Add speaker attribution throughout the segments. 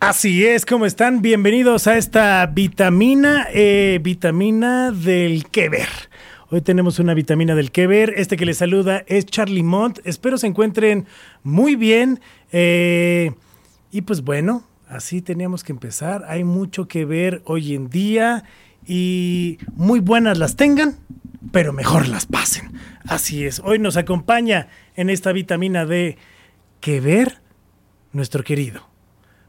Speaker 1: Así es, ¿cómo están? Bienvenidos a esta vitamina, eh, vitamina del que ver. Hoy tenemos una vitamina del que ver. Este que les saluda es Charlie Mont. Espero se encuentren muy bien. eh, y pues bueno, así teníamos que empezar. Hay mucho que ver hoy en día y muy buenas las tengan, pero mejor las pasen. Así es. Hoy nos acompaña en esta vitamina de que ver nuestro querido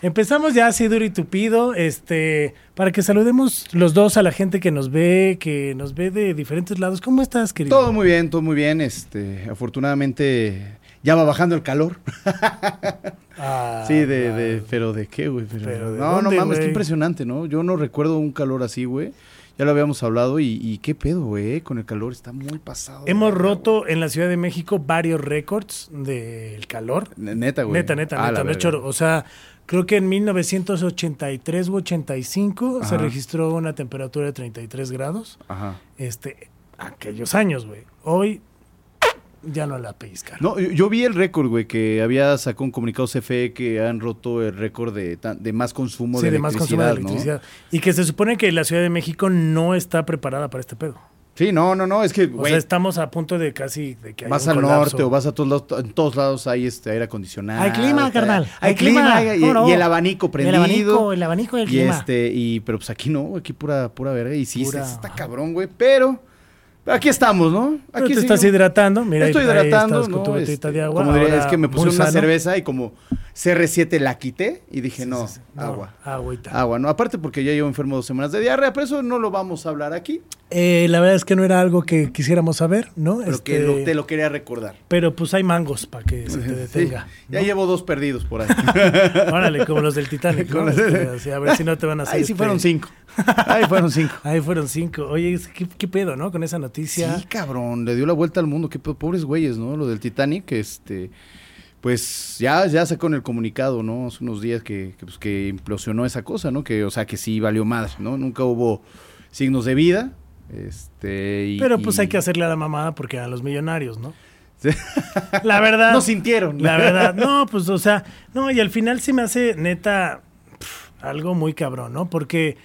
Speaker 1: Empezamos ya así duro y tupido, este, para que saludemos los dos a la gente que nos ve, que nos ve de diferentes lados. ¿Cómo estás, querido?
Speaker 2: Todo muy bien, todo muy bien. Este, afortunadamente ya va bajando el calor.
Speaker 1: Ah,
Speaker 2: sí, de, de- pero de qué, güey. Pero,
Speaker 1: Pero ¿de
Speaker 2: no,
Speaker 1: dónde,
Speaker 2: no mames,
Speaker 1: güey?
Speaker 2: qué impresionante, ¿no? Yo no recuerdo un calor así, güey. Ya lo habíamos hablado y, y qué pedo, güey, eh, con el calor está muy pasado. de
Speaker 1: Hemos
Speaker 2: verga,
Speaker 1: roto en la Ciudad de México varios récords del calor.
Speaker 2: güey. Neta, Ah, güey.
Speaker 1: Neta, neta,
Speaker 2: A la
Speaker 1: neta, no es
Speaker 2: verga.
Speaker 1: choro. O sea, creo que en 1983 u 85 se
Speaker 2: Ajá.
Speaker 1: registró una temperatura de 33 grados.
Speaker 2: Ajá.
Speaker 1: Este, aquellos años, güey. Hoy ya no la pellizcan.
Speaker 2: No, yo, yo vi el récord, güey, que había sacado un comunicado CFE que han roto el récord de, tan- de más consumo
Speaker 1: Sí,
Speaker 2: de
Speaker 1: de más consumo de
Speaker 2: electricidad, ¿no?
Speaker 1: electricidad. Y que se supone que la Ciudad de México no está preparada para este pedo.
Speaker 2: Sí, no, no, no, es que,
Speaker 1: O
Speaker 2: güey,
Speaker 1: sea, estamos a punto de casi de que haya
Speaker 2: Vas
Speaker 1: un
Speaker 2: al
Speaker 1: colapso.
Speaker 2: norte o vas a todos lados, en todos lados hay este aire acondicionado.
Speaker 1: Hay clima,
Speaker 2: está-
Speaker 1: carnal,
Speaker 2: Hay,
Speaker 1: hay clima,
Speaker 2: clima, y,
Speaker 1: ¿cómo no?
Speaker 2: y el abanico prendido.
Speaker 1: El abanico, el abanico y el clima.
Speaker 2: este, y pero pues aquí no, aquí pura pura verga y sí
Speaker 1: Pura-
Speaker 2: está, cabrón, güey, pero pero aquí estamos, ¿no?
Speaker 1: Pero
Speaker 2: Aquí
Speaker 1: te estás
Speaker 2: seguimos.
Speaker 1: hidratando, mira,
Speaker 2: Estoy
Speaker 1: ahí- ahí
Speaker 2: hidratando,
Speaker 1: estás con
Speaker 2: ¿no?
Speaker 1: tu botellita
Speaker 2: Este,
Speaker 1: de agua.
Speaker 2: Como diría,
Speaker 1: ahora
Speaker 2: es que me
Speaker 1: muy
Speaker 2: puse una
Speaker 1: sano.
Speaker 2: cerveza y como CR7 la quité y dije,
Speaker 1: Sí,
Speaker 2: no,
Speaker 1: sí, sí.
Speaker 2: agua.
Speaker 1: Agüita.
Speaker 2: Agua, no, aparte porque ya llevo enfermo dos semanas de diarrea, pero eso no lo vamos a hablar aquí,
Speaker 1: Eh, la verdad es que no era algo que quisiéramos saber, ¿no?
Speaker 2: pero que
Speaker 1: Este,
Speaker 2: lo- te lo quería recordar.
Speaker 1: Pero pues hay mangos para que se te
Speaker 2: Sí,
Speaker 1: detenga.
Speaker 2: ya
Speaker 1: ¿no?
Speaker 2: llevo dos perdidos por ahí.
Speaker 1: Órale, como los del Titanic. ¿no?
Speaker 2: Con las-
Speaker 1: Este, así, a ver si no te van a hacer.
Speaker 2: Ahí sí
Speaker 1: este-
Speaker 2: fueron cinco. Ahí fueron cinco.
Speaker 1: Ahí fueron cinco. Oye, es- ¿qué, qué pedo, no? Con esa
Speaker 2: Sí,
Speaker 1: noticia.
Speaker 2: cabrón, le dio la vuelta al mundo. Qué po- pobres güeyes, ¿no? Lo del Titanic, este. Pues ya, ya sacó en el comunicado, ¿no? Hace unos días que, que, pues, que implosionó esa cosa, ¿no? Que, o sea, que sí valió madre, ¿no? Nunca hubo signos de vida. Este. y-
Speaker 1: Pero pues
Speaker 2: y-
Speaker 1: hay que hacerle a la mamada porque eran los millonarios, ¿no?
Speaker 2: Sí.
Speaker 1: La verdad.
Speaker 2: No sintieron.
Speaker 1: La verdad. No, pues, o sea, no, y al final se me hace neta pf, algo muy cabrón, ¿no? Porque,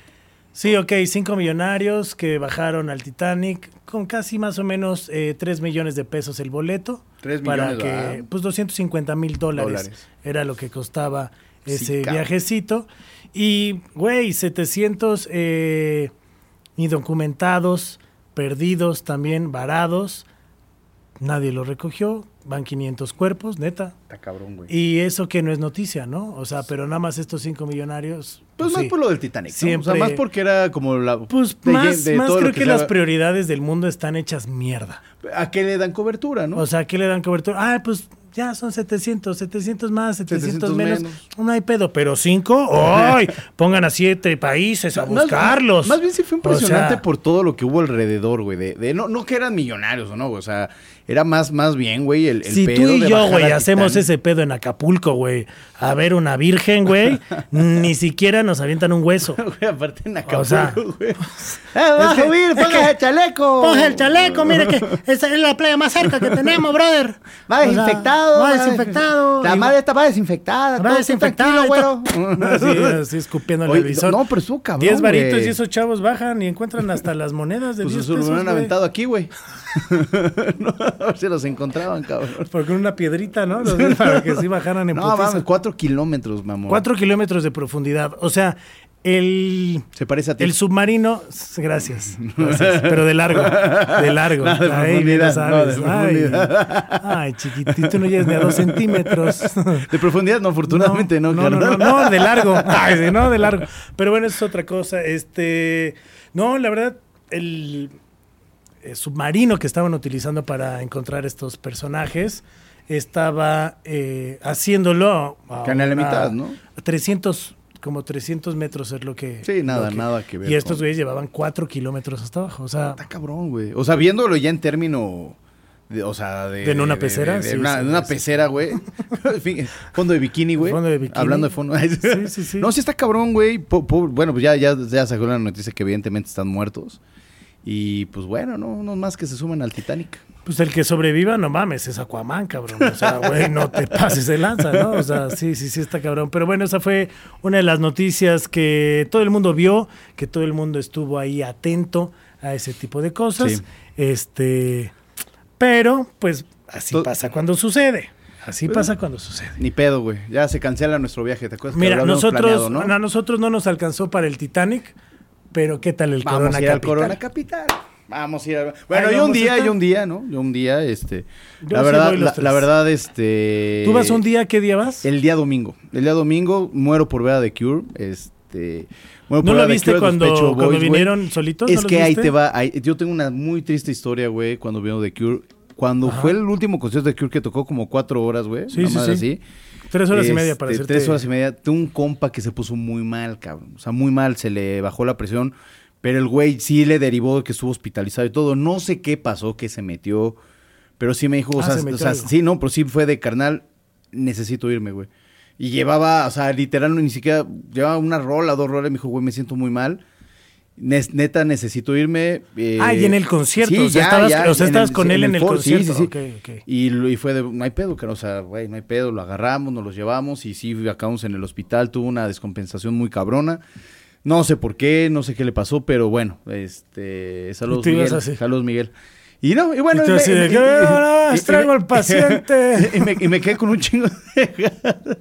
Speaker 1: sí, ok, cinco millonarios que bajaron al Titanic con casi más o menos eh, tres millones de pesos el boleto.
Speaker 2: Tres
Speaker 1: Para
Speaker 2: millones,
Speaker 1: que,
Speaker 2: ¿verdad?
Speaker 1: pues, 250 mil dólares
Speaker 2: Dólares.
Speaker 1: era lo que costaba
Speaker 2: Sí,
Speaker 1: ese
Speaker 2: cabrón.
Speaker 1: viajecito. Y, güey, 700 eh, indocumentados, perdidos también, varados. Nadie lo recogió. Van 500 cuerpos, neta.
Speaker 2: Está cabrón, güey.
Speaker 1: Y eso que no es noticia, ¿no? O sea, pero nada más estos cinco millonarios.
Speaker 2: Pues más
Speaker 1: sí.
Speaker 2: por lo del Titanic. ¿no?
Speaker 1: Siempre-
Speaker 2: O sea, más porque era como la.
Speaker 1: Pues
Speaker 2: de-
Speaker 1: más,
Speaker 2: de
Speaker 1: más
Speaker 2: todo lo
Speaker 1: creo que, las
Speaker 2: sea-
Speaker 1: prioridades del mundo están hechas mierda.
Speaker 2: ¿A qué le dan cobertura, no?
Speaker 1: O sea, ¿qué le dan cobertura? Ah, pues ya son 700, 700 más, 700,
Speaker 2: 700
Speaker 1: menos.
Speaker 2: menos.
Speaker 1: No hay pedo, pero cinco, ¡ay! Pongan a siete países a
Speaker 2: Más-
Speaker 1: buscarlos.
Speaker 2: Más, bien sí fue
Speaker 1: O sea,
Speaker 2: impresionante por todo lo que hubo alrededor, güey. De, de- no, no que eran millonarios o no, güey. O sea, era más, más bien, güey, el, el
Speaker 1: si
Speaker 2: pedo
Speaker 1: tú y
Speaker 2: de
Speaker 1: yo,
Speaker 2: bajar
Speaker 1: güey,
Speaker 2: al
Speaker 1: hacemos
Speaker 2: Titanic.
Speaker 1: ese pedo en Acapulco, güey, a ver una virgen, güey, ni siquiera nos avientan un hueso.
Speaker 2: Güey, aparte en Acapulco,
Speaker 1: O sea,
Speaker 2: güey. ¡Ah, va a subir! ¡Pongas el chaleco!
Speaker 1: Ponga Pues el chaleco, mire que esa es la playa más cerca que tenemos, brother.
Speaker 2: Va
Speaker 1: O sea,
Speaker 2: desinfectado.
Speaker 1: va
Speaker 2: güey.
Speaker 1: desinfectado.
Speaker 2: La
Speaker 1: Y-
Speaker 2: madre está va desinfectada.
Speaker 1: Va
Speaker 2: todo
Speaker 1: desinfectado,
Speaker 2: tranquilo, güey.
Speaker 1: Así, así escupiéndole
Speaker 2: Oye,
Speaker 1: al visor.
Speaker 2: no, pero estuvo cabrón,
Speaker 1: 10 varitos
Speaker 2: güey.
Speaker 1: y esos chavos bajan y encuentran hasta las monedas de
Speaker 2: Pues
Speaker 1: 10
Speaker 2: eso lo
Speaker 1: pesos,
Speaker 2: hubieran
Speaker 1: güey.
Speaker 2: aventado aquí, güey. no, a ver si los encontraban, cabrón.
Speaker 1: Porque una piedrita, ¿no? Los- para que sí bajaran en
Speaker 2: No,
Speaker 1: putiza.
Speaker 2: mames, cuatro kilómetros, mamón.
Speaker 1: Cuatro kilómetros de profundidad. O sea, el...
Speaker 2: Se parece a ti.
Speaker 1: El submarino, gracias, gracias, pero de largo, de largo.
Speaker 2: No, de
Speaker 1: Ay, bien lo
Speaker 2: profundidad,
Speaker 1: sabes.
Speaker 2: no, de
Speaker 1: Ay,
Speaker 2: profundidad.
Speaker 1: ay, chiquitito, no llegas ni a dos centímetros.
Speaker 2: De profundidad, no, afortunadamente no,
Speaker 1: no, no, no,
Speaker 2: carnal.
Speaker 1: no, de largo. Ay, sí, no, de largo. Pero bueno, eso es otra cosa. Este, no, la verdad, el, eh, submarino que estaban utilizando para encontrar estos personajes estaba eh, haciéndolo a
Speaker 2: Que en la
Speaker 1: una-
Speaker 2: mitad, ¿no?
Speaker 1: a 300 como 300 metros es lo que...
Speaker 2: Sí, nada,
Speaker 1: lo que-
Speaker 2: nada que ver.
Speaker 1: Y estos
Speaker 2: con-
Speaker 1: güeyes llevaban 4 kilómetros hasta abajo. O sea,
Speaker 2: Está cabrón, güey. O sea, viéndolo ya en término. de- o sea, de.
Speaker 1: ¿De en una pecera?
Speaker 2: de
Speaker 1: Sí,
Speaker 2: una,
Speaker 1: sí,
Speaker 2: de una
Speaker 1: sí.
Speaker 2: pecera, güey. Fin- fondo de bikini, güey.
Speaker 1: Fondo de bikini.
Speaker 2: Hablando de fondo.
Speaker 1: Sí, sí, sí.
Speaker 2: No, sí está cabrón, güey. Po- po- bueno, pues ya, ya, ya sacó la noticia que evidentemente están muertos. Y pues bueno, no, no más que se suman al Titanic.
Speaker 1: pues el que sobreviva, no mames, es Aquaman, cabrón. O sea, güey, no te pases de lanza, ¿no? O sea, sí, sí, sí está cabrón. Pero bueno, esa fue una de las noticias que todo el mundo vio, que todo el mundo estuvo ahí atento a ese tipo de cosas.
Speaker 2: Sí.
Speaker 1: Este, pero pues así
Speaker 2: To-
Speaker 1: pasa cuando sucede. Así pasa cuando sucede.
Speaker 2: Ni pedo, güey. Ya se cancela nuestro viaje, ¿te acuerdas? que lo
Speaker 1: Mira,
Speaker 2: habíamos
Speaker 1: nosotros,
Speaker 2: planeado, ¿no?
Speaker 1: a nosotros no nos alcanzó para el Titanic, pero ¿qué tal el
Speaker 2: Vamos
Speaker 1: Corona
Speaker 2: a ir al
Speaker 1: Capital?
Speaker 2: Corona Capital. Vamos a ir al... Bueno,
Speaker 1: Ahí
Speaker 2: yo un
Speaker 1: vamos a
Speaker 2: día,
Speaker 1: estar.
Speaker 2: yo un día, ¿no? Yo un día, este...
Speaker 1: Yo
Speaker 2: la
Speaker 1: sí
Speaker 2: verdad,
Speaker 1: voy los
Speaker 2: la,
Speaker 1: tres.
Speaker 2: la verdad, este...
Speaker 1: ¿Tú vas un día? ¿Qué día vas?
Speaker 2: El día domingo. El día domingo muero por ver a The Cure. Este. muero por
Speaker 1: ¿No
Speaker 2: ver
Speaker 1: lo
Speaker 2: a The
Speaker 1: viste
Speaker 2: Cure, a los
Speaker 1: cuando,
Speaker 2: Pet Shop
Speaker 1: cuando
Speaker 2: Boys, güey.
Speaker 1: vinieron solitos? ¿No
Speaker 2: Es
Speaker 1: los
Speaker 2: que ahí
Speaker 1: viste?
Speaker 2: te va. ahí- yo tengo una muy triste historia, güey, cuando vino The Cure. Cuando
Speaker 1: Ajá.
Speaker 2: fue el último concierto de The Cure que tocó como cuatro horas, güey.
Speaker 1: Sí,
Speaker 2: una
Speaker 1: sí,
Speaker 2: madre
Speaker 1: sí.
Speaker 2: así.
Speaker 1: Tres horas y media para
Speaker 2: Este,
Speaker 1: hacerte...
Speaker 2: Tres horas y media. Tuve un compa que se puso muy mal, cabrón. O sea, muy mal. Se le bajó la presión. Pero el güey sí le derivó de que estuvo hospitalizado y todo. No sé qué pasó, que se metió. Pero sí me dijo, o
Speaker 1: Ah,
Speaker 2: sea,
Speaker 1: se metió
Speaker 2: o sea,
Speaker 1: algo.
Speaker 2: sí, no, pero sí fue de carnal. Necesito irme, güey. Y llevaba, o sea, literal, no, ni siquiera. Llevaba una rola, dos rolas. Y me dijo, güey, me siento muy mal. Ne- neta, necesito irme. eh,
Speaker 1: Ah, y en el concierto, o sea, estabas- o sea,
Speaker 2: en
Speaker 1: estabas con él en el
Speaker 2: foro.
Speaker 1: concierto,
Speaker 2: Sí, sí, sí.
Speaker 1: ok, ok.
Speaker 2: Y, lo- y fue de, no hay pedo, que no, o sea, güey, no hay pedo, lo agarramos, nos los llevamos y sí, acabamos en el hospital, tuvo una descompensación muy cabrona. No sé por qué, no sé qué le pasó, pero bueno, este, saludos
Speaker 1: Y tú ibas
Speaker 2: Miguel,
Speaker 1: así.
Speaker 2: saludos Miguel. Y no, y bueno,
Speaker 1: Y tú así de, "Ah, traigo al paciente".
Speaker 2: Y me, y me quedé con un chingo de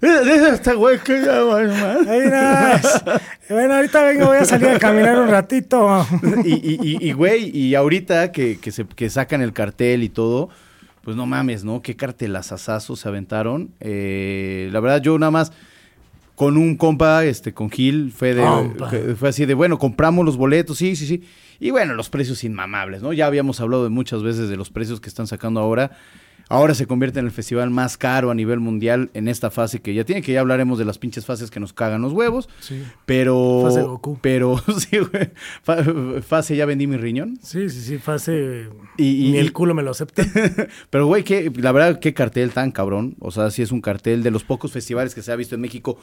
Speaker 2: ganas. Hasta güey que ya va, hermano.
Speaker 1: Ahí vas. Bueno, ahorita vengo, voy a salir a caminar un ratito.
Speaker 2: y, y- y- y, güey, y ahorita que, que se, que sacan el cartel y todo, pues no mames, ¿no? Qué cartelazazazos se aventaron. Eh, la verdad, yo nada más con un compa, este, con Gil, fue de,
Speaker 1: Compa.
Speaker 2: que- fue así de, bueno, compramos los boletos, sí, sí, sí. Y bueno, los precios inmamables, ¿no? Ya habíamos hablado de muchas veces de los precios que están sacando ahora. Ahora se convierte en el festival más caro a nivel mundial en esta fase que ya tiene, que ya hablaremos de las pinches fases que nos cagan los huevos.
Speaker 1: Sí,
Speaker 2: Pero.
Speaker 1: Fase Goku.
Speaker 2: Pero, sí, güey. Fa- Fase ya vendí mi riñón.
Speaker 1: sí, sí, sí, fase...
Speaker 2: Y- y-
Speaker 1: Ni el culo me lo acepta.
Speaker 2: Pero, güey, qué- la verdad, qué cartel tan cabrón. O sea, sí es un cartel de los pocos festivales que se ha visto en México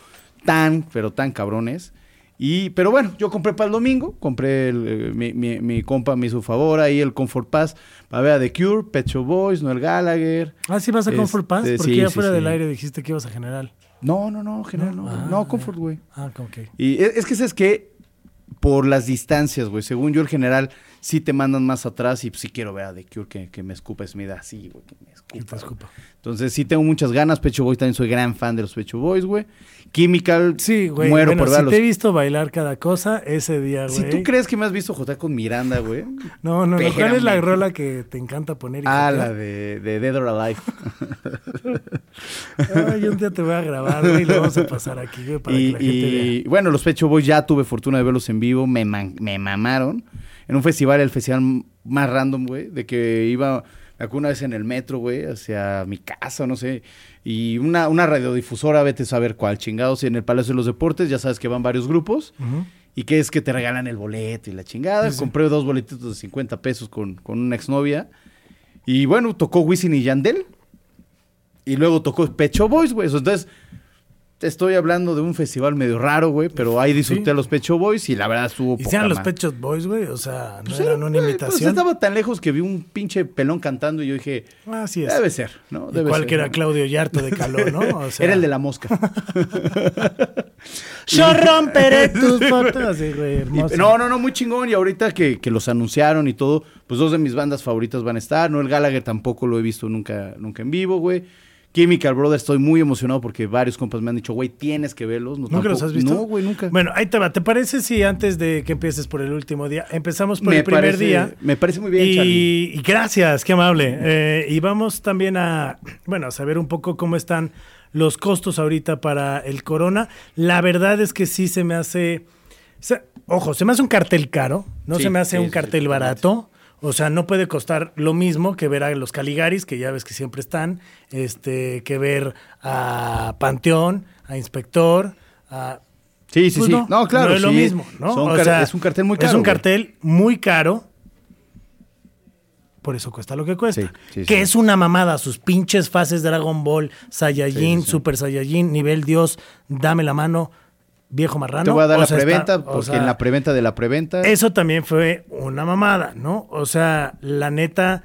Speaker 2: tan, pero tan cabrones. Y, pero bueno, yo compré para el domingo, compré el, eh, mi, mi- mi compa me hizo favor ahí el Comfort Pass para ver a The Cure, Pecho Boys, Noel Gallagher.
Speaker 1: Ah, sí, vas a Comfort Pass,
Speaker 2: Este,
Speaker 1: porque
Speaker 2: sí,
Speaker 1: ya
Speaker 2: sí,
Speaker 1: fuera
Speaker 2: sí.
Speaker 1: del aire dijiste que ibas a general.
Speaker 2: No, no, no, general, no.
Speaker 1: Ah,
Speaker 2: No, Comfort, güey.
Speaker 1: Ah, como que...
Speaker 2: Y e, es, es que es que por las distancias, güey. Según yo, el general sí te mandan más atrás y pues, sí quiero ver a The Cure que, que me escupa Smith así, güey, que me escupa.
Speaker 1: que te escupa.
Speaker 2: Entonces sí tengo muchas ganas. Pecho Boys también soy gran fan de los Pecho Boys, güey. Chemical,
Speaker 1: Sí, güey.
Speaker 2: muero
Speaker 1: bueno,
Speaker 2: por
Speaker 1: si
Speaker 2: verlos.
Speaker 1: te he visto bailar cada cosa ese día, güey.
Speaker 2: Si tú crees que me has visto jotar con Miranda, güey.
Speaker 1: No, no, no. ¿Cuál es la
Speaker 2: Espérame.
Speaker 1: rola que te encanta poner? y
Speaker 2: Ah,
Speaker 1: cantar?
Speaker 2: la de, de Dead or Alive.
Speaker 1: Ay, un día te voy a grabar, güey, y lo vamos a pasar aquí, güey, para
Speaker 2: y,
Speaker 1: que la gente
Speaker 2: y,
Speaker 1: vea.
Speaker 2: bueno, los Pecho Boys ya tuve fortuna de verlos en vivo, me, man- me mamaron. En un festival, el festival m- más random, güey, de que iba me acuerdo una vez en el metro, güey, hacia mi casa, no sé, y una, una radiodifusora, vete a saber cuál, chingados, y en el Palacio de los Deportes, ya sabes que van varios grupos,
Speaker 1: Ujú.
Speaker 2: y que es que te regalan el boleto y la chingada. Compré dos boletitos de 50 pesos con, con una exnovia, y bueno, tocó Wisin y Yandel, y luego tocó Pecho Boys, güey, entonces... Te estoy hablando de un festival medio raro, güey, pero ahí disfruté
Speaker 1: Sí.
Speaker 2: a los Pecho Boys y la verdad estuvo
Speaker 1: Y
Speaker 2: poca
Speaker 1: sean los
Speaker 2: madre.
Speaker 1: Pechos Boys, güey, o sea, no
Speaker 2: Pues era-
Speaker 1: eran una
Speaker 2: pues,
Speaker 1: imitación.
Speaker 2: estaba tan lejos que vi un pinche pelón cantando y yo dije,
Speaker 1: Así es.
Speaker 2: debe ser, ¿no? Debe
Speaker 1: Igual
Speaker 2: ser,
Speaker 1: que era
Speaker 2: ¿no?
Speaker 1: Claudio Yarto de Caló, ¿no? O sea,
Speaker 2: Era el de la mosca.
Speaker 1: Yo romperé tus fotos, sí, güey,
Speaker 2: Y-
Speaker 1: hermoso.
Speaker 2: no, no, no, muy chingón. Y ahorita que, que los anunciaron y todo, pues dos de mis bandas favoritas van a estar. Noel Gallagher tampoco lo he visto nunca, nunca en vivo, güey. Chemical Brothers, estoy muy emocionado porque varios compas me han dicho, güey, tienes que verlos. No,
Speaker 1: ¿Nunca los
Speaker 2: pues tampoco-
Speaker 1: has visto?
Speaker 2: No, güey, nunca.
Speaker 1: Bueno, ahí te va. ¿Te parece si antes de que empieces por el último día, empezamos por
Speaker 2: Me
Speaker 1: el primer
Speaker 2: parece-
Speaker 1: día?
Speaker 2: me parece muy bien,
Speaker 1: y,
Speaker 2: Charlie.
Speaker 1: y gracias, qué amable. Eh, y vamos también a, bueno, a saber un poco cómo están los costos ahorita para el corona. La verdad es que sí se me hace, se- ojo, se me hace un cartel caro, no
Speaker 2: Sí,
Speaker 1: se me hace
Speaker 2: sí,
Speaker 1: un
Speaker 2: sí,
Speaker 1: cartel
Speaker 2: totalmente.
Speaker 1: barato. O sea, no puede costar lo mismo que ver a los Caligaris, que ya ves que siempre están, este, que ver a Panteón, a Inspector, a
Speaker 2: Sí, sí,
Speaker 1: Pues
Speaker 2: sí.
Speaker 1: no,
Speaker 2: No, claro.
Speaker 1: no es lo
Speaker 2: sí.
Speaker 1: mismo, ¿no?
Speaker 2: Son
Speaker 1: O
Speaker 2: car-
Speaker 1: sea,
Speaker 2: es un cartel muy caro.
Speaker 1: Es un
Speaker 2: güey.
Speaker 1: cartel muy caro. Por eso cuesta lo que cuesta.
Speaker 2: Sí, sí,
Speaker 1: que
Speaker 2: sí.
Speaker 1: es una mamada. Sus pinches fases Dragon Ball, Saiyajin,
Speaker 2: Sí, sí, sí.
Speaker 1: Super Saiyajin, nivel Dios, dame la mano, viejo marrano.
Speaker 2: Te voy a dar
Speaker 1: O
Speaker 2: la
Speaker 1: sea,
Speaker 2: preventa,
Speaker 1: está- o
Speaker 2: porque
Speaker 1: sea,
Speaker 2: en la preventa de la preventa.
Speaker 1: Eso también fue una mamada, ¿no? O sea, la neta,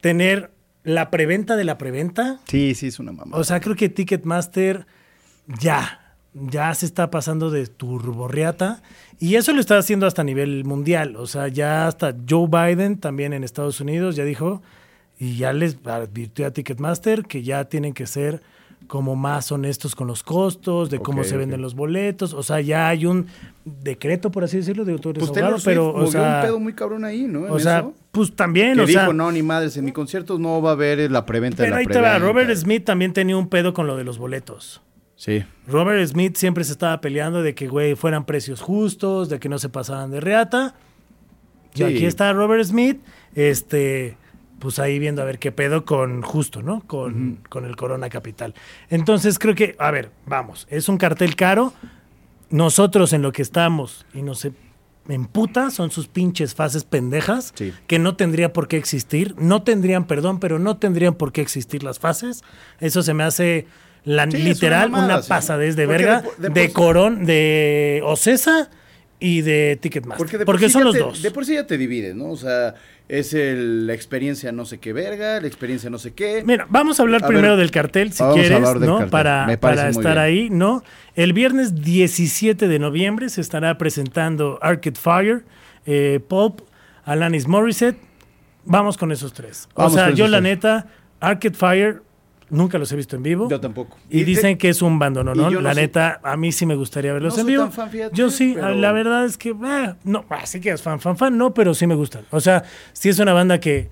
Speaker 1: tener la preventa de la preventa.
Speaker 2: Sí, sí, es una mamá.
Speaker 1: O sea, creo que Ticketmaster ya, ya se está pasando de turborreata. Y eso lo está haciendo hasta nivel mundial. O sea, ya hasta Joe Biden también en Estados Unidos ya dijo y ya les advirtió a Ticketmaster que ya tienen que ser como más honestos con los costos, de cómo
Speaker 2: Ok,
Speaker 1: se venden
Speaker 2: ok.
Speaker 1: los boletos. O sea, ya hay un decreto, por así decirlo, de autores
Speaker 2: pues Taylor Swift
Speaker 1: pero, o
Speaker 2: movió
Speaker 1: sea,
Speaker 2: un pedo muy cabrón ahí, ¿no? En
Speaker 1: o sea,
Speaker 2: eso.
Speaker 1: pues también,
Speaker 2: que
Speaker 1: o
Speaker 2: dijo,
Speaker 1: sea,
Speaker 2: no, ni madres, en mi concierto no va a haber la preventa de
Speaker 1: pero
Speaker 2: la
Speaker 1: ahí te va,
Speaker 2: preventa.
Speaker 1: Robert Smith también tenía un pedo con lo de los boletos.
Speaker 2: Sí.
Speaker 1: Robert Smith siempre se estaba peleando de que, güey, fueran precios justos, de que no se pasaran de reata.
Speaker 2: Sí.
Speaker 1: Y aquí está Robert Smith, este, pues ahí viendo a ver qué pedo con justo, ¿no? Con, con el Corona Capital. Entonces creo que, a ver, vamos, es un cartel caro. Nosotros en lo que estamos y nos em- emputa son sus pinches fases pendejas
Speaker 2: Sí.
Speaker 1: que no tendría por qué existir. No tendrían, perdón, pero no tendrían por qué existir las fases. Eso se me hace la
Speaker 2: Sí, es una
Speaker 1: literal una,
Speaker 2: mamada, sí.
Speaker 1: pasadez de
Speaker 2: Porque
Speaker 1: verga
Speaker 2: de por-
Speaker 1: de,
Speaker 2: de por sí-
Speaker 1: Corón, de Ocesa y de Ticketmaster. Porque,
Speaker 2: de por sí
Speaker 1: son
Speaker 2: ya
Speaker 1: los
Speaker 2: te-
Speaker 1: dos.
Speaker 2: De por sí ya te divides, ¿no? O sea, es el- la experiencia no sé qué verga, la experiencia no sé qué.
Speaker 1: Mira, vamos a hablar
Speaker 2: A
Speaker 1: primero
Speaker 2: ver,
Speaker 1: del cartel, si
Speaker 2: vamos a
Speaker 1: quieres,
Speaker 2: hablar del
Speaker 1: ¿no?
Speaker 2: cartel.
Speaker 1: Para,
Speaker 2: Me parece
Speaker 1: para
Speaker 2: muy
Speaker 1: estar
Speaker 2: bien.
Speaker 1: ahí, ¿no? El viernes 17 de noviembre se estará presentando Arcade Fire, eh, Pulp, Alanis Morissette. Vamos con esos tres.
Speaker 2: Vamos
Speaker 1: o sea,
Speaker 2: con
Speaker 1: yo
Speaker 2: esos
Speaker 1: la
Speaker 2: tres.
Speaker 1: neta, Arcade Fire, nunca los he visto en vivo.
Speaker 2: Yo tampoco.
Speaker 1: Y,
Speaker 2: Y te-
Speaker 1: dicen que es un bando, ¿no?
Speaker 2: y yo no
Speaker 1: La
Speaker 2: sé.
Speaker 1: neta, a mí sí me gustaría verlos
Speaker 2: No
Speaker 1: en
Speaker 2: soy
Speaker 1: vivo.
Speaker 2: tan fan, fíjate,
Speaker 1: yo sí,
Speaker 2: pero-
Speaker 1: la verdad es que, eh, no, así que es fan, fan, fan, no, pero sí me gustan. O sea, sí es una banda que...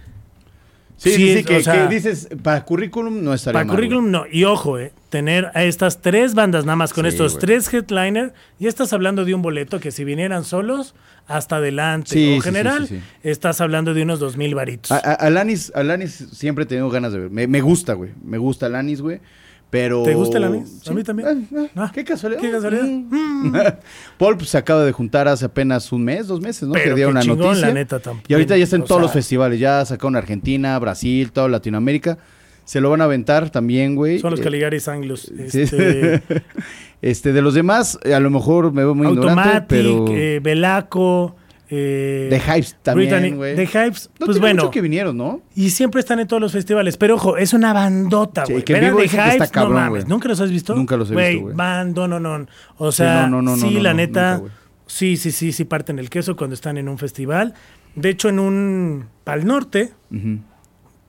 Speaker 2: Sí, sí,
Speaker 1: sí,
Speaker 2: sí,
Speaker 1: es-
Speaker 2: que,
Speaker 1: o sea-
Speaker 2: que dices, para currículum no estaría
Speaker 1: Para
Speaker 2: mal, güey.
Speaker 1: currículum no. Y ojo, eh, tener a estas tres bandas nada más con
Speaker 2: Sí,
Speaker 1: estos
Speaker 2: güey.
Speaker 1: tres headliner, ya estás hablando de un boleto que si vinieran solos, hasta adelante.
Speaker 2: Sí,
Speaker 1: o en
Speaker 2: sí, sí,
Speaker 1: general,
Speaker 2: sí, Ah, sí.
Speaker 1: estás hablando de unos dos mil varitos.
Speaker 2: A- a- Alanis, Alanis siempre he tenido ganas de ver. Me, me gusta, güey. Me gusta Alanis, güey. Pero...
Speaker 1: ¿Te gusta Alanis? A mí también.
Speaker 2: Ah, ah,
Speaker 1: Ah,
Speaker 2: qué casualidad.
Speaker 1: qué casualidad.
Speaker 2: Mm. Paul pues, se acaba de juntar hace apenas un mes, dos meses, ¿no?
Speaker 1: Pero
Speaker 2: que dio
Speaker 1: qué
Speaker 2: una
Speaker 1: chingón,
Speaker 2: noticia.
Speaker 1: la neta, tampoco.
Speaker 2: y ahorita ya está en
Speaker 1: O
Speaker 2: todos
Speaker 1: sea-
Speaker 2: los festivales. Ya sacaron Argentina, Brasil, toda Latinoamérica. Se lo van a aventar también, güey.
Speaker 1: Son los
Speaker 2: Eh,
Speaker 1: Caligaris Anglos.
Speaker 2: sí.
Speaker 1: Este,
Speaker 2: Este, de los demás, eh, a lo mejor me veo muy ignorante,
Speaker 1: Automatic,
Speaker 2: pero...
Speaker 1: eh, Belaco. eh,
Speaker 2: The Hypes también,
Speaker 1: Brittany-
Speaker 2: güey.
Speaker 1: The Hypes,
Speaker 2: no
Speaker 1: pues
Speaker 2: tiene
Speaker 1: bueno.
Speaker 2: mucho que vinieron, ¿no?
Speaker 1: Y siempre están en todos los festivales. Pero ojo, es una bandota,
Speaker 2: Sí,
Speaker 1: güey.
Speaker 2: que en
Speaker 1: Ver a
Speaker 2: vivo
Speaker 1: The
Speaker 2: dicen que está
Speaker 1: Hives,
Speaker 2: cabrón,
Speaker 1: no mames.
Speaker 2: güey.
Speaker 1: ¿Nunca los has visto?
Speaker 2: Nunca los he visto, güey.
Speaker 1: Bando, no, no. O sea, sí,
Speaker 2: no, no, no, no,
Speaker 1: la
Speaker 2: no,
Speaker 1: neta,
Speaker 2: nunca, güey.
Speaker 1: sí, sí, sí, sí parten el queso cuando están en un festival. De hecho, en un Pal Norte,
Speaker 2: Ujú.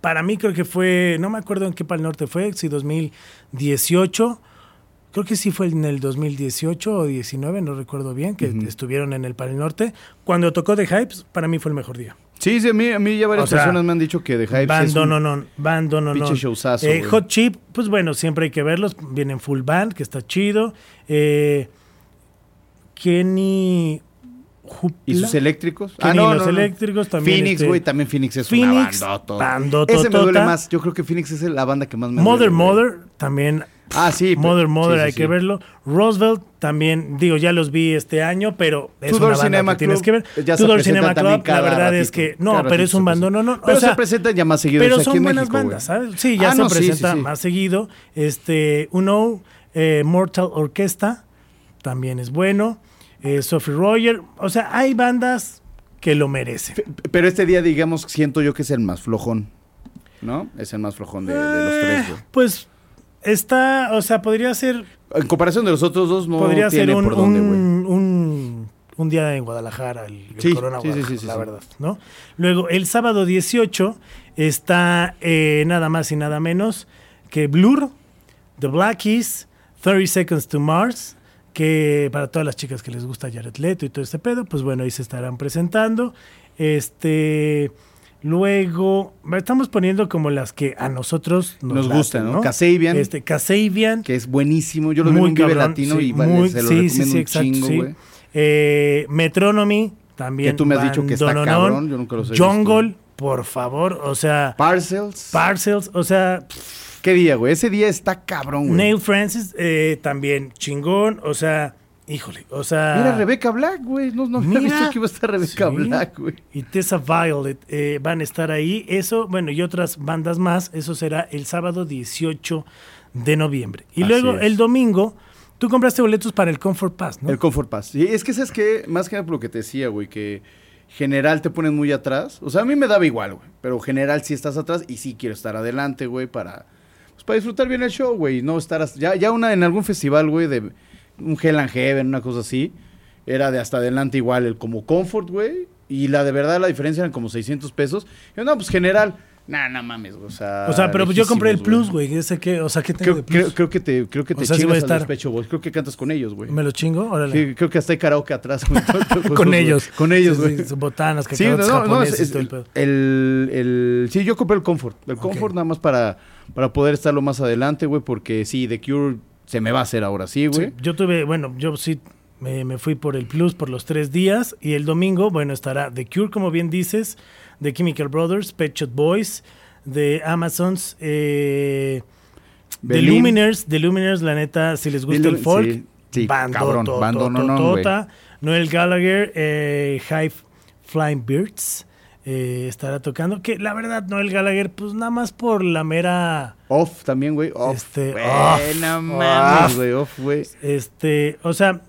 Speaker 1: para mí creo que fue, no me acuerdo en qué Pal Norte fue, si 2018, creo que sí fue en el 2018 o 19, no recuerdo bien, que estuvieron en el Pal Norte. Cuando tocó The Hypes, para mí fue el mejor día.
Speaker 2: Sí, sí, a mí, a mí ya varias
Speaker 1: O sea,
Speaker 2: personas me han dicho que The Hypes es
Speaker 1: Bando,
Speaker 2: un-
Speaker 1: no, no, bando, no, no.
Speaker 2: pinche showzazo,
Speaker 1: Eh,
Speaker 2: güey.
Speaker 1: Hot Chip, pues bueno, siempre hay que verlos. Vienen full band, que está chido. Eh, Kenny Jupla.
Speaker 2: ¿Y sus eléctricos? Ah,
Speaker 1: Kenny y los eléctricos también,
Speaker 2: Phoenix,
Speaker 1: este-
Speaker 2: güey, también Phoenix es
Speaker 1: Phoenix,
Speaker 2: una bandota.
Speaker 1: bandototota.
Speaker 2: Ese me duele más. Yo creo que Phoenix es la banda que más me
Speaker 1: Mother
Speaker 2: duele, güey.
Speaker 1: Mother también.
Speaker 2: Ah, sí. pero-
Speaker 1: Mother
Speaker 2: sí,
Speaker 1: Mother
Speaker 2: sí,
Speaker 1: hay
Speaker 2: sí.
Speaker 1: que verlo. Roosevelt también, digo, ya los vi este año, pero es
Speaker 2: Tudor
Speaker 1: una banda
Speaker 2: Cinema
Speaker 1: que tienes
Speaker 2: Club,
Speaker 1: que ver.
Speaker 2: ya se
Speaker 1: Tudor
Speaker 2: presentan
Speaker 1: Cinema
Speaker 2: también
Speaker 1: Club, la
Speaker 2: cada
Speaker 1: verdad es que
Speaker 2: ratito,
Speaker 1: no,
Speaker 2: cada
Speaker 1: pero
Speaker 2: ratito
Speaker 1: es un
Speaker 2: se
Speaker 1: bandón, no,
Speaker 2: presentan.
Speaker 1: no, no.
Speaker 2: Pero
Speaker 1: o sea,
Speaker 2: se presentan ya más seguido.
Speaker 1: pero
Speaker 2: o sea,
Speaker 1: son
Speaker 2: aquí en
Speaker 1: buenas
Speaker 2: México, güey.
Speaker 1: bandas, ¿sabes? Sí, ya
Speaker 2: Ah,
Speaker 1: se
Speaker 2: no, sí, sí,
Speaker 1: presenta
Speaker 2: sí.
Speaker 1: más seguido. Este, Uno, eh, Mortal Orquesta, también es bueno. Eh, Sophie Roger, o sea, hay bandas que lo merecen.
Speaker 2: Fe- Pero este día, digamos, siento yo que es el más flojón. ¿No? Es el más flojón de, de los tres,
Speaker 1: Eh, pues está, o sea, podría ser
Speaker 2: güey. En comparación de los otros dos, no
Speaker 1: podría
Speaker 2: tiene
Speaker 1: ser un,
Speaker 2: por dónde, güey.
Speaker 1: un, un- un día en Guadalajara, el, el
Speaker 2: Sí,
Speaker 1: Corona
Speaker 2: sí, sí,
Speaker 1: Guadalajara,
Speaker 2: sí, sí,
Speaker 1: la
Speaker 2: sí.
Speaker 1: verdad, ¿no? Luego, el sábado 18 está eh, nada más y nada menos que Blur, The Black Keys, 30 Seconds to Mars, que para todas las chicas que les gusta Jared Leto y todo este pedo, pues bueno, ahí se estarán presentando. Este... Luego, estamos poniendo como las que a nosotros nos,
Speaker 2: Nos
Speaker 1: laten,
Speaker 2: gustan, ¿no? Kasabian.
Speaker 1: Este, Kasabian
Speaker 2: Que es buenísimo. Yo lo vi en un Vive
Speaker 1: cabrón,
Speaker 2: Latino
Speaker 1: sí,
Speaker 2: y vale,
Speaker 1: muy-
Speaker 2: se lo
Speaker 1: sí,
Speaker 2: recomiendo
Speaker 1: sí, sí,
Speaker 2: un
Speaker 1: exacto,
Speaker 2: chingo,
Speaker 1: sí.
Speaker 2: güey.
Speaker 1: Eh, Metronomy, también.
Speaker 2: Que tú me has dicho que está
Speaker 1: bandononón.
Speaker 2: cabrón, yo nunca los he
Speaker 1: Jungle,
Speaker 2: visto.
Speaker 1: por favor, o sea,
Speaker 2: Parcels.
Speaker 1: Parcels, o sea,
Speaker 2: ¿Qué día, güey? Ese día está cabrón, güey.
Speaker 1: Neil Francis eh, también chingón, o sea, Híjole, o sea.
Speaker 2: Mira, Rebeca Black, güey. No, no
Speaker 1: Mira.
Speaker 2: había visto que iba a estar Rebeca
Speaker 1: Sí.
Speaker 2: Black, güey.
Speaker 1: Y Tessa Violet eh, van a estar ahí. Eso, bueno, y otras bandas más. Eso será el sábado 18 de noviembre. Y
Speaker 2: Así
Speaker 1: luego
Speaker 2: es.
Speaker 1: el domingo, tú compraste boletos para el Comfort Pass, ¿no?
Speaker 2: El Comfort Pass. Y es que, ¿sabes que Más que nada por lo que te decía, güey, que general te ponen muy atrás. O sea, a mí me daba igual, güey. Pero general sí estás atrás y sí quiero estar adelante, güey, para, pues, para disfrutar bien el show, güey. y No estar hasta- ya, ya una en algún festival, güey, de un Hell and Heaven, una cosa así. Era de hasta adelante igual, el como Comfort, güey. Y la de verdad, la diferencia eran como 600 pesos. Yo, no, pues general. Nah, no mames, güey. O sea,
Speaker 1: o sea, pero pues yo compré el
Speaker 2: lejísimos,
Speaker 1: Plus, güey. ese que- O sea, ¿qué tengo
Speaker 2: Creo,
Speaker 1: de Plus?
Speaker 2: creo- creo que te, creo que
Speaker 1: O
Speaker 2: te
Speaker 1: sea, sí voy a
Speaker 2: chingas a
Speaker 1: estar.
Speaker 2: los Pecho Boys. Creo que cantas con ellos, güey.
Speaker 1: ¿Me lo chingo? Órale.
Speaker 2: Sí, creo que hasta hay karaoke atrás, güey. pues,
Speaker 1: con ellos.
Speaker 2: Con ellos,
Speaker 1: Sí,
Speaker 2: güey.
Speaker 1: sí, botanas,
Speaker 2: Sí, no,
Speaker 1: cacahuates
Speaker 2: no, no,
Speaker 1: japoneses
Speaker 2: es- es-
Speaker 1: y todo el pedo.
Speaker 2: el, el- sí, yo compré el Comfort. El
Speaker 1: Ok.
Speaker 2: Comfort nada más para, para poder estarlo más adelante, güey, porque sí, The Cure se me va a hacer ahora, sí,
Speaker 1: Sí,
Speaker 2: güey.
Speaker 1: yo tuve, bueno, yo sí me, me fui por el Plus por los tres días y el domingo, bueno, estará The Cure, como bien dices, The Chemical Brothers, Pet Shop Boys, The Amazons, eh, The
Speaker 2: Belín,
Speaker 1: Luminers, The Luminers, la neta, si les gusta
Speaker 2: The
Speaker 1: el
Speaker 2: Lu-
Speaker 1: folk,
Speaker 2: sí, sí,
Speaker 1: bando,
Speaker 2: cabrón,
Speaker 1: to-
Speaker 2: bando,
Speaker 1: to-
Speaker 2: no, no,
Speaker 1: to-
Speaker 2: güey.
Speaker 1: tota, Noel Gallagher, eh, High Flying Birds eh, estará tocando, que la verdad, Noel Gallagher, pues nada más por la mera...
Speaker 2: Off también, güey. Off.
Speaker 1: Este,
Speaker 2: güey,
Speaker 1: off,
Speaker 2: no
Speaker 1: off.
Speaker 2: mames, güey. Off, güey.
Speaker 1: Este, o sea,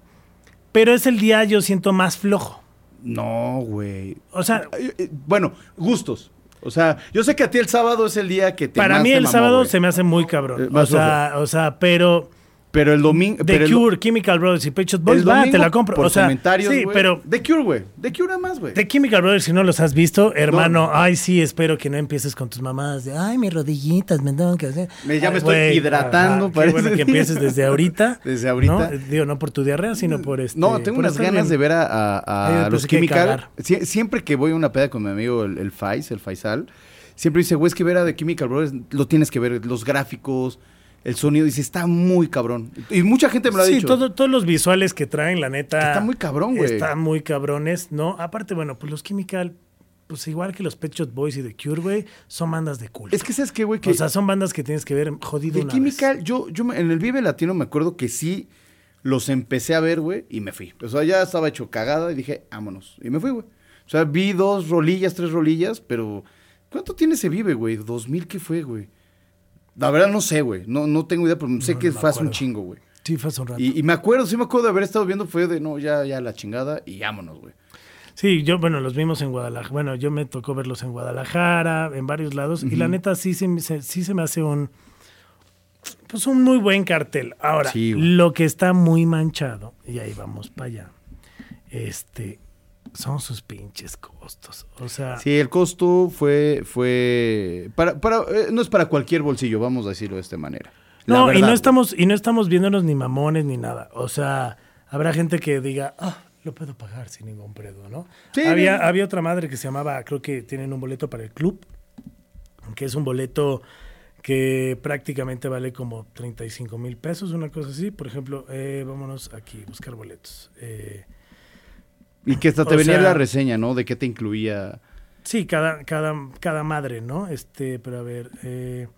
Speaker 1: pero es el día yo siento más flojo.
Speaker 2: No, güey.
Speaker 1: O sea,
Speaker 2: Ay, eh, Bueno, gustos. O sea, yo sé que a ti el sábado es el día que te
Speaker 1: para
Speaker 2: más
Speaker 1: mí
Speaker 2: te
Speaker 1: el
Speaker 2: mamó,
Speaker 1: sábado
Speaker 2: güey.
Speaker 1: se me hace muy cabrón.
Speaker 2: Eh,
Speaker 1: o,
Speaker 2: más
Speaker 1: sea, o sea, pero
Speaker 2: Pero el domingo.
Speaker 1: The Cure, Chemical Brothers y Pet Shop Boys,
Speaker 2: El
Speaker 1: va,
Speaker 2: domingo,
Speaker 1: te la compro.
Speaker 2: Por
Speaker 1: o sea,
Speaker 2: comentarios,
Speaker 1: sí,
Speaker 2: güey.
Speaker 1: pero
Speaker 2: The Cure, güey. The Cure nada más, güey.
Speaker 1: The Chemical Brothers, si no los has visto, hermano,
Speaker 2: No.
Speaker 1: ay sí, espero que no empieces con tus mamadas de, ay, mis rodillitas, me tengo que hacer.
Speaker 2: Me- ya
Speaker 1: Ay,
Speaker 2: me estoy
Speaker 1: güey,
Speaker 2: hidratando
Speaker 1: ajá,
Speaker 2: para
Speaker 1: qué bueno
Speaker 2: ese
Speaker 1: que
Speaker 2: día.
Speaker 1: empieces desde ahorita.
Speaker 2: Desde ahorita.
Speaker 1: ¿no? Digo, no por tu diarrea, sino por este.
Speaker 2: no, tengo
Speaker 1: por
Speaker 2: unas
Speaker 1: estar
Speaker 2: ganas
Speaker 1: bien.
Speaker 2: de ver a, a- a
Speaker 1: Ay, yo
Speaker 2: los
Speaker 1: pensé que
Speaker 2: Chemical.
Speaker 1: cagar.
Speaker 2: Sie- siempre que voy a una peda con mi amigo el, el Faiz, el Faisal, siempre dice, güey, es que ver a The Chemical Brothers lo tienes que ver, los gráficos, el sonido, dice, está muy cabrón. Y mucha gente me lo ha
Speaker 1: sí,
Speaker 2: dicho.
Speaker 1: todo- todos los visuales que traen, la neta.
Speaker 2: Está muy cabrón, güey.
Speaker 1: Está muy cabrones, ¿no? Aparte, bueno, pues los Chemical, pues igual que los Pet Shop Boys y The Cure, güey, son bandas de culto.
Speaker 2: Es que sabes qué, güey, que
Speaker 1: o sea, son bandas que tienes que ver jodido
Speaker 2: The
Speaker 1: una
Speaker 2: Chemical, yo, yo me- en el Vive Latino me acuerdo que sí los empecé a ver, güey, y me fui. O sea, ya estaba hecho cagada y dije, vámonos. Y me fui, güey. O sea, vi dos rolillas, tres rolillas, pero ¿cuánto tiene ese Vive, güey? ¿Dos mil qué fue, güey? La verdad no sé, güey. No, no tengo idea, pero sé
Speaker 1: No,
Speaker 2: que
Speaker 1: no me
Speaker 2: fue hace un
Speaker 1: acuerdo.
Speaker 2: chingo, güey.
Speaker 1: vez. Sí, fue hace un rato.
Speaker 2: Y, y me acuerdo, sí me acuerdo de haber estado viendo, fue de, no, ya, ya la chingada y vámonos, güey.
Speaker 1: Sí, yo, bueno, los vimos en Guadalajara. Bueno, yo me tocó verlos en Guadalajara, en varios lados. Y la neta, sí se, me- se- sí se me hace un. Pues un muy buen cartel. Ahora,
Speaker 2: Sí, güey.
Speaker 1: lo que está muy manchado, y ahí vamos para allá, este, son sus pinches costos. O sea,
Speaker 2: Sí, el costo fue, fue, para, para, eh, no es para cualquier bolsillo, vamos a decirlo de esta manera. La
Speaker 1: No, y
Speaker 2: verdad,
Speaker 1: no
Speaker 2: güey.
Speaker 1: estamos, y no estamos viéndonos ni mamones ni nada. O sea, habrá gente que diga, ah, lo puedo pagar sin ningún predo, ¿no?
Speaker 2: Sí,
Speaker 1: había,
Speaker 2: no.
Speaker 1: había otra madre que se llamaba, creo que tienen un boleto para el club, que es un boleto que prácticamente vale como 35 mil pesos, una cosa así. Por ejemplo, eh, vámonos aquí, buscar boletos. Eh,
Speaker 2: Y que hasta te
Speaker 1: O
Speaker 2: venía
Speaker 1: sea-
Speaker 2: la reseña, ¿no? De qué te incluía.
Speaker 1: Sí, cada, cada, cada madre, ¿no? Este, pero a ver, eh,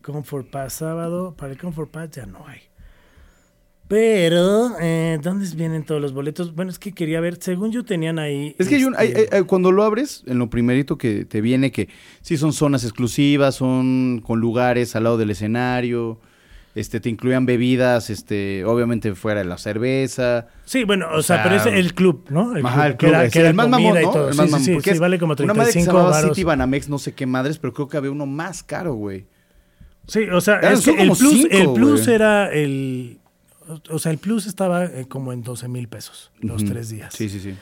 Speaker 1: Comfort Pass sábado, para el Comfort Pass ya no hay. Pero, eh, ¿dónde vienen todos los boletos? Bueno, es que quería ver, según yo tenían ahí...
Speaker 2: Es que hay un- hay-
Speaker 1: este,
Speaker 2: hay- hay- cuando lo abres, en lo primerito que te viene, que sí son zonas exclusivas, son con lugares al lado del escenario, este, te incluían bebidas, este, obviamente fuera de la cerveza.
Speaker 1: Sí, bueno, o,
Speaker 2: o
Speaker 1: sea,
Speaker 2: sea,
Speaker 1: pero es el club, ¿no?
Speaker 2: Ajá, el
Speaker 1: que
Speaker 2: club,
Speaker 1: era-
Speaker 2: es
Speaker 1: que era
Speaker 2: el más
Speaker 1: comida
Speaker 2: mamón,
Speaker 1: y
Speaker 2: ¿no?
Speaker 1: todo.
Speaker 2: El
Speaker 1: Sí,
Speaker 2: más
Speaker 1: sí,
Speaker 2: mamón,
Speaker 1: sí,
Speaker 2: porque
Speaker 1: sí,
Speaker 2: es
Speaker 1: vale como
Speaker 2: Una madre que se
Speaker 1: 35
Speaker 2: llamaba
Speaker 1: varos.
Speaker 2: City Banamex, no sé qué madres, pero creo que había uno más caro, güey.
Speaker 1: Sí, o sea,
Speaker 2: Eran-
Speaker 1: es que
Speaker 2: son
Speaker 1: el
Speaker 2: como
Speaker 1: plus,
Speaker 2: cinco,
Speaker 1: el plus
Speaker 2: güey.
Speaker 1: era el... O sea, el plus estaba eh, como en 12 mil pesos los
Speaker 2: Ujú.
Speaker 1: tres días.
Speaker 2: Sí, sí, sí.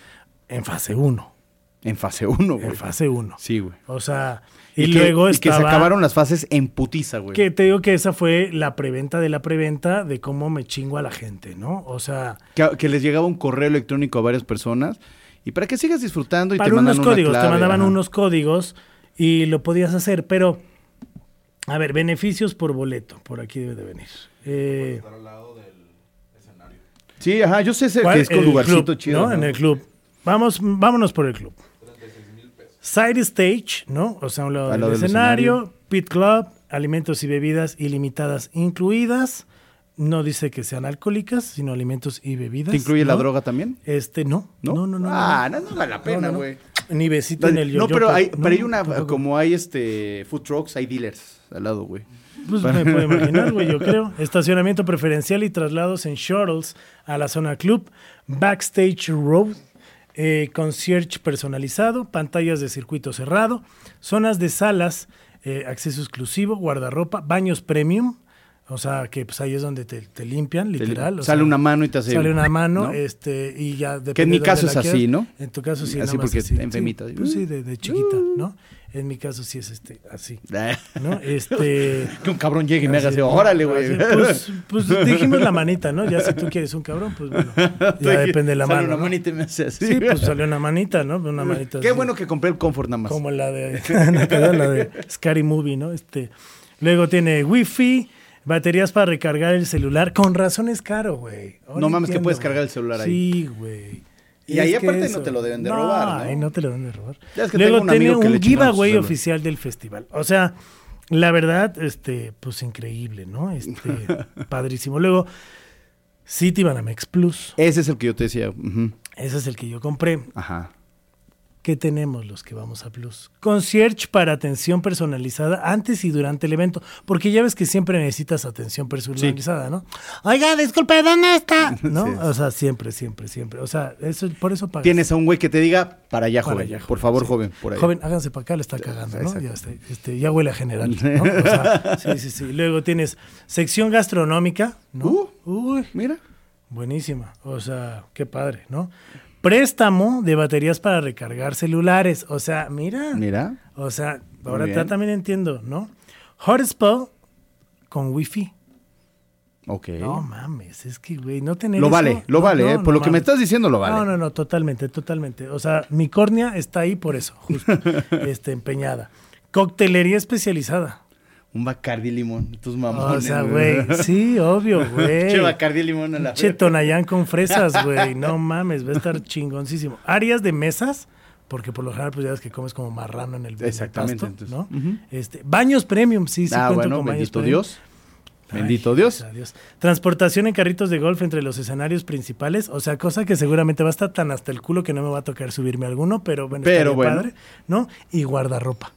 Speaker 1: En fase 1.
Speaker 2: En fase uno, güey.
Speaker 1: En fase 1.
Speaker 2: Sí, güey.
Speaker 1: O sea, y,
Speaker 2: que-
Speaker 1: luego
Speaker 2: y
Speaker 1: estaba...
Speaker 2: que se acabaron las fases en putiza, güey.
Speaker 1: Que te digo que esa fue la preventa de la preventa de cómo me chingo a la gente, ¿no? O sea,
Speaker 2: que, que les llegaba un correo electrónico a varias personas y para que sigas disfrutando y
Speaker 1: para
Speaker 2: te mandan
Speaker 1: unos
Speaker 2: una
Speaker 1: códigos,
Speaker 2: clave,
Speaker 1: te mandaban
Speaker 2: ajá.
Speaker 1: unos códigos y lo podías hacer, pero, a ver, beneficios por boleto, por aquí debe de venir. Eh,
Speaker 2: Sí, ajá, yo sé ese
Speaker 1: ¿cuál?
Speaker 2: que es con
Speaker 1: El
Speaker 2: lugarcito
Speaker 1: club,
Speaker 2: chido.
Speaker 1: ¿no?
Speaker 2: ¿no?
Speaker 1: En el club. Vamos, vámonos por el club. Side stage, ¿no? O sea, a un lado
Speaker 2: Al
Speaker 1: del
Speaker 2: lado del
Speaker 1: escenario, pit club, alimentos y bebidas ilimitadas incluidas. No dice que sean alcohólicas, sino alimentos y bebidas.
Speaker 2: ¿Te incluye la
Speaker 1: ¿no?
Speaker 2: droga también?
Speaker 1: Este, no. No,
Speaker 2: ¿No?
Speaker 1: no, no. no,
Speaker 2: Ah, no, no vale la pena,
Speaker 1: no.
Speaker 2: güey.
Speaker 1: Ni besito en el yo
Speaker 2: no, pero hay, pero hay una, como hay este food trucks, hay dealers al lado, güey.
Speaker 1: Pues me puedo imaginar, güey, yo creo. Estacionamiento preferencial y traslados en shuttles a la zona club, backstage road, eh, concierge personalizado, pantallas de circuito cerrado, zonas de salas, eh, acceso exclusivo, guardarropa, baños premium. O sea, que pues ahí es donde te, te limpian,
Speaker 2: Te-
Speaker 1: literal. o
Speaker 2: sale
Speaker 1: sea,
Speaker 2: una mano y te hace.
Speaker 1: Sale una mano,
Speaker 2: ¿no?
Speaker 1: este, y ya depende
Speaker 2: Que en mi
Speaker 1: de
Speaker 2: caso
Speaker 1: dónde la
Speaker 2: es así, ¿no?
Speaker 1: En tu caso sí,
Speaker 2: Así
Speaker 1: nada más
Speaker 2: porque
Speaker 1: así.
Speaker 2: enfermita.
Speaker 1: Sí, pues sí, de, de chiquita, ¿no? En mi caso sí es este, así, ¿no? Este...
Speaker 2: que un cabrón llegue y me haga
Speaker 1: Así,
Speaker 2: así, órale,
Speaker 1: así,
Speaker 2: güey.
Speaker 1: Pues, pues dijimos la manita, ¿no? Ya si tú quieres un cabrón, pues bueno, ya depende de la
Speaker 2: Sale
Speaker 1: mano.
Speaker 2: una
Speaker 1: ¿no?
Speaker 2: mano y te me hace así.
Speaker 1: Sí, pues salió una manita, ¿no? Una manita.
Speaker 2: Qué
Speaker 1: así.
Speaker 2: bueno que compré el confort nada más.
Speaker 1: Como la de, ¿no? Que era la de Scary Movie, ¿no? Este, luego tiene wifi, baterías para recargar el celular. Con razón es caro, güey. Ahora
Speaker 2: No mames, que
Speaker 1: entiendo,
Speaker 2: puedes
Speaker 1: güey.
Speaker 2: cargar el celular ahí.
Speaker 1: Sí, güey.
Speaker 2: Y
Speaker 1: Es
Speaker 2: ahí
Speaker 1: que
Speaker 2: aparte no te lo deben de robar, ¿no?
Speaker 1: ahí no te lo deben de robar.
Speaker 2: Ya es que
Speaker 1: luego
Speaker 2: tengo un
Speaker 1: tiene
Speaker 2: amigo que
Speaker 1: un
Speaker 2: le chingaron su
Speaker 1: giveaway
Speaker 2: celular.
Speaker 1: oficial del festival. O sea, la verdad, este, pues increíble, ¿no? Este, padrísimo. Luego, City Banamex Plus.
Speaker 2: Ese es el que yo te decía. ujú,
Speaker 1: Ese es el que yo compré.
Speaker 2: Ajá.
Speaker 1: ¿Qué tenemos los que vamos a Plus? Concierge para atención personalizada antes y durante el evento, porque ya ves que siempre necesitas atención personalizada, ¿no? Oiga, disculpe, ¿dónde está? ¿No?
Speaker 2: Sí.
Speaker 1: O sea, siempre, siempre, siempre. O sea, eso, por eso pagas.
Speaker 2: Tienes a un güey que te diga, para allá,
Speaker 1: Para
Speaker 2: joven.
Speaker 1: allá,
Speaker 2: por favor,
Speaker 1: sí.
Speaker 2: joven, por ahí.
Speaker 1: Joven, háganse para acá, le está cagando, ¿no?
Speaker 2: exacto.
Speaker 1: Ya, está, este, ya huele a general, ¿no? O sea, sí, sí, sí. Luego tienes sección gastronómica, ¿no?
Speaker 2: Uh.
Speaker 1: Uy,
Speaker 2: Mira.
Speaker 1: Buenísima. O sea, qué padre, ¿no? Préstamo de baterías para recargar celulares. O sea, mira.
Speaker 2: Mira.
Speaker 1: O sea, ahora
Speaker 2: bien.
Speaker 1: ya también entiendo, ¿no? Hotspot con wifi.
Speaker 2: Ok.
Speaker 1: No mames, es que, güey, no tener.
Speaker 2: ¿Eh? Lo
Speaker 1: eso-
Speaker 2: vale, lo
Speaker 1: no,
Speaker 2: vale,
Speaker 1: no,
Speaker 2: ¿eh?
Speaker 1: no
Speaker 2: Por lo que me
Speaker 1: mames.
Speaker 2: estás diciendo, lo vale.
Speaker 1: No, no, no, totalmente, totalmente. O sea, mi córnea está ahí por eso, justo, este, empeñada. Coctelería especializada.
Speaker 2: Un Bacardi limón, tus mamones.
Speaker 1: O sea, güey, sí, obvio, güey.
Speaker 2: Che Bacardi limón a la
Speaker 1: Che Tonayán con fresas, güey. No mames, va a estar chingoncísimo. Áreas de mesas, porque por lo general, pues ya ves que comes como marrano en el, en el
Speaker 2: Exactamente,
Speaker 1: pasto,
Speaker 2: entonces.
Speaker 1: ¿no? este, baños premium, sí, sí,
Speaker 2: Ah,
Speaker 1: cuento
Speaker 2: bueno,
Speaker 1: con baños
Speaker 2: bendito
Speaker 1: premium.
Speaker 2: Dios. Bendito
Speaker 1: Ay,
Speaker 2: Dios.
Speaker 1: gracias a Transportación en carritos de golf entre los escenarios principales. O sea, cosa que seguramente va a estar tan hasta el culo que no me va a tocar subirme alguno, pero bueno,
Speaker 2: Pero
Speaker 1: estaría
Speaker 2: bueno.
Speaker 1: padre, ¿no? Y guardarropa.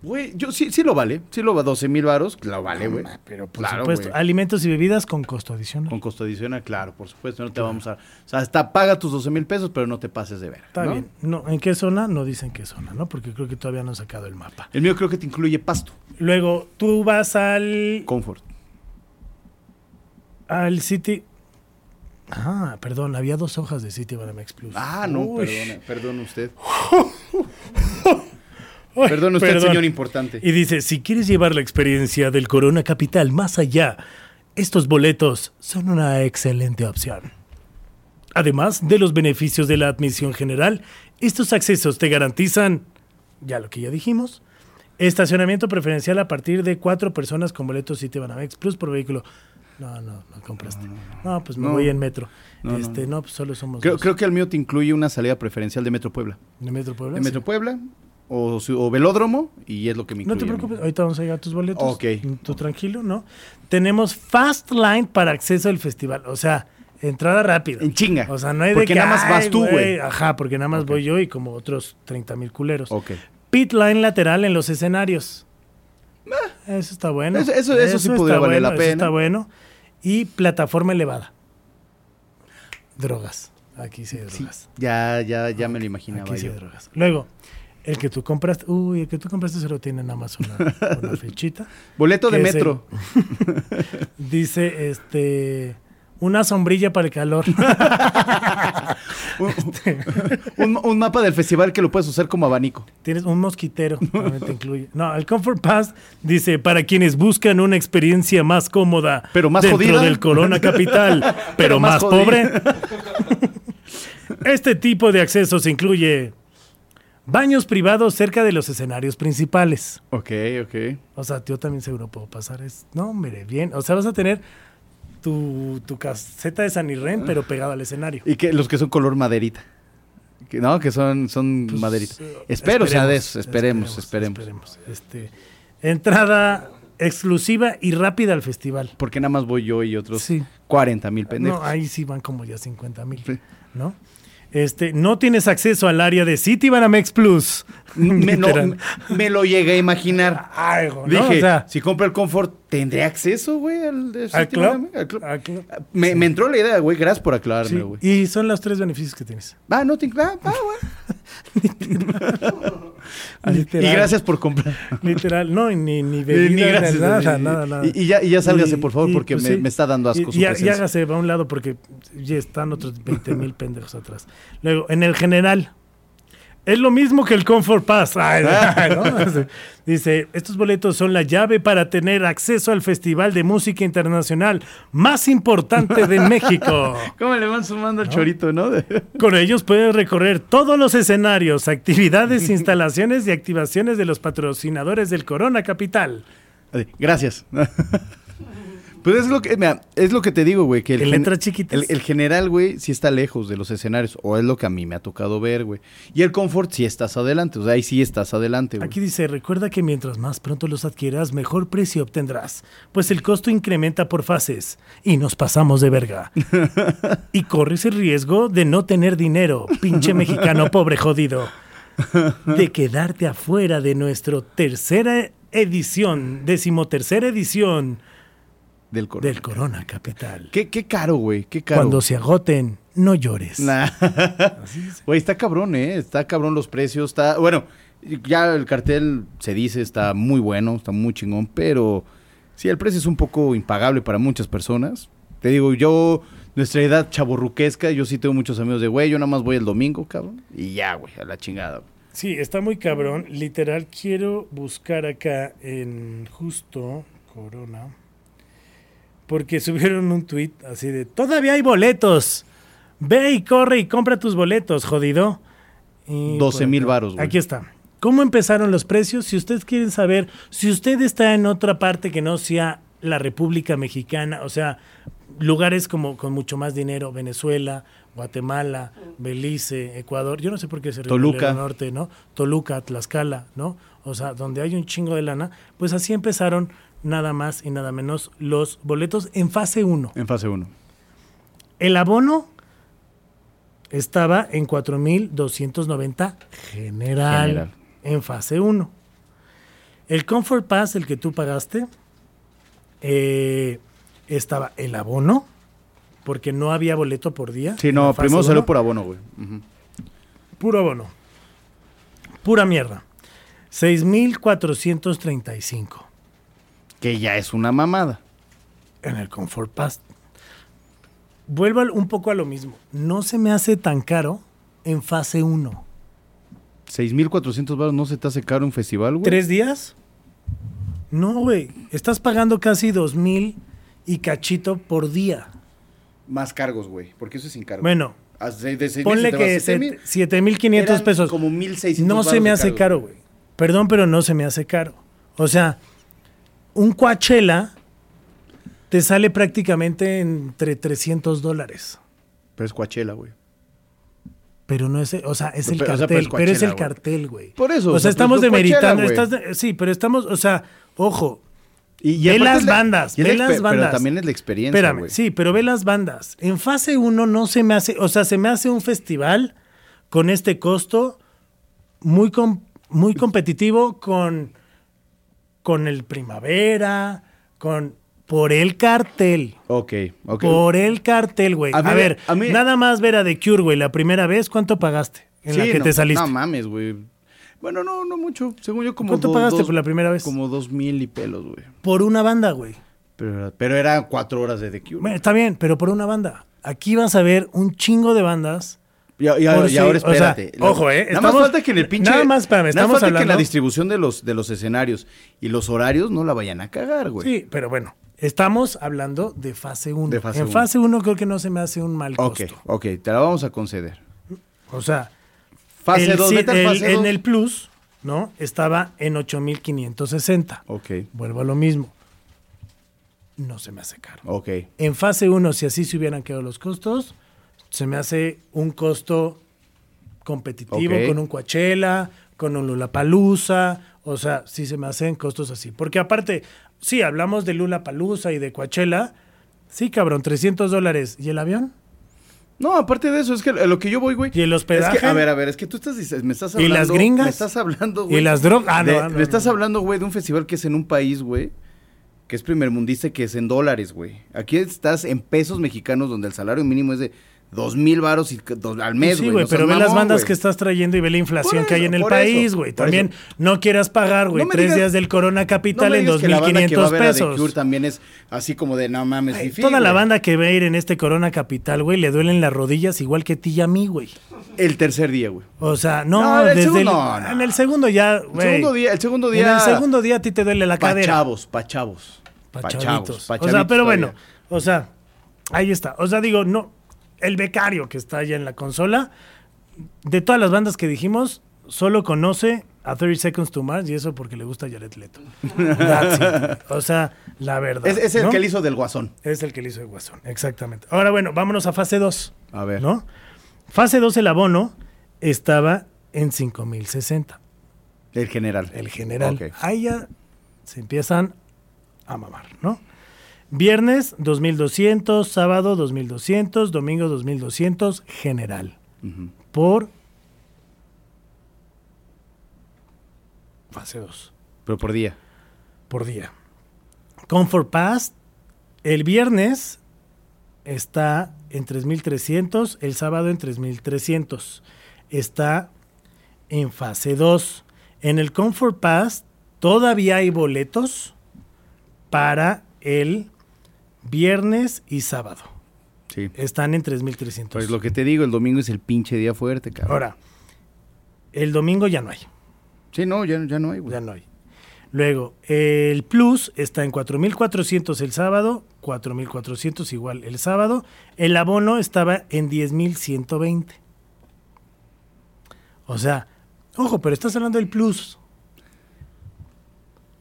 Speaker 2: Güey, yo sí, sí lo vale. Sí lo va 12 mil varos, lo vale, güey. Pero
Speaker 1: Por supuesto. Alimentos y bebidas con costo adicional.
Speaker 2: Con costo adicional, claro, por supuesto. No te vamos a. O sea, hasta paga tus 12 mil pesos, pero no te pases de ver.
Speaker 1: Está
Speaker 2: ¿no?
Speaker 1: bien. No, ¿en qué zona? No dicen qué zona, ¿no? Porque creo que todavía no han sacado el mapa.
Speaker 2: El mío creo que te incluye pasto.
Speaker 1: Luego, tú vas al.
Speaker 2: Comfort.
Speaker 1: al City. Ah, perdón, había dos hojas de City Banamex Plus.
Speaker 2: Ah, no,
Speaker 1: Uy.
Speaker 2: perdona, perdona usted.
Speaker 1: Ay,
Speaker 2: Perdona usted,
Speaker 1: perdón.
Speaker 2: señor importante.
Speaker 1: Y dice, si quieres llevar la experiencia del Corona Capital más allá, estos boletos son una excelente opción. Además de los beneficios de la admisión general, estos accesos te garantizan, ya lo que ya dijimos, estacionamiento preferencial a partir de cuatro personas con boletos City Banamex Plus por vehículo. No, no, no compraste. No, pues me
Speaker 2: No.
Speaker 1: voy en metro.
Speaker 2: No, no,
Speaker 1: este, no, pues solo somos
Speaker 2: Creo,
Speaker 1: dos.
Speaker 2: creo que el mío te incluye una salida preferencial de Metro Puebla.
Speaker 1: de Metro Puebla.
Speaker 2: De
Speaker 1: Ah, sí.
Speaker 2: Metro Puebla o, su- o Velódromo, y es lo que me
Speaker 1: No
Speaker 2: incluye.
Speaker 1: te
Speaker 2: a mí.
Speaker 1: preocupes, ahorita vamos a llegar a tus boletos.
Speaker 2: Ok.
Speaker 1: Tú tranquilo, ¿no? Tenemos Fast Line para acceso al festival. O sea, entrada rápida.
Speaker 2: En chinga.
Speaker 1: O sea, no hay de
Speaker 2: Porque
Speaker 1: que,
Speaker 2: nada más
Speaker 1: "Ay,
Speaker 2: vas tú, güey".
Speaker 1: Ajá, porque nada más
Speaker 2: Ok.
Speaker 1: voy yo y como otros 30 mil culeros.
Speaker 2: Ok.
Speaker 1: Pit Line lateral en los escenarios. Eso está bueno.
Speaker 2: Ah. Eso- eso- eso sí podría
Speaker 1: está
Speaker 2: valer la
Speaker 1: bueno, Eso está
Speaker 2: pena.
Speaker 1: bueno. Y plataforma elevada. Drogas. Aquí sí hay drogas.
Speaker 2: Ya, ya, ya me lo imaginaba.
Speaker 1: Aquí sí
Speaker 2: yo.
Speaker 1: hay drogas. Luego, el que tú compraste, uy, el que tú compraste se lo tiene nada más una, una flechita.
Speaker 2: Boleto de
Speaker 1: Que es el-
Speaker 2: metro.
Speaker 1: Dice, este, una sombrilla para el calor.
Speaker 2: un, un mapa del festival que lo puedes usar como abanico.
Speaker 1: Tienes un mosquitero, también te incluye. No, el Comfort Pass dice, para quienes buscan una experiencia más cómoda
Speaker 2: Pero más
Speaker 1: dentro
Speaker 2: jodida.
Speaker 1: del Corona Capital, pero,
Speaker 2: Pero
Speaker 1: más,
Speaker 2: más
Speaker 1: pobre.
Speaker 2: jodida.
Speaker 1: este tipo de accesos incluye baños privados cerca de los escenarios principales.
Speaker 2: Ok, ok.
Speaker 1: O sea, yo también seguro puedo pasar. Es, no, hombre, bien. O sea, vas a tener tu, tu caseta de San Irren, pero pegado al escenario.
Speaker 2: Y que los que son color maderita. Que, no, que son, son
Speaker 1: Pues,
Speaker 2: maderita.
Speaker 1: eh,
Speaker 2: Espero sea de eso. Esperemos, esperemos.
Speaker 1: esperemos. Este, entrada exclusiva y rápida al festival.
Speaker 2: Porque nada más voy yo y otros
Speaker 1: Sí.
Speaker 2: 40 mil pendejos.
Speaker 1: No, ahí sí van como ya 50 mil, ¿no? Este, no tienes acceso al área de Citibanamex Plus.
Speaker 2: me, no,
Speaker 1: Literal.
Speaker 2: me lo llegué a imaginar.
Speaker 1: Algo, ¿no?
Speaker 2: Dije,
Speaker 1: O sea,
Speaker 2: si compro el Comfort, ¿tendré acceso, güey, al, al
Speaker 1: al
Speaker 2: City
Speaker 1: club,
Speaker 2: Banamex? Al club.
Speaker 1: al club.
Speaker 2: Me, me entró la idea, güey, gracias por
Speaker 1: Sí,
Speaker 2: aclararme, güey.
Speaker 1: Y son los tres beneficios que tienes.
Speaker 2: Ah, no te ah, ah, güey. Y
Speaker 1: Literal.
Speaker 2: gracias por comprar.
Speaker 1: Literal, no, y ni, ni
Speaker 2: Ni-
Speaker 1: bebida,
Speaker 2: ni gracias,
Speaker 1: nada,
Speaker 2: ni-
Speaker 1: nada, nada.
Speaker 2: y- y ya- y ya sálgase, por favor, porque me- me está dando asco
Speaker 1: y,
Speaker 2: su
Speaker 1: y- y
Speaker 2: presencia.
Speaker 1: hágase a un lado porque ya están otros 20 mil pendejos atrás. Luego, en el general, es lo mismo que el Comfort Pass. Ay, ¿no? Dice, estos boletos son la llave para tener acceso al Festival de Música Internacional más importante de México.
Speaker 2: ¿Cómo le van sumando al chorito, no?
Speaker 1: Con ellos puedes recorrer todos los escenarios, actividades, instalaciones y activaciones de los patrocinadores del Corona Capital.
Speaker 2: Así, Gracias. Pues es lo que, mira, es lo que te digo, güey. Que el
Speaker 1: En
Speaker 2: gen-
Speaker 1: letras chiquitas.
Speaker 2: El, el general, güey, sí está lejos de los escenarios. O es lo que a mí me ha tocado ver, güey. Y el confort sí estás adelante. O sea, ahí sí estás adelante, güey.
Speaker 1: Aquí dice, recuerda que mientras más pronto los adquieras, mejor precio obtendrás, pues el costo incrementa por fases y nos pasamos de verga. y corres el riesgo de no tener dinero, pinche mexicano pobre jodido, de quedarte afuera de nuestro tercera edición, decimotercera edición
Speaker 2: Del cor-
Speaker 1: del Corona Capital.
Speaker 2: ¿Qué, qué caro, güey. Qué caro.
Speaker 1: Cuando se agoten, no llores.
Speaker 2: Nah. Güey, está cabrón, ¿eh? Está cabrón los precios. Está, bueno, ya el cartel se dice, está muy bueno, está muy chingón, pero sí, el precio es un poco impagable para muchas personas. Te digo, yo, nuestra edad chaborruquesca, yo sí tengo muchos amigos de, güey, yo nada más voy el domingo, cabrón. Y ya, güey, a la chingada. güey.
Speaker 1: Sí, está muy cabrón. Literal, quiero buscar acá en justo Corona. Porque subieron un tuit así de, todavía hay boletos. Ve y corre y compra tus boletos, jodido. Y por
Speaker 2: 12,000
Speaker 1: acá.
Speaker 2: varos, güey.
Speaker 1: Aquí está. ¿Cómo empezaron los precios? Si ustedes quieren saber, si usted está en otra parte que no sea la República Mexicana, o sea, lugares como con mucho más dinero, Venezuela, Guatemala, Belice, Ecuador, yo no sé por qué se ríe
Speaker 2: Toluca.
Speaker 1: del norte, ¿no? Toluca, Tlaxcala, ¿no? O sea, donde hay un chingo de lana, pues así empezaron nada más y nada menos los boletos en fase 1.
Speaker 2: En fase 1.
Speaker 1: El abono estaba en 4.290 general,
Speaker 2: General.
Speaker 1: en fase 1. El Comfort Pass, el que tú pagaste, eh, estaba el abono, porque no había boleto por día.
Speaker 2: Sí,
Speaker 1: en
Speaker 2: no,
Speaker 1: fase
Speaker 2: primero salió
Speaker 1: uno.
Speaker 2: por abono, güey. Ujú.
Speaker 1: Puro abono. Pura mierda. 6.435
Speaker 2: Que ya es una mamada.
Speaker 1: en el Comfort Pass. Vuelvo al- un poco a lo mismo. No se me hace tan caro en fase 1.
Speaker 2: 6.400 baros, ¿no se te hace caro un festival, güey?
Speaker 1: ¿Tres días? No, güey. Estás pagando casi dos mil y cachito por día.
Speaker 2: Más cargos, güey, porque eso es sin cargo.
Speaker 1: Bueno,
Speaker 2: A seis- de seis
Speaker 1: ponle
Speaker 2: meses te vas
Speaker 1: que
Speaker 2: a siete mil.
Speaker 1: set- siete mil quinientos
Speaker 2: Eran
Speaker 1: pesos.
Speaker 2: como 1,600
Speaker 1: No se me
Speaker 2: varos de
Speaker 1: hace caro,
Speaker 2: cargo.
Speaker 1: güey. Perdón, pero no se me hace caro. O sea, un Coachella te sale prácticamente entre 300 dólares.
Speaker 2: Pero es Coachella, güey.
Speaker 1: Pero no es, o sea, es el
Speaker 2: Pero, o sea,
Speaker 1: cartel,
Speaker 2: pero es
Speaker 1: pero, es el
Speaker 2: Coachella, güey.
Speaker 1: cartel, güey.
Speaker 2: Por eso,
Speaker 1: O
Speaker 2: o
Speaker 1: sea,
Speaker 2: sea,
Speaker 1: estamos
Speaker 2: pues, no
Speaker 1: demeritando,
Speaker 2: Coachella,
Speaker 1: estás- sí, pero estamos, o sea, ojo,
Speaker 2: Y,
Speaker 1: Ve
Speaker 2: aparte
Speaker 1: las
Speaker 2: es la-
Speaker 1: bandas,
Speaker 2: y es
Speaker 1: ve
Speaker 2: la
Speaker 1: las
Speaker 2: exper-
Speaker 1: bandas.
Speaker 2: Pero también es la experiencia,
Speaker 1: Espérame,
Speaker 2: güey.
Speaker 1: sí, pero ve las bandas. En fase 1 no se me hace, o sea, se me hace un festival con este costo muy, com- muy competitivo con, con el Primavera, con por el cartel.
Speaker 2: Ok, ok.
Speaker 1: Por el cartel, güey. A,
Speaker 2: A mí-
Speaker 1: ver,
Speaker 2: a mí-
Speaker 1: nada más ver a The Cure, güey, la primera vez, ¿cuánto pagaste en la
Speaker 2: Sí,
Speaker 1: que
Speaker 2: no,
Speaker 1: te saliste?
Speaker 2: No mames, güey. Bueno, no, no mucho. Según yo, como.
Speaker 1: ¿Cuánto
Speaker 2: do-
Speaker 1: pagaste
Speaker 2: dos-
Speaker 1: por la primera vez?
Speaker 2: Como dos mil y pelos, güey.
Speaker 1: Por una banda, güey.
Speaker 2: Pero, era- pero era cuatro horas de The Cure.
Speaker 1: Bueno, está bien, pero por una banda. Aquí vas a ver un chingo de bandas.
Speaker 2: Y, y- y
Speaker 1: Por si-
Speaker 2: ahora
Speaker 1: o sea,
Speaker 2: espérate. Lo-
Speaker 1: ojo, eh,
Speaker 2: Nada más
Speaker 1: estamos-
Speaker 2: falta que en el pinche.
Speaker 1: nada más, espérame,
Speaker 2: nada
Speaker 1: estamos
Speaker 2: falta que en
Speaker 1: hablando-
Speaker 2: la distribución de los, de los escenarios y los horarios no la vayan a cagar, güey.
Speaker 1: Sí, pero bueno, estamos hablando de fase 1.
Speaker 2: pues. De fase
Speaker 1: en
Speaker 2: uno.
Speaker 1: fase 1 creo que no se me hace un mal
Speaker 2: Ok,
Speaker 1: costo.
Speaker 2: ok, te la vamos a conceder.
Speaker 1: O sea,
Speaker 2: Fase
Speaker 1: el
Speaker 2: dos,
Speaker 1: sí-
Speaker 2: vete al
Speaker 1: el-
Speaker 2: fase
Speaker 1: en
Speaker 2: dos.
Speaker 1: el Plus, ¿no? Estaba en 8560.
Speaker 2: Ok,
Speaker 1: Vuelvo a lo mismo. No se me hace caro.
Speaker 2: ok.
Speaker 1: En fase 1, si así se hubieran quedado los costos, se me hace un costo competitivo
Speaker 2: Ok.
Speaker 1: con un Coachella, con un Lulapalooza, o sea, sí se me hacen costos así. Porque aparte, sí, hablamos de Lulapalooza y de Coachella, sí, cabrón, 300 dólares. ¿Y el avión?
Speaker 2: No, aparte de eso, es que a lo que yo voy, güey.
Speaker 1: ¿Y el hospedaje?
Speaker 2: Es que, a ver, a ver, es que tú estás dices, me estás
Speaker 1: ¿Y
Speaker 2: hablando.
Speaker 1: las gringas?
Speaker 2: Me estás hablando,
Speaker 1: ¿Y
Speaker 2: güey.
Speaker 1: las drogas? Ah, no,
Speaker 2: de-
Speaker 1: ah, no,
Speaker 2: me estás
Speaker 1: no.
Speaker 2: hablando, güey, de un festival que es en un país, güey, que es primermundista, y que es en dólares, güey. Aquí estás en pesos mexicanos, donde el salario mínimo es de dos mil varos y, dos- al mes,
Speaker 1: Sí,
Speaker 2: güey.
Speaker 1: güey,
Speaker 2: No seas
Speaker 1: pero ve las
Speaker 2: mamón,
Speaker 1: bandas
Speaker 2: güey.
Speaker 1: que estás trayendo y ve la inflación
Speaker 2: Por
Speaker 1: que hay en
Speaker 2: eso,
Speaker 1: el
Speaker 2: por
Speaker 1: país,
Speaker 2: eso,
Speaker 1: güey.
Speaker 2: por
Speaker 1: También no quieras pagar, güey,
Speaker 2: No me
Speaker 1: tres
Speaker 2: digas-
Speaker 1: días del Corona
Speaker 2: No
Speaker 1: Capital
Speaker 2: me
Speaker 1: en
Speaker 2: digas que la banda que va a
Speaker 1: 2.500
Speaker 2: ver a The Cure
Speaker 1: pesos.
Speaker 2: también es así como de, no mames,
Speaker 1: Ay,
Speaker 2: fifi,
Speaker 1: Toda la
Speaker 2: güey.
Speaker 1: banda que va a ir en este Corona Capital, güey, le duelen las rodillas igual que a ti y a mí, güey.
Speaker 2: El tercer día, güey.
Speaker 1: O sea, no,
Speaker 2: No, en el
Speaker 1: desde
Speaker 2: segundo,
Speaker 1: el,
Speaker 2: no,
Speaker 1: en
Speaker 2: no.
Speaker 1: el segundo ya,
Speaker 2: El
Speaker 1: güey.
Speaker 2: segundo día, el segundo día.
Speaker 1: En el segundo día a ti te duele la
Speaker 2: pa'
Speaker 1: cadera.
Speaker 2: chavos, pa' chavos. Pa'
Speaker 1: Pachavitos.
Speaker 2: chavos, pa'
Speaker 1: o sea,
Speaker 2: chavitos
Speaker 1: pero bueno,
Speaker 2: todavía.
Speaker 1: o sea, ahí está. O sea, digo, no, el becario que está allá en la consola, de todas las bandas que dijimos, solo conoce a 30 Seconds to Mars y eso porque le gusta a Jared Leto. That's it. O sea, la verdad.
Speaker 2: Es, es el
Speaker 1: ¿no?
Speaker 2: que le hizo del guasón.
Speaker 1: Es el que le hizo el Guasón, exactamente. Ahora bueno, vámonos a fase 2,
Speaker 2: A ver.
Speaker 1: ¿no? Fase 2 el abono estaba en 5060,
Speaker 2: El general.
Speaker 1: el general.
Speaker 2: Ok.
Speaker 1: Ahí ya se empiezan a mamar, ¿no? Viernes 2200, sábado 2200, domingo 2200, general.
Speaker 2: Ujú.
Speaker 1: Por fase 2
Speaker 2: Pero por día.
Speaker 1: por día. Comfort Pass, el viernes está en 3.300, el sábado en 3.300. Está en fase 2. En el Comfort Pass todavía hay boletos para el viernes y sábado.
Speaker 2: Sí.
Speaker 1: Están en 3.300.
Speaker 2: Pues lo que te digo, el domingo es el pinche día fuerte, cabrón.
Speaker 1: Ahora, el domingo ya no hay.
Speaker 2: Sí, no, ya, ya no hay, güey.
Speaker 1: Ya no hay. Luego, el Plus está en 4.400 el sábado, 4.400 igual el sábado. El abono estaba en 10.120. O sea, ojo, pero estás hablando del Plus.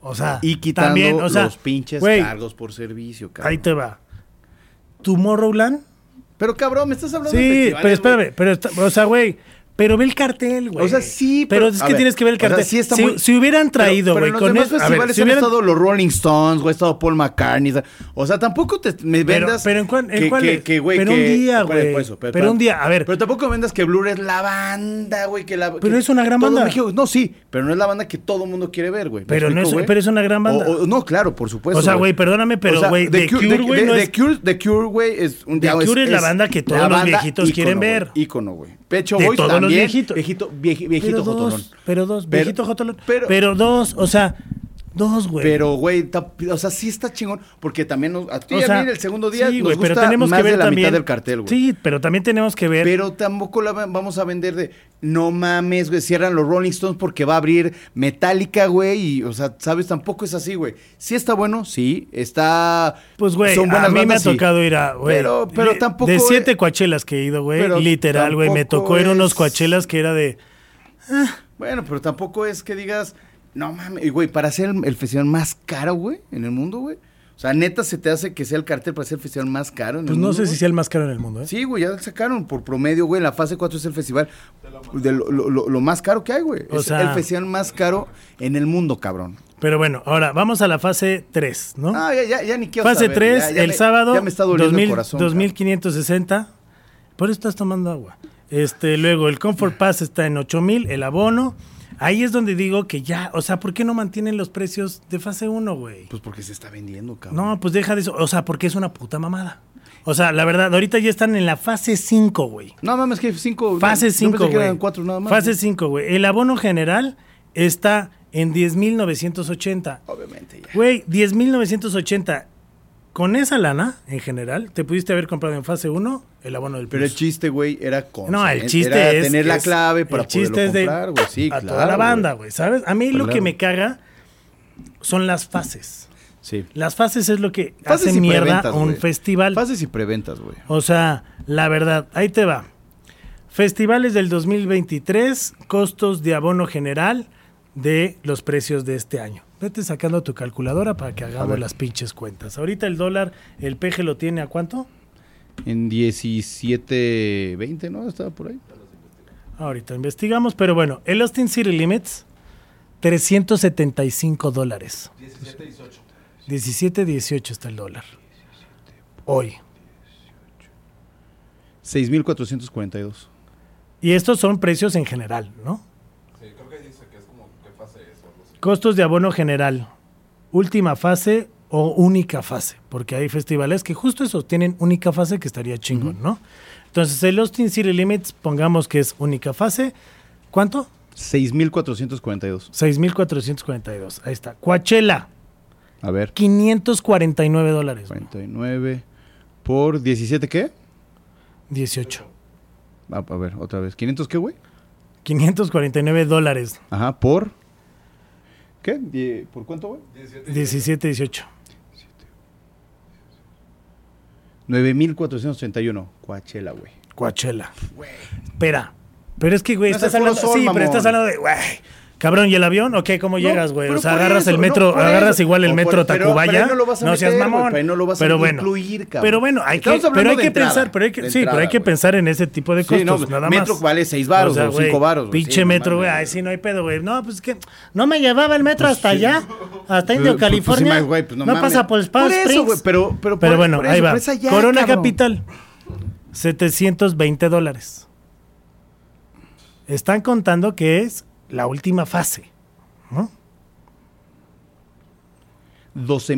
Speaker 1: O sea,
Speaker 2: Y quitando
Speaker 1: también, o sea,
Speaker 2: los pinches
Speaker 1: güey,
Speaker 2: cargos por servicio, cabrón.
Speaker 1: Ahí te va. Tomorrowland.
Speaker 2: Pero cabrón, me estás hablando de
Speaker 1: Sí,
Speaker 2: festivales,
Speaker 1: pero espérame,
Speaker 2: güey.
Speaker 1: pero está- o sea, güey, pero ve el cartel, güey.
Speaker 2: O sea, sí,
Speaker 1: pero,
Speaker 2: pero-
Speaker 1: es
Speaker 2: a
Speaker 1: que
Speaker 2: ver,
Speaker 1: tienes que ver el
Speaker 2: o sea,
Speaker 1: cartel.
Speaker 2: sí está
Speaker 1: si,
Speaker 2: muy-
Speaker 1: si hubieran traído,
Speaker 2: Pero-
Speaker 1: güey,
Speaker 2: pero en
Speaker 1: con
Speaker 2: los demás
Speaker 1: eso- a ver,
Speaker 2: festivales
Speaker 1: si
Speaker 2: han
Speaker 1: hubieran-
Speaker 2: estado los Rolling Stones, güey, ha estado Paul McCartney. O sea, tampoco te me
Speaker 1: Pero-
Speaker 2: vendas.
Speaker 1: pero en cuál- en
Speaker 2: que-
Speaker 1: cuál
Speaker 2: que-
Speaker 1: es?
Speaker 2: que, güey,
Speaker 1: Pero un
Speaker 2: que-
Speaker 1: día,
Speaker 2: ¿cuál es?
Speaker 1: güey.
Speaker 2: Por eso,
Speaker 1: Pero un día, a ver.
Speaker 2: Pero tampoco vendas que Blur es la banda, güey, que la.
Speaker 1: Pero
Speaker 2: que
Speaker 1: es una gran
Speaker 2: todo
Speaker 1: banda.
Speaker 2: México- no, sí, pero no es la banda que todo mundo quiere ver, güey. ¿Me
Speaker 1: Pero no
Speaker 2: explico,
Speaker 1: es-
Speaker 2: güey?
Speaker 1: pero es una gran banda.
Speaker 2: O- o- no, claro, por supuesto.
Speaker 1: O sea, güey, perdóname, pero, güey, The Cure,
Speaker 2: The-
Speaker 1: güey, no
Speaker 2: The
Speaker 1: es-
Speaker 2: Cure, The Cure, güey, es un
Speaker 1: The
Speaker 2: ya,
Speaker 1: Cure es la banda que todos
Speaker 2: la
Speaker 1: los
Speaker 2: banda
Speaker 1: viejitos quieren
Speaker 2: ícono,
Speaker 1: ver.
Speaker 2: güey, Ícono, güey. Pecho
Speaker 1: De
Speaker 2: Boys
Speaker 1: todos los
Speaker 2: también.
Speaker 1: viejitos.
Speaker 2: Viejito, vieji- viejito
Speaker 1: pero
Speaker 2: jotolón.
Speaker 1: dos, pero dos,
Speaker 2: Pero-
Speaker 1: viejito jotolón. Pero,
Speaker 2: pero-
Speaker 1: dos, o sea, dos, güey.
Speaker 2: Pero, güey, ta- o sea, sí está chingón. Porque también nos- a ti
Speaker 1: o
Speaker 2: y a
Speaker 1: sea,
Speaker 2: mí en el segundo día
Speaker 1: sí,
Speaker 2: nos
Speaker 1: güey,
Speaker 2: gusta más de la mitad del cartel, güey.
Speaker 1: Sí, pero también tenemos que ver.
Speaker 2: Pero tampoco la va- vamos a vender de no mames, güey, cierran los Rolling Stones porque va a abrir Metallica, güey. Y, o sea, sabes, tampoco es así, güey. Sí está bueno, sí. Está.
Speaker 1: pues, güey, a
Speaker 2: son
Speaker 1: mí
Speaker 2: buenas
Speaker 1: me ha
Speaker 2: bandas, sí.
Speaker 1: tocado ir a, güey.
Speaker 2: Pero, pero
Speaker 1: de-
Speaker 2: tampoco.
Speaker 1: De
Speaker 2: eh,
Speaker 1: siete coachelas que he ido, güey,
Speaker 2: pero
Speaker 1: literal, güey. Me
Speaker 2: tampoco
Speaker 1: tocó ir a unos
Speaker 2: es-
Speaker 1: coachelas que era de.
Speaker 2: Bueno, pero tampoco es que digas, no mames, y, güey, para ser el, el festival más caro, güey, en el mundo, güey. O sea, neta, se te hace que sea el cartel para ser el festival más caro en
Speaker 1: Pues
Speaker 2: el
Speaker 1: no
Speaker 2: mundo.
Speaker 1: sé si
Speaker 2: güey?
Speaker 1: sea el más caro en el mundo, ¿eh?
Speaker 2: Sí, güey, ya sacaron por promedio, güey. La fase 4 es el festival de lo, lo- lo- lo más caro que hay, güey.
Speaker 1: O
Speaker 2: es
Speaker 1: sea-
Speaker 2: el festival más caro en el mundo, cabrón.
Speaker 1: Pero bueno, ahora vamos a la fase 3, ¿no?
Speaker 2: Ah, ya, ya, ya ni quiero
Speaker 1: Fase
Speaker 2: saber,
Speaker 1: 3,
Speaker 2: ya- ya
Speaker 1: el
Speaker 2: me-
Speaker 1: sábado,
Speaker 2: Ya me está doliendo
Speaker 1: 2000,
Speaker 2: el corazón.
Speaker 1: 2560. Por eso estás tomando agua. Este, luego el Comfort Pass está en 8000, el abono. Ahí es donde digo que ya, o sea, ¿por qué no mantienen los precios de fase 1, güey?
Speaker 2: cabrón. Pues porque se está vendiendo, cabrón.
Speaker 1: No, pues deja de eso. O sea, porque es una puta mamada. O sea, la verdad, ahorita ya están en la fase 5, güey.
Speaker 2: No mames, que
Speaker 1: Fase
Speaker 2: cinco. yo Pues, pensé
Speaker 1: 5,
Speaker 2: que
Speaker 1: güey.
Speaker 2: eran cuatro nada más.
Speaker 1: Fase
Speaker 2: güey.
Speaker 1: 5, güey. El abono general está en 10980.
Speaker 2: Obviamente, ya.
Speaker 1: Güey, 10.980. Con esa lana, en general, te pudiste haber comprado en fase 1 el abono del
Speaker 2: Pero el
Speaker 1: Plus.
Speaker 2: chiste, güey, era con.
Speaker 1: No, el chiste
Speaker 2: era
Speaker 1: es...
Speaker 2: tener la
Speaker 1: es-
Speaker 2: clave para
Speaker 1: el chiste
Speaker 2: poderlo
Speaker 1: es de-
Speaker 2: comprar, güey. Sí,
Speaker 1: A
Speaker 2: claro.
Speaker 1: toda la banda,
Speaker 2: güey. Pues
Speaker 1: güey, ¿sabes? A mí lo que
Speaker 2: Claro.
Speaker 1: me caga son las fases.
Speaker 2: Sí.
Speaker 1: Las fases es lo que
Speaker 2: Fases
Speaker 1: hace
Speaker 2: y
Speaker 1: mierda
Speaker 2: preventas,
Speaker 1: un
Speaker 2: güey.
Speaker 1: festival.
Speaker 2: Fases y preventas, güey.
Speaker 1: O sea, la verdad, ahí te va. Festivales del 2023, costos de abono general de los precios de este año. Vete sacando tu calculadora para que hagamos
Speaker 2: ver.
Speaker 1: las pinches cuentas. Ahorita el dólar, el peje lo tiene a cuánto?
Speaker 2: En 17, 20, ¿no? Estaba por ahí.
Speaker 1: Ahorita investigamos, pero bueno, el Austin City Limits, 375 dólares.
Speaker 3: 17, 18.
Speaker 1: 17, 18 está el dólar. Hoy.
Speaker 2: 6.442.
Speaker 1: Y estos son precios en general, ¿no?
Speaker 3: Sí, creo que dice que es como que pase eso. no sé.
Speaker 1: Costos de abono general, última fase o única fase, porque hay festivales que justo eso tienen única fase que estaría chingón, ¿no? Entonces el Austin City Limits, pongamos que es única fase, ¿cuánto?
Speaker 2: 6.442.
Speaker 1: 6.442, ahí está. Coachella,
Speaker 2: A ver.
Speaker 1: 549 dólares.
Speaker 2: 49 por 17, ¿qué?
Speaker 1: 18.
Speaker 2: A, a ver, otra vez. ¿500 qué, güey?
Speaker 1: 549 dólares.
Speaker 2: Ajá, por. ¿Qué? Die- ¿Por cuánto, güey?
Speaker 3: 17,
Speaker 1: 17, 18.
Speaker 2: 9.481. Coachella, güey.
Speaker 1: Coachella. Espera. Pero es que, güey,
Speaker 2: No
Speaker 1: estás
Speaker 2: es el Foro
Speaker 1: hablando.
Speaker 2: Sol,
Speaker 1: sí,
Speaker 2: mamón.
Speaker 1: pero estás hablando de, güey. Cabrón, ¿y el avión? ¿O qué? ¿Cómo
Speaker 2: No,
Speaker 1: llegas, güey?
Speaker 2: pero
Speaker 1: O sea,
Speaker 2: por
Speaker 1: agarras
Speaker 2: eso,
Speaker 1: el
Speaker 2: no,
Speaker 1: metro,
Speaker 2: por
Speaker 1: agarras
Speaker 2: eso.
Speaker 1: igual el
Speaker 2: O por-
Speaker 1: metro
Speaker 2: pero-
Speaker 1: Tacubaya.
Speaker 2: pero ahí no lo vas a
Speaker 1: seas
Speaker 2: meter,
Speaker 1: mamón.
Speaker 2: güey, pero ahí no lo vas a
Speaker 1: pero bueno,
Speaker 2: incluir, cabrón.
Speaker 1: Pero bueno, hay que,
Speaker 2: Estamos hablando
Speaker 1: pero hay
Speaker 2: de
Speaker 1: que
Speaker 2: entrada,
Speaker 1: pensar, pero hay que,
Speaker 2: de
Speaker 1: sí, pero hay
Speaker 2: entrada,
Speaker 1: que
Speaker 2: güey.
Speaker 1: pensar en ese tipo de
Speaker 2: Sí,
Speaker 1: costos,
Speaker 2: no, pues,
Speaker 1: nada más.
Speaker 2: metro vale seis varos o
Speaker 1: güey,
Speaker 2: cinco varos, güey.
Speaker 1: Pinche
Speaker 2: Sí, no
Speaker 1: metro, güey.
Speaker 2: mames.
Speaker 1: Ay, sí, no hay pedo, güey. No, pues que no me llevaba el metro hasta allá, hasta Indio,
Speaker 2: Pues- pues sí,
Speaker 1: California.
Speaker 2: ma- güey, pues
Speaker 1: no
Speaker 2: mames.
Speaker 1: pasa por Spam
Speaker 2: Por eso,
Speaker 1: Springs.
Speaker 2: güey, pero, pero,
Speaker 1: Pero
Speaker 2: por-
Speaker 1: bueno,
Speaker 2: por
Speaker 1: ahí
Speaker 2: eso,
Speaker 1: va.
Speaker 2: por esa ya,
Speaker 1: Corona
Speaker 2: cabrón.
Speaker 1: Capital, 720 dólares. Están contando que es la última fase. ¿no?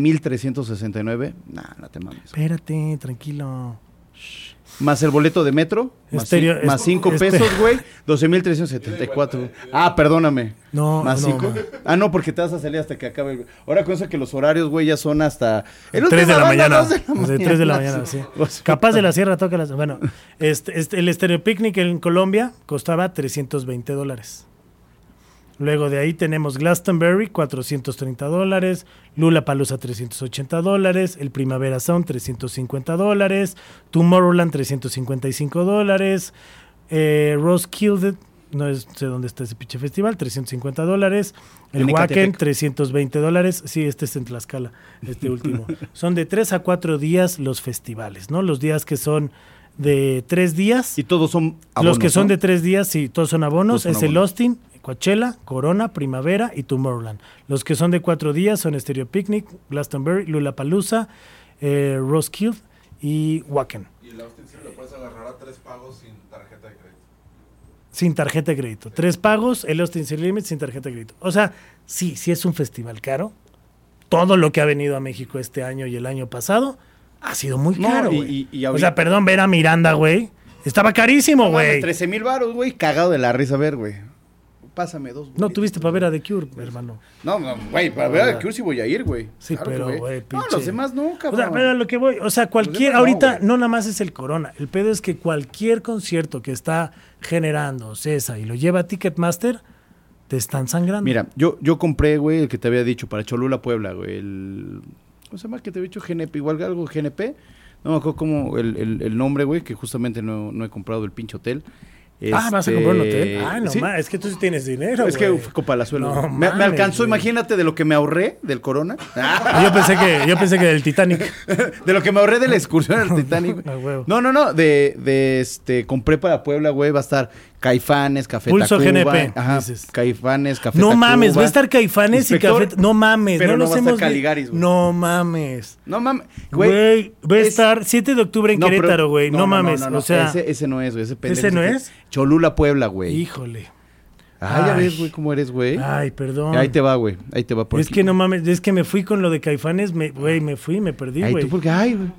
Speaker 2: 12.369. Nah, no te mames. güey.
Speaker 1: Espérate, tranquilo.
Speaker 2: Más el boleto de metro. más
Speaker 1: Estéreo-
Speaker 2: cin- Más
Speaker 1: es-
Speaker 2: 5
Speaker 1: este-
Speaker 2: pesos, güey. 12.374. güey. Ah, perdóname.
Speaker 1: No,
Speaker 2: Más
Speaker 1: no,
Speaker 2: cinco.
Speaker 1: no.
Speaker 2: Ah, no, porque te vas a salir hasta que acabe. el- Ahora con eso que los horarios, güey, ya son hasta. el
Speaker 1: 3 de
Speaker 2: última
Speaker 1: la
Speaker 2: banda,
Speaker 1: mañana.
Speaker 2: dos de la
Speaker 1: De 3 de la
Speaker 2: mañana.
Speaker 1: mañana, sí.
Speaker 2: O sea,
Speaker 1: Capaz de la Sierra toca las. Bueno, este, este, el Stereo Picnic en Colombia costaba 320 dólares. Luego de ahí tenemos Glastonbury, 430 dólares. Lula Palusa, 380 dólares. El Primavera Sound, 350 dólares. Tomorrowland, 355 dólares. Eh, Roskilde, no es- sé dónde está ese pinche festival, 350 dólares. El
Speaker 2: En
Speaker 1: Wacken,
Speaker 2: Ecatepec.
Speaker 1: 320 dólares. Sí, este es en Tlaxcala, este último. son de 3 a 4 días los festivales, ¿no? Los días que son de 3 días.
Speaker 2: Y todos
Speaker 1: los
Speaker 2: son. abonos,
Speaker 1: que son
Speaker 2: ¿no?
Speaker 1: de 3 días, sí, todos son abonos.
Speaker 2: Todos son
Speaker 1: es el
Speaker 2: abonos.
Speaker 1: Austin, Coachella, Corona, Primavera y Tomorrowland. Los que son de 4 días son Stereo Picnic, Glastonbury, Lollapalooza, eh, Roskilde y Wacken.
Speaker 3: Y el Austin sí lo puedes agarrar a tres pagos sin tarjeta de crédito.
Speaker 1: Sin tarjeta de crédito. Tres pagos, el Austin City Limits sin tarjeta de crédito. O sea, sí, sí es un festival caro. Todo lo que ha venido a México este año y el año pasado ha sido muy
Speaker 2: No,
Speaker 1: caro,
Speaker 2: y-
Speaker 1: güey.
Speaker 2: y- y
Speaker 1: O
Speaker 2: ahorita-
Speaker 1: sea, perdón, ver a Miranda, güey. Estaba carísimo, güey.
Speaker 2: 13 mil baros, güey. Cagado de la risa, a ver, güey. Pásame dos.
Speaker 1: No
Speaker 2: boletos,
Speaker 1: tuviste para ver
Speaker 2: güey.
Speaker 1: a The Cure, hermano.
Speaker 2: No, no, güey, para ver a Cure sí voy a ir, güey.
Speaker 1: Sí,
Speaker 2: Claro que
Speaker 1: pero,
Speaker 2: voy.
Speaker 1: güey,
Speaker 2: No,
Speaker 1: pinche-
Speaker 2: los demás nunca,
Speaker 1: O sea, pero a lo que voy, o sea, cualquier,
Speaker 2: demás no,
Speaker 1: ahorita
Speaker 2: güey.
Speaker 1: no, nada más es el corona. El pedo es que cualquier concierto que está generando César y lo lleva a Ticketmaster, te están sangrando.
Speaker 2: Mira, yo, yo compré, güey, el que te había dicho para Cholula Puebla, güey. El, ¿Cómo se llama? Que te había dicho GNP, igual algo GNP. No me acuerdo cómo el, el- el nombre, güey, que justamente no, no he comprado el pinche hotel.
Speaker 1: Ah, vas a
Speaker 2: Este,
Speaker 1: comprar un hotel. Ah, no
Speaker 2: sí.
Speaker 1: ma, es que tú sí tienes dinero.
Speaker 2: Es que
Speaker 1: güey.
Speaker 2: fue con Palazuelo.
Speaker 1: No
Speaker 2: güey. me, me
Speaker 1: mames,
Speaker 2: alcanzó,
Speaker 1: güey. Ah,
Speaker 2: imagínate, de lo que me ahorré del corona.
Speaker 1: Yo pensé que, yo pensé que del Titanic.
Speaker 2: De lo que me ahorré de la excursión al Titanic.
Speaker 1: A huevo.
Speaker 2: güey. No, no, no. De, de este, compré para Puebla, güey. Va a estar Caifanes, Café
Speaker 1: Pulso
Speaker 2: Tacuba.
Speaker 1: GNP,
Speaker 2: Ajá,
Speaker 1: dices.
Speaker 2: Caifanes, Café
Speaker 1: no
Speaker 2: Tacuba.
Speaker 1: mames, va a estar Caifanes
Speaker 2: Inspector,
Speaker 1: y Café. No mames,
Speaker 2: pero
Speaker 1: no,
Speaker 2: no
Speaker 1: nos
Speaker 2: va a estar
Speaker 1: hemos vi-
Speaker 2: Caligaris, güey.
Speaker 1: No mames.
Speaker 2: No mames,
Speaker 1: Güey, va a
Speaker 2: es-
Speaker 1: estar 7 de octubre en
Speaker 2: No, pero-
Speaker 1: Querétaro, güey. No, mames, o sea,
Speaker 2: Ese, ese no es, güey. Ese, pendejo
Speaker 1: ¿Ese no
Speaker 2: que-
Speaker 1: es?
Speaker 2: Cholula, Puebla, güey.
Speaker 1: híjole.
Speaker 2: Ah, ya
Speaker 1: Ay.
Speaker 2: ves, güey, cómo eres, güey.
Speaker 1: Ay, perdón.
Speaker 2: Ahí te va, güey. Ahí te va por
Speaker 1: es
Speaker 2: aquí.
Speaker 1: que no mames, es que me fui con lo de Caifanes, me- güey, me fui, me perdí,
Speaker 2: Ahí
Speaker 1: güey.
Speaker 2: tú porque, ay, güey.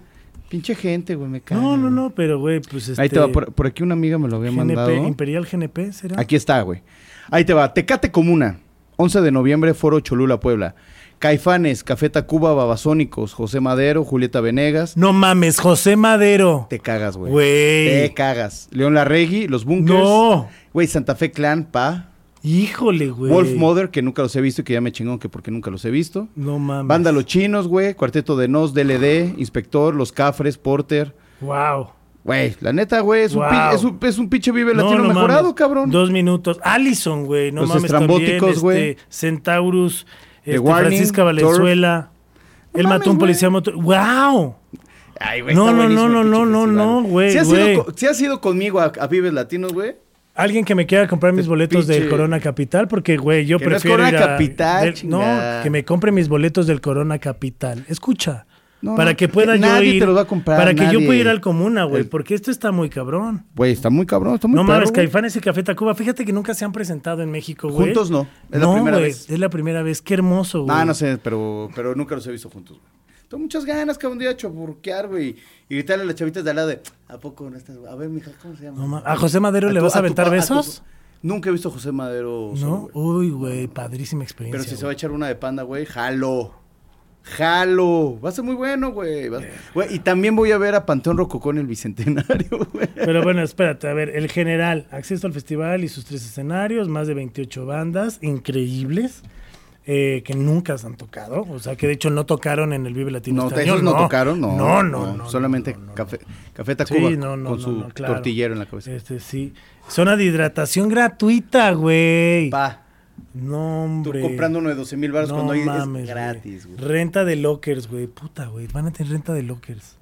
Speaker 2: Pinche gente, güey, me cae.
Speaker 1: No, no, no, pero güey, pues este
Speaker 2: Ahí te va, por, por aquí una amiga me lo había
Speaker 1: GNP,
Speaker 2: mandado.
Speaker 1: Imperial GNP, ¿será?
Speaker 2: Aquí está, güey. Ahí te va. Tecate Comuna, 11 de noviembre, Foro Cholula, Puebla. Caifanes, Café Tacuba, Babasónicos, José Madero, Julieta Venegas.
Speaker 1: No mames, José Madero.
Speaker 2: Te cagas, güey.
Speaker 1: Güey.
Speaker 2: Te cagas. León Larregui, Los Bunkers.
Speaker 1: No.
Speaker 2: Güey, Santa Fe Clan, Pa.
Speaker 1: Híjole, güey.
Speaker 2: Wolf Mother, que nunca los he visto y que ya me chingón que porque nunca los he visto.
Speaker 1: No mames.
Speaker 2: Banda Los Chinos, güey. Cuarteto de Nos, DLD, Inspector, Los Cafres, Porter.
Speaker 1: Wow.
Speaker 2: Güey, la neta, güey, es, un
Speaker 1: Wow.
Speaker 2: pi- es un- es un pinche vive latino
Speaker 1: no
Speaker 2: mejorado,
Speaker 1: mames.
Speaker 2: cabrón.
Speaker 1: Dos minutos. Allison, güey. No
Speaker 2: Los
Speaker 1: mames.
Speaker 2: estrambóticos,
Speaker 1: también,
Speaker 2: güey.
Speaker 1: Este, Centaurus.
Speaker 2: The
Speaker 1: Este,
Speaker 2: Warning,
Speaker 1: Francisca
Speaker 2: Turf.
Speaker 1: Valenzuela.
Speaker 2: No
Speaker 1: él
Speaker 2: mames,
Speaker 1: mató a un
Speaker 2: güey.
Speaker 1: policía motor. ¡Wow!
Speaker 2: Ay,
Speaker 1: No,
Speaker 2: está
Speaker 1: no,
Speaker 2: buenísimo
Speaker 1: no, no,
Speaker 2: el pinche
Speaker 1: no, no,
Speaker 2: festival,
Speaker 1: no, güey,
Speaker 2: Si has,
Speaker 1: güey.
Speaker 2: ido, co- si has ido conmigo a, a Vives Latinos, güey.
Speaker 1: alguien que me quiera comprar mis
Speaker 2: Te
Speaker 1: boletos del
Speaker 2: pinche-
Speaker 1: Corona Capital, porque, güey, yo
Speaker 2: Que no es
Speaker 1: prefiero ir
Speaker 2: Corona
Speaker 1: a-
Speaker 2: Capital,
Speaker 1: del- no,
Speaker 2: chingada.
Speaker 1: que me compre mis boletos del Corona Capital. Escucha.
Speaker 2: No,
Speaker 1: para
Speaker 2: no, eh,
Speaker 1: que pueda yo
Speaker 2: nadie te
Speaker 1: ir.
Speaker 2: los va a comprar,
Speaker 1: para que yo
Speaker 2: nadie.
Speaker 1: pueda ir al comuna, güey,
Speaker 2: El-
Speaker 1: porque esto está muy cabrón.
Speaker 2: Güey, está muy cabrón, está muy
Speaker 1: no
Speaker 2: perro,
Speaker 1: mames,
Speaker 2: güey.
Speaker 1: Caifanes y Café Tacuba. Fíjate que nunca se han presentado en México, güey.
Speaker 2: Juntos no, es la
Speaker 1: no,
Speaker 2: primera
Speaker 1: güey,
Speaker 2: vez.
Speaker 1: Es la primera vez. Qué hermoso, güey.
Speaker 2: Ah, no sé, pero, pero nunca los he visto juntos, güey. Tengo muchas ganas que un día chaburquear, güey. Y gritarle a las chavitas de al lado de, ¿a poco no estás? güey? A ver, mija, ¿cómo se llama?
Speaker 1: No ma- ¿A José Madero le
Speaker 2: tu-
Speaker 1: vas a
Speaker 2: tu
Speaker 1: aventar
Speaker 2: pa- tu-
Speaker 1: besos?
Speaker 2: nunca he visto a José Madero. solo,
Speaker 1: No.
Speaker 2: güey.
Speaker 1: Uy, güey, padrísima experiencia.
Speaker 2: Pero si se va a
Speaker 1: güey.
Speaker 2: echar una de panda, güey, jalo. Jalo. Va a ser muy bueno, güey. Va-
Speaker 1: Eh.
Speaker 2: güey, Y también voy a ver a Panteón Rococó en el Bicentenario, güey.
Speaker 1: Pero bueno, espérate, a ver, el general, acceso al festival y sus tres escenarios, más de 28 bandas increíbles eh, que nunca se han tocado, o sea, que de hecho no tocaron en el Vive Latino.
Speaker 2: No,
Speaker 1: este
Speaker 2: Texas
Speaker 1: año,
Speaker 2: no, tocaron, no.
Speaker 1: No, no, no,
Speaker 2: solamente
Speaker 1: no, no, no.
Speaker 2: Café, Café Tacuba
Speaker 1: Sí, no, no,
Speaker 2: con
Speaker 1: no,
Speaker 2: su
Speaker 1: no, claro.
Speaker 2: tortillero en la cabeza.
Speaker 1: Este, sí. Zona de hidratación gratuita, güey.
Speaker 2: Pa,
Speaker 1: No,
Speaker 2: tú
Speaker 1: hombre.
Speaker 2: comprando uno de 12 mil baros
Speaker 1: No
Speaker 2: cuando ahí
Speaker 1: mames,
Speaker 2: es
Speaker 1: güey.
Speaker 2: gratis, güey.
Speaker 1: Renta de lockers, güey. Puta, güey. Van a tener renta de lockers.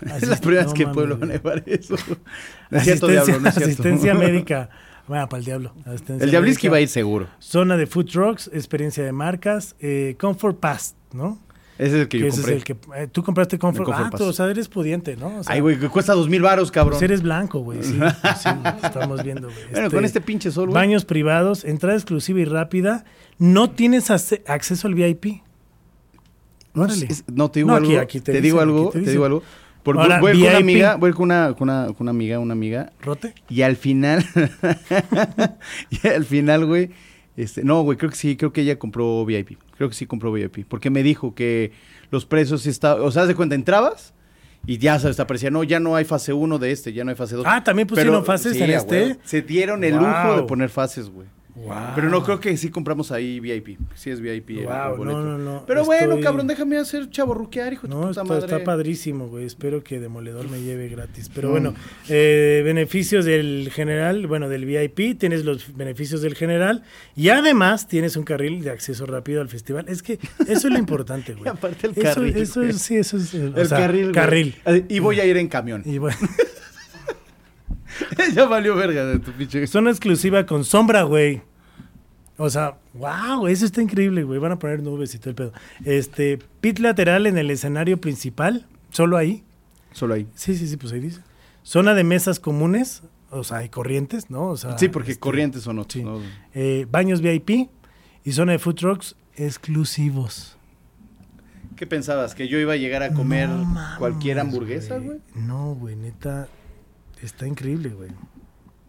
Speaker 2: Es la primera
Speaker 1: Asist-
Speaker 2: vez
Speaker 1: no
Speaker 2: que el
Speaker 1: mames,
Speaker 2: pueblo va a
Speaker 1: güey.
Speaker 2: nevar eso. No es cierto,
Speaker 1: Asistencia,
Speaker 2: diablo, no es cierto.
Speaker 1: asistencia médica. Bueno, para el diablo. Asistencia
Speaker 2: El Diabliski
Speaker 1: médica.
Speaker 2: va a ir seguro.
Speaker 1: Zona de food trucks, experiencia de marcas, eh, Comfort Pass, ¿no?
Speaker 2: Ese es el que yo
Speaker 1: ese
Speaker 2: compré.
Speaker 1: es el que eh, tú compraste Comfort,
Speaker 2: El Comfort
Speaker 1: Ah,
Speaker 2: Pass.
Speaker 1: tú, o sea, eres pudiente, ¿no? O sea,
Speaker 2: Ay, güey, que cuesta dos mil baros, cabrón.
Speaker 1: pues eres blanco, güey. Sí, pues sí, estamos viendo, güey.
Speaker 2: Bueno, con este pinche sol, güey.
Speaker 1: Baños privados, entrada exclusiva y rápida. No tienes ace- acceso al VIP. Órale.
Speaker 2: Es- No, te digo
Speaker 1: No,
Speaker 2: algo.
Speaker 1: aquí- aquí te
Speaker 2: te, digo
Speaker 1: dicen,
Speaker 2: algo,
Speaker 1: aquí te
Speaker 2: te,
Speaker 1: dicen.
Speaker 2: digo algo. Porque
Speaker 1: Ahora,
Speaker 2: voy con una
Speaker 1: VIP.
Speaker 2: amiga, voy con una, con una, con una amiga, una amiga,
Speaker 1: ¿Rote?
Speaker 2: y al final, y al final, güey, este, no, güey, creo que sí, creo que ella compró VIP, creo que sí compró VIP, porque me dijo que los precios sí está, o sea, haz de cuenta, entrabas y ya se desaparecía, no, ya no hay fase 1 de este, ya no hay fase 2.
Speaker 1: Ah, ¿también pusieron fases en este?
Speaker 2: Se dieron el
Speaker 1: Wow.
Speaker 2: lujo de poner fases, güey.
Speaker 1: Wow.
Speaker 2: Pero no creo que sí compramos ahí VIP. Sí es VIP. el- el
Speaker 1: Wow,
Speaker 2: boleto.
Speaker 1: no, no, no,
Speaker 2: Pero bueno,
Speaker 1: estoy-
Speaker 2: cabrón, déjame hacer chaborruquear, hijo de tu
Speaker 1: No,
Speaker 2: puta
Speaker 1: está,
Speaker 2: madre.
Speaker 1: está padrísimo, güey. Espero que Demoledor me lleve gratis. Pero bueno, eh, beneficios del general, bueno, del VIP, tienes los beneficios del general y además tienes un carril de acceso rápido al festival. Es que eso es lo importante, güey.
Speaker 2: Y aparte el
Speaker 1: Eso-
Speaker 2: carril,
Speaker 1: Eso,
Speaker 2: güey.
Speaker 1: es, sí, eso es. eh, o
Speaker 2: El
Speaker 1: sea,
Speaker 2: carril. güey.
Speaker 1: Carril.
Speaker 2: Eh, Y voy a ir en camión.
Speaker 1: Y bueno,
Speaker 2: ya valió verga de tu pinche.
Speaker 1: zona exclusiva con sombra, güey. O sea, wow, eso está increíble, güey. Van a poner nubes y todo el pedo. Este, pit lateral en el escenario principal, solo ahí.
Speaker 2: Solo ahí.
Speaker 1: Sí, sí, sí, pues ahí dice. Zona de mesas comunes, o sea, hay corrientes, ¿no? O sea,
Speaker 2: sí, porque
Speaker 1: este,
Speaker 2: corrientes son otros.
Speaker 1: sí.
Speaker 2: ¿no?
Speaker 1: eh, baños VIP y zona de food trucks exclusivos.
Speaker 2: ¿Qué pensabas? ¿Que yo iba a llegar a comer
Speaker 1: No mames,
Speaker 2: cualquier hamburguesa, güey?
Speaker 1: No, güey, neta, está increíble, güey.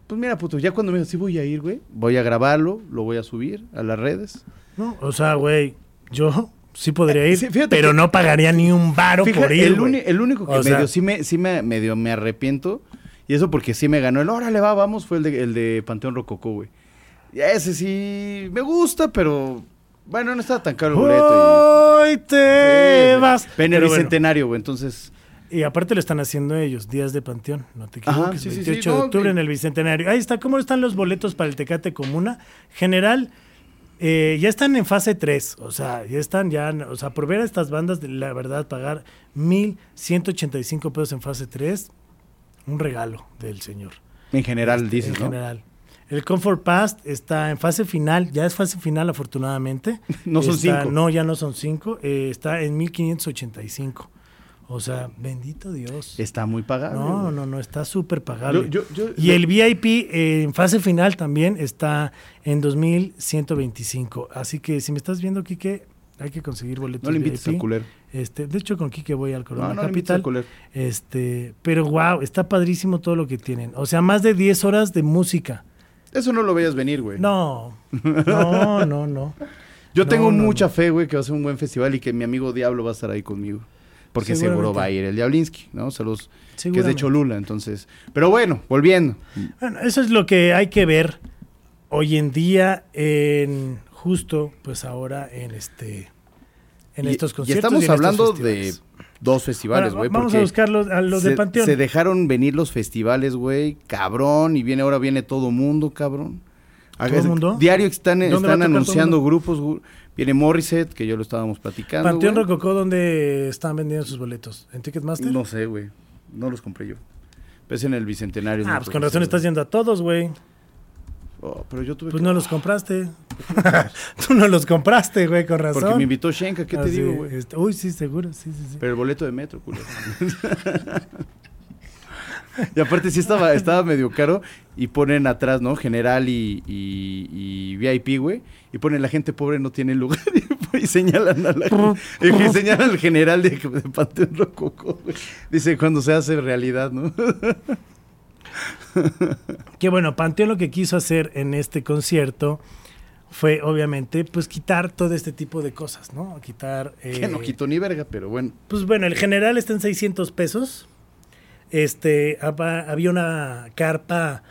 Speaker 2: Pues mira, puto, ya cuando me digas, sí voy a ir, güey, voy a grabarlo, lo voy a subir a las redes.
Speaker 1: No, o sea, güey, yo sí podría ir,
Speaker 2: Eh, Sí, fíjate
Speaker 1: pero
Speaker 2: que-
Speaker 1: no pagaría ni un varo
Speaker 2: Fíjate,
Speaker 1: por ir,
Speaker 2: el,
Speaker 1: güey.
Speaker 2: uni- el único que
Speaker 1: O
Speaker 2: medio,
Speaker 1: sea-
Speaker 2: sí me, sí me, medio me arrepiento, y eso porque sí me ganó el órale, va, vamos, fue el de, el de Panteón Rococó, güey. Y Ese sí me gusta, pero bueno, no estaba tan caro el boleto.
Speaker 1: Hoy te
Speaker 2: y,
Speaker 1: ¡Oh, eh, vas.
Speaker 2: Ven el
Speaker 1: Pero bueno,
Speaker 2: bicentenario, güey, entonces.
Speaker 1: Y aparte lo están haciendo ellos, días de panteón, no te
Speaker 2: Ajá,
Speaker 1: equivoques,
Speaker 2: sí, sí, sí,
Speaker 1: 28 de
Speaker 2: no,
Speaker 1: octubre
Speaker 2: que-
Speaker 1: en el Bicentenario. Ahí está, ¿cómo están los boletos para el Tecate Comuna? General, eh, ya están en fase 3, o sea, ya están, ya, o sea, por ver a estas bandas, de- la verdad, pagar 1.185 pesos en fase 3, un regalo del señor.
Speaker 2: En general,
Speaker 1: Este,
Speaker 2: dices,
Speaker 1: en
Speaker 2: ¿no?
Speaker 1: general. El Comfort Past está en fase final, ya es fase final afortunadamente.
Speaker 2: No son
Speaker 1: Está-
Speaker 2: cinco.
Speaker 1: No, ya no son cinco, eh, está en 1585. O sea, bendito Dios.
Speaker 2: Está muy pagado.
Speaker 1: no, no, no, está súper pagable.
Speaker 2: Yo- yo- yo-
Speaker 1: y
Speaker 2: yo-
Speaker 1: el VIP eh, en fase final también está en 2125. Así que si me estás viendo, Quique, hay que conseguir boletos.
Speaker 2: No le invites
Speaker 1: VIP.
Speaker 2: al culero.
Speaker 1: Este, de hecho, con Quique voy al Corona
Speaker 2: No, no le invites
Speaker 1: Capital.
Speaker 2: al culero.
Speaker 1: Este, pero wow, está padrísimo todo lo que tienen. O sea, más de 10 horas de música.
Speaker 2: Eso no lo veías venir, güey.
Speaker 1: No, no, no, no.
Speaker 2: Yo
Speaker 1: No,
Speaker 2: tengo
Speaker 1: no,
Speaker 2: mucha fe, güey, que va a ser un buen festival y que mi amigo Diablo va a estar ahí conmigo. Porque seguro
Speaker 1: Seguramente.
Speaker 2: va a ir el Diablinsky, ¿no? Saludos. Que es de
Speaker 1: Seguramente.
Speaker 2: Cholula, entonces. Pero bueno, volviendo.
Speaker 1: Bueno, eso es lo que hay que ver hoy en día en justo, pues ahora en este, en
Speaker 2: Y-
Speaker 1: estos
Speaker 2: y
Speaker 1: conciertos.
Speaker 2: estamos
Speaker 1: y en estos
Speaker 2: hablando de
Speaker 1: festivales.
Speaker 2: dos festivales,
Speaker 1: Ahora,
Speaker 2: güey.
Speaker 1: Vamos
Speaker 2: porque
Speaker 1: a buscar los, a los
Speaker 2: se,
Speaker 1: de Panteón.
Speaker 2: se dejaron venir los festivales, güey. Cabrón. Y viene ahora viene todo mundo, cabrón. Hagas-
Speaker 1: mundo?
Speaker 2: Diario están,
Speaker 1: ¿Dónde va a
Speaker 2: están
Speaker 1: tocar todo
Speaker 2: anunciando
Speaker 1: mundo?
Speaker 2: grupos. güey. Viene Morissette, que yo lo estábamos platicando.
Speaker 1: Panteón
Speaker 2: güey.
Speaker 1: Rococó, ¿dónde están vendiendo sus boletos? ¿En Ticketmaster?
Speaker 2: No sé, güey. No los compré yo. Es Pues en el Bicentenario.
Speaker 1: ah,
Speaker 2: ¿no?
Speaker 1: pues con razón estás yendo a todos, güey.
Speaker 2: Oh, pero yo tuve
Speaker 1: Pues
Speaker 2: que-
Speaker 1: no los compraste. Tú no los compraste, güey, con razón.
Speaker 2: Porque me invitó Shenka, ¿qué te
Speaker 1: Así,
Speaker 2: digo, güey?
Speaker 1: este, uy, sí, seguro, sí, sí, sí.
Speaker 2: Pero el boleto de metro, culo. y aparte sí estaba, estaba medio caro y ponen atrás, ¿no? General y, y- y VIP, güey. Y ponen la gente pobre no tiene lugar y, señalan a la y que señalan al general de, de Panteón Rococo, güey. Dice, cuando se hace realidad, ¿no?
Speaker 1: Que bueno, Panteón lo que quiso hacer en este concierto fue, obviamente, pues quitar todo este tipo de cosas, ¿no? Quitar...
Speaker 2: que no
Speaker 1: eh,
Speaker 2: quitó ni verga, pero bueno.
Speaker 1: Pues bueno, el general está en 600 pesos. Este, haba- había una carpa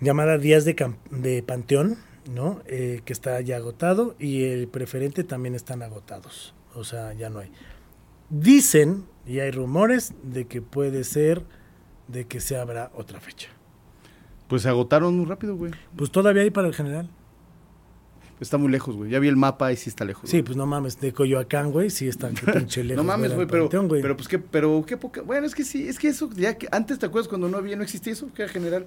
Speaker 1: llamada Días de, Cam- de Panteón, ¿no? Eh, que está ya agotado y el preferente también están agotados. O sea, ya no hay. Dicen, y hay rumores, de que puede ser de que se abra otra fecha.
Speaker 2: Pues se agotaron muy rápido, güey.
Speaker 1: Pues todavía hay para el general.
Speaker 2: Está muy lejos, güey. Ya vi el mapa y sí está lejos.
Speaker 1: Sí, pues no mames, de Coyoacán, güey, sí está que pinche lejos,
Speaker 2: no mames,
Speaker 1: del
Speaker 2: güey, pero,
Speaker 1: Panteón, güey.
Speaker 2: pero pues qué, pero qué poca. Bueno, es que sí, es que eso, ya que antes te acuerdas cuando no había, no existía eso, que era general.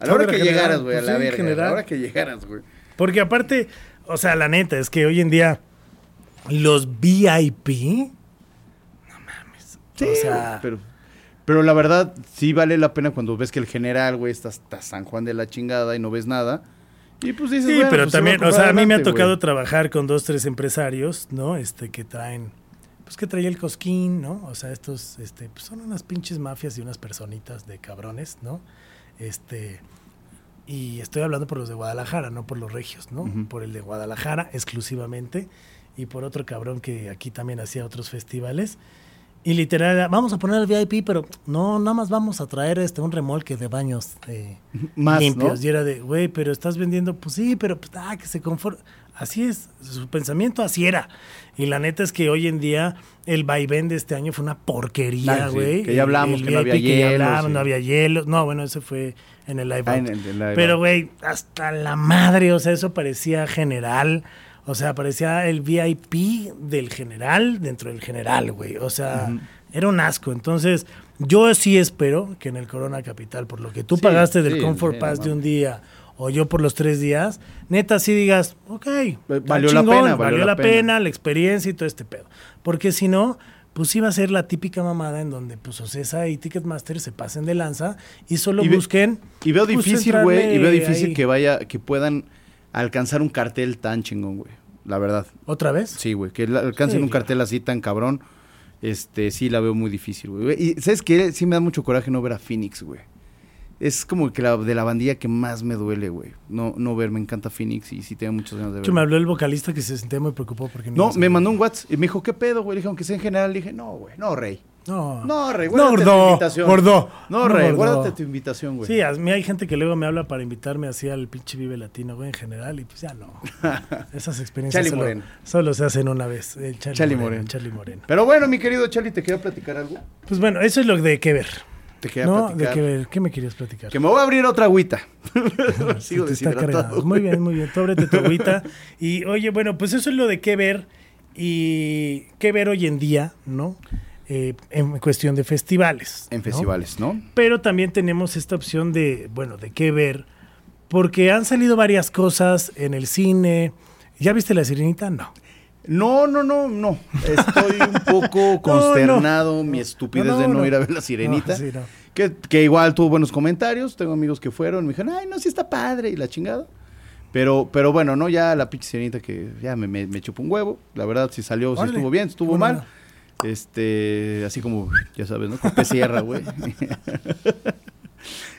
Speaker 2: A la
Speaker 1: Ahora
Speaker 2: hora que
Speaker 1: era general,
Speaker 2: llegaras,
Speaker 1: pues
Speaker 2: güey, a la
Speaker 1: sí,
Speaker 2: verga, a
Speaker 1: general.
Speaker 2: la hora que llegaras, güey.
Speaker 1: Porque aparte, o sea, la neta, es que hoy en día los VIP. No mames. o sea,
Speaker 2: pero, pero la verdad, sí vale la pena cuando ves que el general, güey, está hasta San Juan de la chingada y no ves nada. Y pues dices,
Speaker 1: sí,
Speaker 2: bueno,
Speaker 1: pero
Speaker 2: pues se va
Speaker 1: también, o
Speaker 2: comprar
Speaker 1: sea, a mí me ha
Speaker 2: adelante,
Speaker 1: tocado
Speaker 2: güey.
Speaker 1: trabajar con dos, tres empresarios, ¿no? Este, que traen. Pues que traía el cosquín, ¿no? O sea, estos este, pues, son unas pinches mafias y unas personitas de cabrones, ¿no? Este. Y estoy hablando por los de Guadalajara, no por los regios, ¿no?
Speaker 2: Ujú.
Speaker 1: Por el de Guadalajara exclusivamente y por otro cabrón que aquí también hacía otros festivales. Y literal, era, vamos a poner el VIP, pero no, nada más vamos a traer este un remolque de baños eh,
Speaker 2: Más,
Speaker 1: limpios.
Speaker 2: ¿no?
Speaker 1: Y era de, güey, pero estás vendiendo, pues sí, pero pues, ah, que se conforme. Así es, su pensamiento así era. Y la neta es que hoy en día el vaivén de este año fue una porquería,
Speaker 2: Ah, sí,
Speaker 1: güey.
Speaker 2: que ya hablamos
Speaker 1: El
Speaker 2: que no había
Speaker 1: VIP que ya
Speaker 2: hielos,
Speaker 1: hablamos,
Speaker 2: sí.
Speaker 1: no había hielo. No, bueno, ese fue en el live.
Speaker 2: Ah,
Speaker 1: out.
Speaker 2: en el- en el live
Speaker 1: pero,
Speaker 2: out.
Speaker 1: güey, hasta la madre, o sea, eso parecía general. O sea, parecía el VIP del general dentro del general, güey. O sea, era un asco. Entonces, yo sí espero que en el Corona Capital, por lo que tú
Speaker 2: Sí,
Speaker 1: pagaste del
Speaker 2: sí,
Speaker 1: Comfort
Speaker 2: sí,
Speaker 1: Pass
Speaker 2: no
Speaker 1: de un
Speaker 2: mames.
Speaker 1: día o yo por los tres días, neta, sí digas, ok, está
Speaker 2: valió la pena,
Speaker 1: valió, la pena. la experiencia y todo este pedo. Porque si no, pues iba a ser la típica mamada en donde, pues, Ocesa y Ticketmaster se pasen de lanza y solo
Speaker 2: Y ve-
Speaker 1: busquen.
Speaker 2: Y veo
Speaker 1: pues,
Speaker 2: difícil, güey, y veo
Speaker 1: entrarle
Speaker 2: difícil
Speaker 1: ahí.
Speaker 2: que vaya, que puedan alcanzar un cartel tan chingón, güey. La verdad.
Speaker 1: ¿Otra vez?
Speaker 2: Sí, güey, que la- alcancen
Speaker 1: Sí,
Speaker 2: un
Speaker 1: claro.
Speaker 2: cartel así tan cabrón. Este, sí la veo muy difícil, güey. Y ¿sabes qué? Sí me da mucho coraje no ver a Phoenix, güey. Es como que la, de la bandilla que más me duele, güey. No, no ver, me encanta Phoenix y sí tengo muchas ganas de
Speaker 1: Yo me
Speaker 2: verlo.
Speaker 1: habló el vocalista que se sentía muy preocupado porque
Speaker 2: No,
Speaker 1: ibas a
Speaker 2: me
Speaker 1: ver.
Speaker 2: mandó un WhatsApp y me dijo, ¿qué pedo, güey? Le dije, aunque sea en general, le dije, no, güey, no, rey.
Speaker 1: No,
Speaker 2: No, rey,
Speaker 1: no,
Speaker 2: guárdate tu
Speaker 1: gordo,
Speaker 2: invitación.
Speaker 1: gordo.
Speaker 2: No, rey,
Speaker 1: gordo.
Speaker 2: guárdate tu invitación, güey.
Speaker 1: Sí, a mí hay gente que luego me habla para invitarme así al pinche Vive Latino, güey, en general, y pues ya no. Esas experiencias
Speaker 2: Charlie
Speaker 1: solo,
Speaker 2: Moreno.
Speaker 1: solo se hacen una vez. El Charlie,
Speaker 2: Charlie
Speaker 1: Moreno,
Speaker 2: Moreno.
Speaker 1: Charlie Moreno.
Speaker 2: Pero bueno, mi querido Charlie, te quería platicar algo.
Speaker 1: Pues bueno, eso es lo de qué ver.
Speaker 2: Te quería
Speaker 1: no, de
Speaker 2: platicar.
Speaker 1: qué ver. ¿Qué me querías platicar?
Speaker 2: Que me voy a abrir otra agüita.
Speaker 1: Sí,
Speaker 2: Sigo
Speaker 1: te está
Speaker 2: deshidratado,
Speaker 1: cargando.
Speaker 2: güey.
Speaker 1: Muy bien, muy bien. Tú ábrete tu agüita. Y oye, bueno, pues eso es lo de qué ver y qué ver hoy en día, ¿no? Eh, en cuestión de festivales.
Speaker 2: En
Speaker 1: ¿no?
Speaker 2: festivales, ¿no?
Speaker 1: Pero también tenemos esta opción de, bueno, de qué ver, porque han salido varias cosas en el cine. ¿Ya viste La Sirenita? No.
Speaker 2: No, no, no, no. Estoy un poco consternado, mi estupidez
Speaker 1: No, no,
Speaker 2: de no,
Speaker 1: no.
Speaker 2: ir a ver la sirenita.
Speaker 1: No, sí, no.
Speaker 2: que, que igual tuvo buenos comentarios, tengo amigos que fueron, me dijeron, ay, no, sí está padre y la chingada. Pero, pero bueno, no, ya la pinche sirenita que ya me, me, me chupó un huevo. La verdad, si salió, si
Speaker 1: Órale.
Speaker 2: estuvo bien, si estuvo
Speaker 1: Bueno,
Speaker 2: mal. Este, así como, ya sabes, ¿no? Con PCR, güey.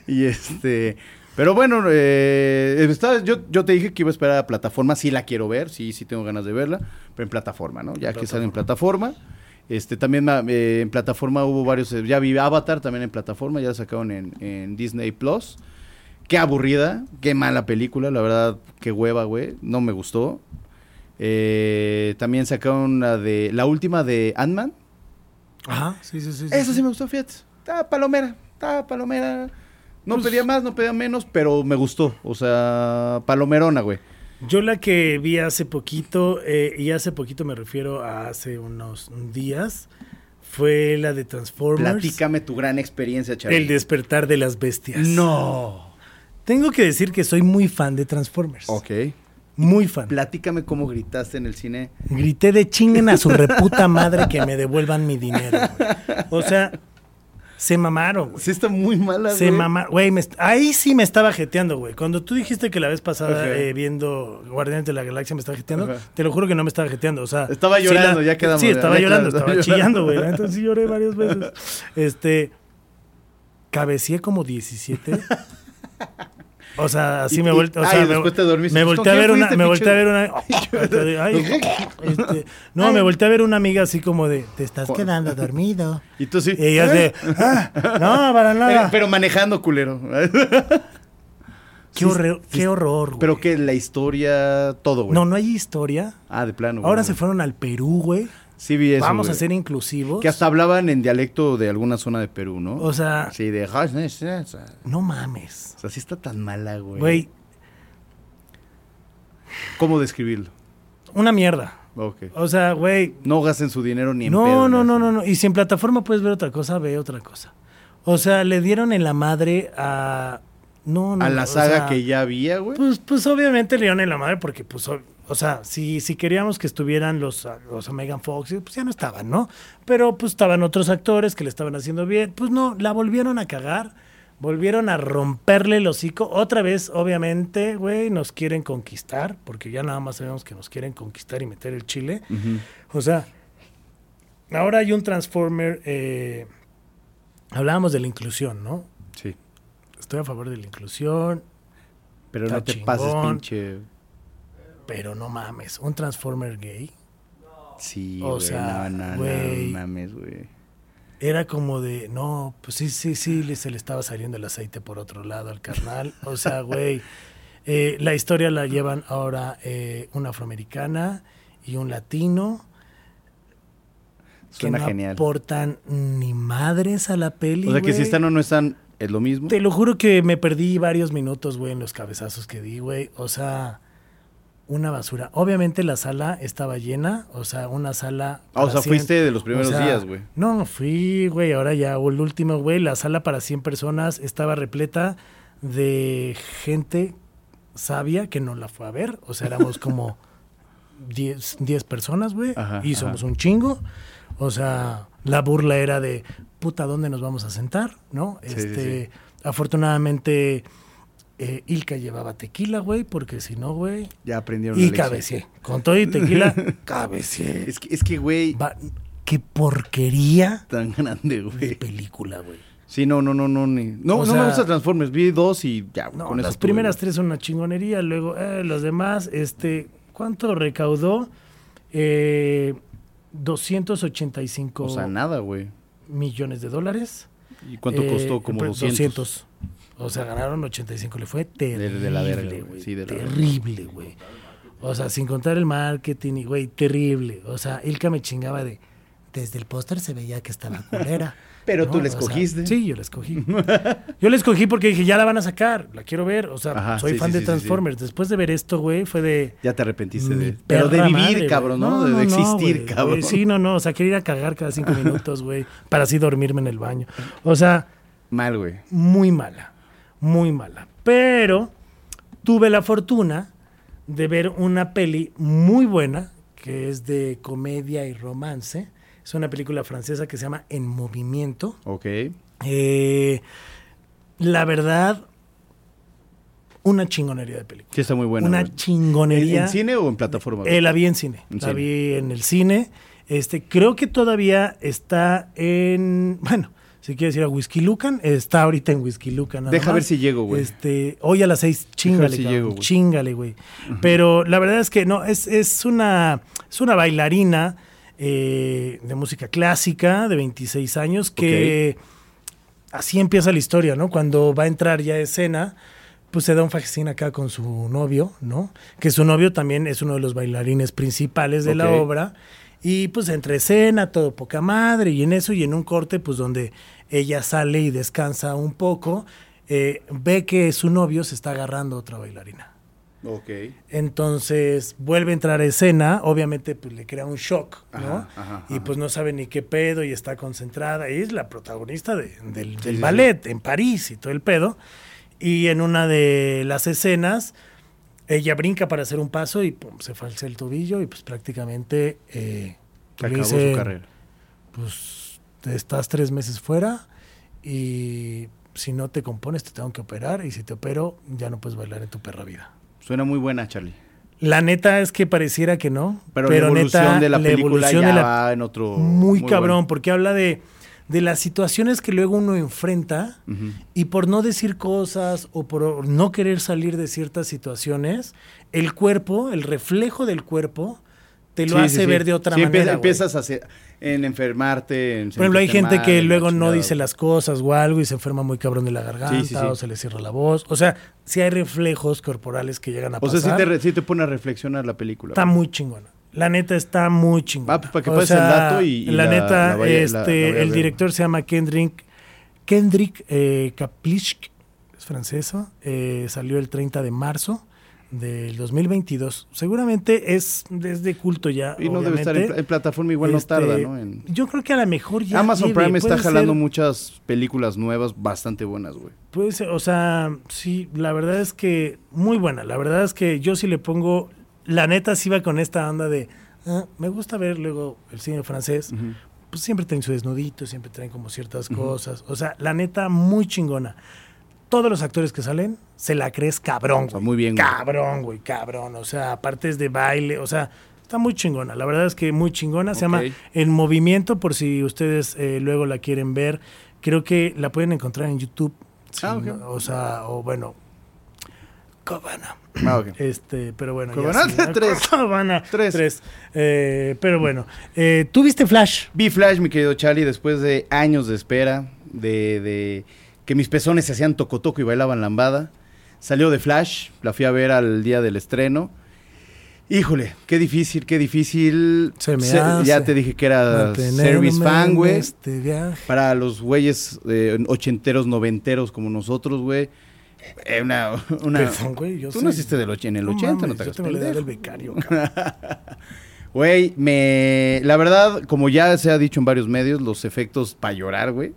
Speaker 2: y este, pero bueno, eh, estaba- yo, yo te dije que iba a esperar a plataforma, sí la quiero ver, sí, sí tengo ganas de verla, pero en plataforma, ¿no? Ya que sale en plataforma. Este, también ma- eh, en plataforma hubo varios, eh, ya vi Avatar también en plataforma, ya la sacaron en, en Disney Plus. Qué aburrida, qué mala película, la verdad, qué hueva, güey, no me gustó. Eh, también sacaron la de, la última de Ant-Man,
Speaker 1: Ajá, sí, sí, sí.
Speaker 2: eso sí me gustó, fíjate. Estaba palomera, estaba palomera. No pedía más, no pedía menos, pero me gustó. O sea, palomerona, güey.
Speaker 1: Yo la que vi hace poquito, eh, y hace poquito me refiero a hace unos días, fue la de Transformers.
Speaker 2: Platícame tu gran experiencia, Charlie.
Speaker 1: El despertar de las bestias.
Speaker 2: No.
Speaker 1: Tengo que decir que soy muy fan de Transformers.
Speaker 2: Ok.
Speaker 1: Muy fan.
Speaker 2: Platícame cómo gritaste en el cine.
Speaker 1: Grité de chinguen a su reputa madre que me devuelvan mi dinero. güey. O sea, se mamaron, güey.
Speaker 2: Sí está muy mala,
Speaker 1: Se
Speaker 2: güey.
Speaker 1: mamaron. Güey, me est- ahí sí me estaba jeteando, güey. Cuando tú dijiste que la vez pasada
Speaker 2: Ajá.
Speaker 1: eh, viendo Guardianes de la Galaxia me estaba jeteando,
Speaker 2: Ajá.
Speaker 1: te lo juro que no me estaba jeteando. O sea,
Speaker 2: Estaba
Speaker 1: sí
Speaker 2: llorando, ya quedamos,
Speaker 1: Sí,
Speaker 2: ya,
Speaker 1: estaba
Speaker 2: ya
Speaker 1: llorando,
Speaker 2: quedamos,
Speaker 1: estaba
Speaker 2: estaba
Speaker 1: chillando,
Speaker 2: llorando.
Speaker 1: güey. Entonces sí lloré varias veces. Este. Cabecié como 17. O sea, así
Speaker 2: Y-
Speaker 1: me
Speaker 2: y-
Speaker 1: volteé. O
Speaker 2: ay,
Speaker 1: sea, me,
Speaker 2: después te dormiste.
Speaker 1: me
Speaker 2: ¿Con
Speaker 1: volteé a
Speaker 2: quién
Speaker 1: ver una.
Speaker 2: fuiste,
Speaker 1: Me
Speaker 2: pinche?
Speaker 1: volteé a ver una. ay, este, no, me volteé a ver una amiga así como de. Te estás quedando dormido.
Speaker 2: Y tú sí.
Speaker 1: Y yo de. "Ah, no, para
Speaker 2: Pero,
Speaker 1: nada.
Speaker 2: pero manejando, culero.
Speaker 1: qué, horror, qué horror. güey.
Speaker 2: pero que la historia, todo, güey.
Speaker 1: No, no hay historia.
Speaker 2: Ah, de plano. güey.
Speaker 1: Ahora se fueron al Perú, güey.
Speaker 2: Sí vi eso,
Speaker 1: Vamos a
Speaker 2: güey.
Speaker 1: ser inclusivos.
Speaker 2: Que hasta hablaban en dialecto de alguna zona de Perú, ¿no?
Speaker 1: O sea,
Speaker 2: Sí, de... O sea,
Speaker 1: no mames.
Speaker 2: sí está tan mala, güey.
Speaker 1: Güey,
Speaker 2: ¿Cómo describirlo?
Speaker 1: una mierda.
Speaker 2: Ok.
Speaker 1: O sea, güey.
Speaker 2: No gasten su dinero ni en
Speaker 1: No,
Speaker 2: pedo,
Speaker 1: no,
Speaker 2: güey.
Speaker 1: no, no, no. Y si en plataforma puedes ver otra cosa, ve otra cosa. O sea, le dieron en la madre a. No, no.
Speaker 2: A
Speaker 1: o
Speaker 2: la saga
Speaker 1: sea,
Speaker 2: que ya había, güey.
Speaker 1: Pues, pues obviamente le dieron en la madre porque, pues, ob- o sea, si, si queríamos que estuvieran los, a- los a Megan Fox, pues ya no estaban, ¿no? Pero pues estaban otros actores que le estaban haciendo bien. Pues no, la volvieron a cagar, volvieron a romperle el hocico. Otra vez, obviamente, güey, nos quieren conquistar, porque ya nada más sabemos que nos quieren conquistar y meter el chile.
Speaker 2: Ujú.
Speaker 1: O sea, ahora hay un Transformer. eh, hablábamos de la inclusión, ¿no?
Speaker 2: Sí.
Speaker 1: Estoy a favor de la inclusión,
Speaker 2: Pero
Speaker 1: Está
Speaker 2: no te
Speaker 1: chingón.
Speaker 2: pases, pinche...
Speaker 1: pero no mames, un Transformer gay.
Speaker 2: Sí,
Speaker 1: O
Speaker 2: güey.
Speaker 1: sea,
Speaker 2: no, no, no,
Speaker 1: güey.
Speaker 2: mames, güey.
Speaker 1: Era como de, no, pues sí, sí, sí, le- se le estaba saliendo el aceite por otro lado al carnal. O sea, güey, eh, la historia la llevan ahora eh, una afroamericana y un latino.
Speaker 2: Suena
Speaker 1: que no
Speaker 2: genial.
Speaker 1: aportan ni madres a la peli.
Speaker 2: O sea, que si
Speaker 1: güey.
Speaker 2: están o no están, es lo mismo.
Speaker 1: Te lo juro que me perdí varios minutos, güey, en los cabezazos que di, güey. O sea, una basura. Obviamente la sala estaba llena, o sea, una sala...
Speaker 2: Ah, o
Speaker 1: para
Speaker 2: sea,
Speaker 1: cien-
Speaker 2: fuiste de los primeros
Speaker 1: o sea,
Speaker 2: días, güey.
Speaker 1: No, no fui, güey, ahora ya, o el último, güey, la sala para 100 personas estaba repleta de gente sabia que no la fue a ver. O sea, éramos como 10, 10 personas, güey,
Speaker 2: Ajá,
Speaker 1: y
Speaker 2: ajá.
Speaker 1: somos un chingo. O sea, la burla era de, puta, ¿dónde nos vamos a sentar? ¿No?
Speaker 2: Sí, sí,
Speaker 1: este, Afortunadamente, eh, Ilka llevaba tequila, güey, porque si no, güey...
Speaker 2: Ya aprendieron
Speaker 1: Y
Speaker 2: la lección.
Speaker 1: cabeceé. Con todo y tequila, cabeceé.
Speaker 2: Es que, es que, güey,
Speaker 1: Va- qué porquería
Speaker 2: tan grande,
Speaker 1: de
Speaker 2: güey.
Speaker 1: película, güey.
Speaker 2: Sí, no, no, no, no. Ni...
Speaker 1: O
Speaker 2: No, no
Speaker 1: sea-
Speaker 2: me gusta Transformers. Vi dos y ya, güey,
Speaker 1: No,
Speaker 2: con eso
Speaker 1: las
Speaker 2: estuve,
Speaker 1: primeras
Speaker 2: güey.
Speaker 1: tres son una chingonería, luego eh, los demás, este, ¿cuánto recaudó? Eh, 285
Speaker 2: O sea, nada, güey.
Speaker 1: millones de dólares.
Speaker 2: ¿Y cuánto
Speaker 1: Eh,
Speaker 2: costó? Como
Speaker 1: pues,
Speaker 2: 200.
Speaker 1: 200. O sea, ganaron 85, le fue terrible,
Speaker 2: de la verga, güey.
Speaker 1: güey,
Speaker 2: Sí, de la verga.
Speaker 1: terrible, güey. O sea, sin contar el marketing, y, güey, terrible. O sea, Ilka me chingaba de... Desde el póster se veía que estaba culera.
Speaker 2: Pero
Speaker 1: ¿no?
Speaker 2: tú la
Speaker 1: O sea,
Speaker 2: escogiste.
Speaker 1: sí, yo la escogí. Yo la escogí porque dije, ya la van a sacar, la quiero ver. O sea,
Speaker 2: Ajá,
Speaker 1: soy
Speaker 2: sí,
Speaker 1: fan
Speaker 2: sí,
Speaker 1: de
Speaker 2: sí, sí, sí.
Speaker 1: Transformers. Después de ver esto, güey, fue de...
Speaker 2: Ya te arrepentiste
Speaker 1: mi
Speaker 2: de... Pero de
Speaker 1: perra
Speaker 2: vivir,
Speaker 1: madre, güey.
Speaker 2: cabrón, ¿no? de, de existir,
Speaker 1: güey,
Speaker 2: cabrón.
Speaker 1: güey, Sí, no, no. O sea, quería ir a cagar cada cinco minutos, güey, para así dormirme en el baño. O sea,
Speaker 2: Mal, güey.
Speaker 1: muy mala, muy mala. Pero tuve la fortuna de ver una peli muy buena, que es de comedia y romance. Es una película francesa que se llama En Movimiento.
Speaker 2: Ok.
Speaker 1: Eh, la verdad, una chingonería de película.
Speaker 2: Sí, está muy buena.
Speaker 1: una
Speaker 2: güey. ¿En,
Speaker 1: chingonería.
Speaker 2: en cine o en plataforma? güey?
Speaker 1: Eh, la vi en cine.
Speaker 2: En
Speaker 1: la
Speaker 2: cine.
Speaker 1: vi en el cine. Este, creo que todavía está en. Bueno, si quieres ir a Whisky Lucan, está ahorita en Whisky Lucan. nada
Speaker 2: Deja
Speaker 1: más.
Speaker 2: ver si llego, güey.
Speaker 1: Este, hoy a las seis,
Speaker 2: ver
Speaker 1: chingale,
Speaker 2: si
Speaker 1: cabrón,
Speaker 2: llego, güey.
Speaker 1: chingale, güey. Pero la verdad es que no, es, es una. Es una bailarina eh, de música clásica de 26 años que. Así empieza la historia, ¿no? Cuando va a entrar ya a escena pues se da un fascín acá con su novio, ¿no? Que su novio también es uno de los bailarines principales de la
Speaker 2: Ok.
Speaker 1: obra. Y pues entre escena, todo poca madre, y en eso, y en un corte, pues donde ella sale y descansa un poco, eh, ve que su novio se está agarrando a otra bailarina.
Speaker 2: Ok.
Speaker 1: Entonces vuelve a entrar a escena, obviamente pues le crea un shock, ¿no?
Speaker 2: Ajá, ajá,
Speaker 1: y pues no sabe ni qué pedo y está concentrada. Y es la protagonista de- del, del
Speaker 2: sí,
Speaker 1: ballet en París y todo el pedo. Y en una de las escenas, ella brinca para hacer un paso y pum, se falsa el tobillo y pues prácticamente eh, le
Speaker 2: Acabó
Speaker 1: dicen,
Speaker 2: su carrera.
Speaker 1: Pues te estás tres meses fuera y si no te compones te tengo que operar y si te opero ya no puedes bailar en tu perra vida.
Speaker 2: Suena muy buena, Charlie.
Speaker 1: La neta es que pareciera que no,
Speaker 2: Pero,
Speaker 1: pero,
Speaker 2: la evolución
Speaker 1: neta,
Speaker 2: de la,
Speaker 1: la
Speaker 2: película
Speaker 1: evolución
Speaker 2: ya
Speaker 1: de la
Speaker 2: va en otro...
Speaker 1: muy, cabrón,
Speaker 2: bueno.
Speaker 1: porque habla de, de las situaciones que luego uno enfrenta
Speaker 2: Ujú.
Speaker 1: y por no decir cosas o por no querer salir de ciertas situaciones, el cuerpo, el reflejo del cuerpo, te lo
Speaker 2: Sí,
Speaker 1: hace
Speaker 2: sí, sí.
Speaker 1: ver de otra
Speaker 2: Sí, empie-
Speaker 1: manera. güey.
Speaker 2: Empiezas a hacer- en enfermarte, en
Speaker 1: por ejemplo, hay
Speaker 2: sentirte
Speaker 1: gente
Speaker 2: mal,
Speaker 1: que
Speaker 2: en la
Speaker 1: luego no
Speaker 2: chingada.
Speaker 1: dice las cosas o algo y se enferma muy cabrón de la garganta
Speaker 2: sí.
Speaker 1: o se le cierra la voz. O sea, sí hay reflejos corporales que llegan a
Speaker 2: O
Speaker 1: pasar.
Speaker 2: sea, sí te, re- sí te pone a reflexionar la película.
Speaker 1: Está muy chingona. La neta está muy chingona.
Speaker 2: Va, pues, para que
Speaker 1: O
Speaker 2: pases el dato y- y
Speaker 1: la,
Speaker 2: la-
Speaker 1: neta,
Speaker 2: la vaya- la- la voy
Speaker 1: este,
Speaker 2: a ver.
Speaker 1: el director se llama Kendrick, Kendrick eh, Kaplichk, es francesa. eh, salió el 30 de marzo del 2022. Seguramente es desde culto ya.
Speaker 2: y no debe estar en, pla-
Speaker 1: obviamente.
Speaker 2: en plataforma, igual
Speaker 1: Este,
Speaker 2: no tarda, ¿no? En-
Speaker 1: Yo creo que a lo mejor ya.
Speaker 2: Amazon
Speaker 1: lleve,
Speaker 2: Prime está
Speaker 1: puede
Speaker 2: jalando
Speaker 1: ser-
Speaker 2: muchas películas nuevas bastante buenas, güey.
Speaker 1: Pues, o sea, sí, la verdad es que muy buena. La verdad es que yo sí le pongo, la neta sí va con esta onda de, ah, me gusta ver luego el cine francés. Pues siempre traen su desnudito, siempre traen como ciertas cosas. O sea, la neta muy chingona. Todos los actores que salen, se la crees cabrón,
Speaker 2: O sea,
Speaker 1: güey.
Speaker 2: muy bien, güey.
Speaker 1: Cabrón, güey, cabrón. O sea, aparte es de baile, o sea, está muy chingona. La verdad es que muy chingona. Se llama
Speaker 2: Ok.
Speaker 1: En Movimiento, por si ustedes eh, luego la quieren ver. Creo que la pueden encontrar en YouTube. Sí,
Speaker 2: Ah, ok.
Speaker 1: no, O sea, o bueno. Cobana.
Speaker 2: Ah, ok.
Speaker 1: Este, pero bueno. ya
Speaker 2: Cobana,
Speaker 1: sí, ¿no?
Speaker 2: tres.
Speaker 1: Cobana,
Speaker 2: Tres.
Speaker 1: tres. Eh, pero bueno. Eh, ¿Tú viste Flash?
Speaker 2: Vi Flash, mi querido Charlie, después de años de espera, de, de que mis pezones se hacían tocotoco y bailaban lambada. Salió de Flash, la fui a ver al día del estreno. Híjole, qué difícil, qué difícil.
Speaker 1: Se me
Speaker 2: Ya
Speaker 1: hace
Speaker 2: te dije que era
Speaker 1: Mantenerme
Speaker 2: service fan,
Speaker 1: en
Speaker 2: güey.
Speaker 1: Este viaje.
Speaker 2: Para los güeyes eh, ochenteros, noventeros como nosotros, güey. eh, Una, una-
Speaker 1: Perdón, güey, yo
Speaker 2: Tú
Speaker 1: soy-
Speaker 2: naciste del och- en el 80, no
Speaker 1: mames, Yo
Speaker 2: te hagas
Speaker 1: tengo la edad
Speaker 2: pendejo.
Speaker 1: del becario, cabrón.
Speaker 2: Güey, me. La verdad, como ya se ha dicho en varios medios, los efectos para llorar, güey. Es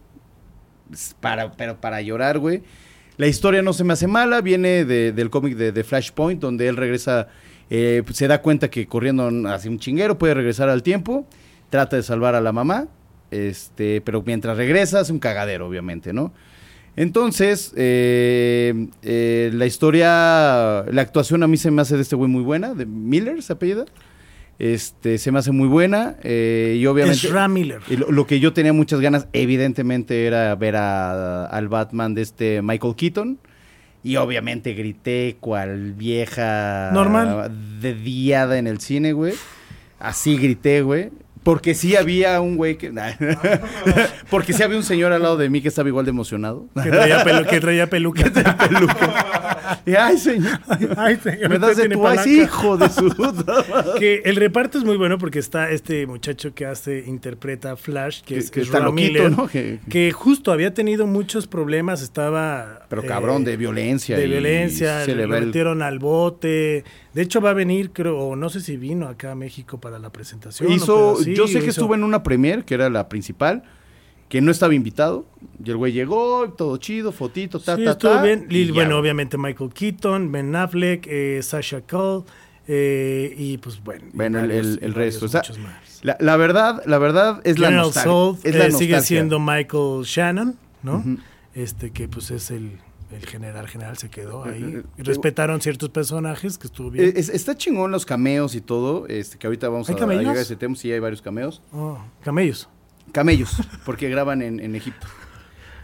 Speaker 2: pues, Para, pero para llorar, güey. La historia no se me hace mala, viene de- del cómic de, de Flashpoint, donde él regresa, eh, se da cuenta que corriendo hacia un chinguero puede regresar al tiempo, trata de salvar a la mamá, este, pero mientras regresa hace un cagadero, obviamente, ¿no? Entonces, eh, eh, la historia, la actuación a mí se me hace de este güey muy buena, de Miller, se apellida. Este, se me hace muy buena eh, y obviamente...
Speaker 1: Ezra Miller.
Speaker 2: Y lo, lo que yo tenía muchas ganas, evidentemente, era ver a- al Batman de este Michael Keaton. Y obviamente grité cual vieja...
Speaker 1: Normal.
Speaker 2: De diada en el cine, güey. Así grité, güey. Porque sí había un güey que... Porque sí había un señor al lado de mí que estaba igual de emocionado.
Speaker 1: Que traía, pelu- que traía peluca.
Speaker 2: Y, Ay, señor.
Speaker 1: Ay, señor,
Speaker 2: Me
Speaker 1: usted
Speaker 2: das de
Speaker 1: tiene
Speaker 2: tu... Ay,
Speaker 1: palanca.
Speaker 2: sí, hijo de su...
Speaker 1: Que el reparto es muy bueno porque está este muchacho que hace, interpreta a Flash, que,
Speaker 2: Que-
Speaker 1: es
Speaker 2: que
Speaker 1: Ezra
Speaker 2: está loquito,
Speaker 1: Miller,
Speaker 2: ¿no? Que-
Speaker 1: que justo había tenido muchos problemas, estaba...
Speaker 2: Pero
Speaker 1: eh,
Speaker 2: cabrón, de violencia.
Speaker 1: De
Speaker 2: y
Speaker 1: violencia,
Speaker 2: se le
Speaker 1: lo
Speaker 2: va el-
Speaker 1: metieron al bote. De hecho, va a venir, creo, o no sé si vino acá a México para la presentación.
Speaker 2: Hizo, yo sé que estuvo en una premier, que era la principal, que no estaba invitado. Y el güey llegó, todo chido, fotito, ta,
Speaker 1: Sí,
Speaker 2: ta,
Speaker 1: estuvo
Speaker 2: ta,
Speaker 1: bien. Y,
Speaker 2: ya,
Speaker 1: bueno,
Speaker 2: güey.
Speaker 1: obviamente Michael Keaton, Ben Affleck, eh, Sasha Cole, eh, y pues bueno. y
Speaker 2: Bueno, el- el-
Speaker 1: varios- y
Speaker 2: el
Speaker 1: varios
Speaker 2: resto, o sea,
Speaker 1: muchos más.
Speaker 2: La, la verdad, la verdad es la,
Speaker 1: General
Speaker 2: nostal-
Speaker 1: Soul,
Speaker 2: es la
Speaker 1: eh, sigue
Speaker 2: nostalgia.
Speaker 1: siendo Michael Shannon, ¿no? Este que pues es el, el general general se quedó ahí.
Speaker 2: eh,
Speaker 1: Y Respetaron ciertos personajes que estuvo bien.
Speaker 2: Eh, es- está chingón los cameos y todo, este, que ahorita vamos a,
Speaker 1: ¿Hay
Speaker 2: a
Speaker 1: camellos?
Speaker 2: llegar a ese tema, sí hay varios cameos.
Speaker 1: Oh, camellos.
Speaker 2: Camellos, porque graban en, en Egipto.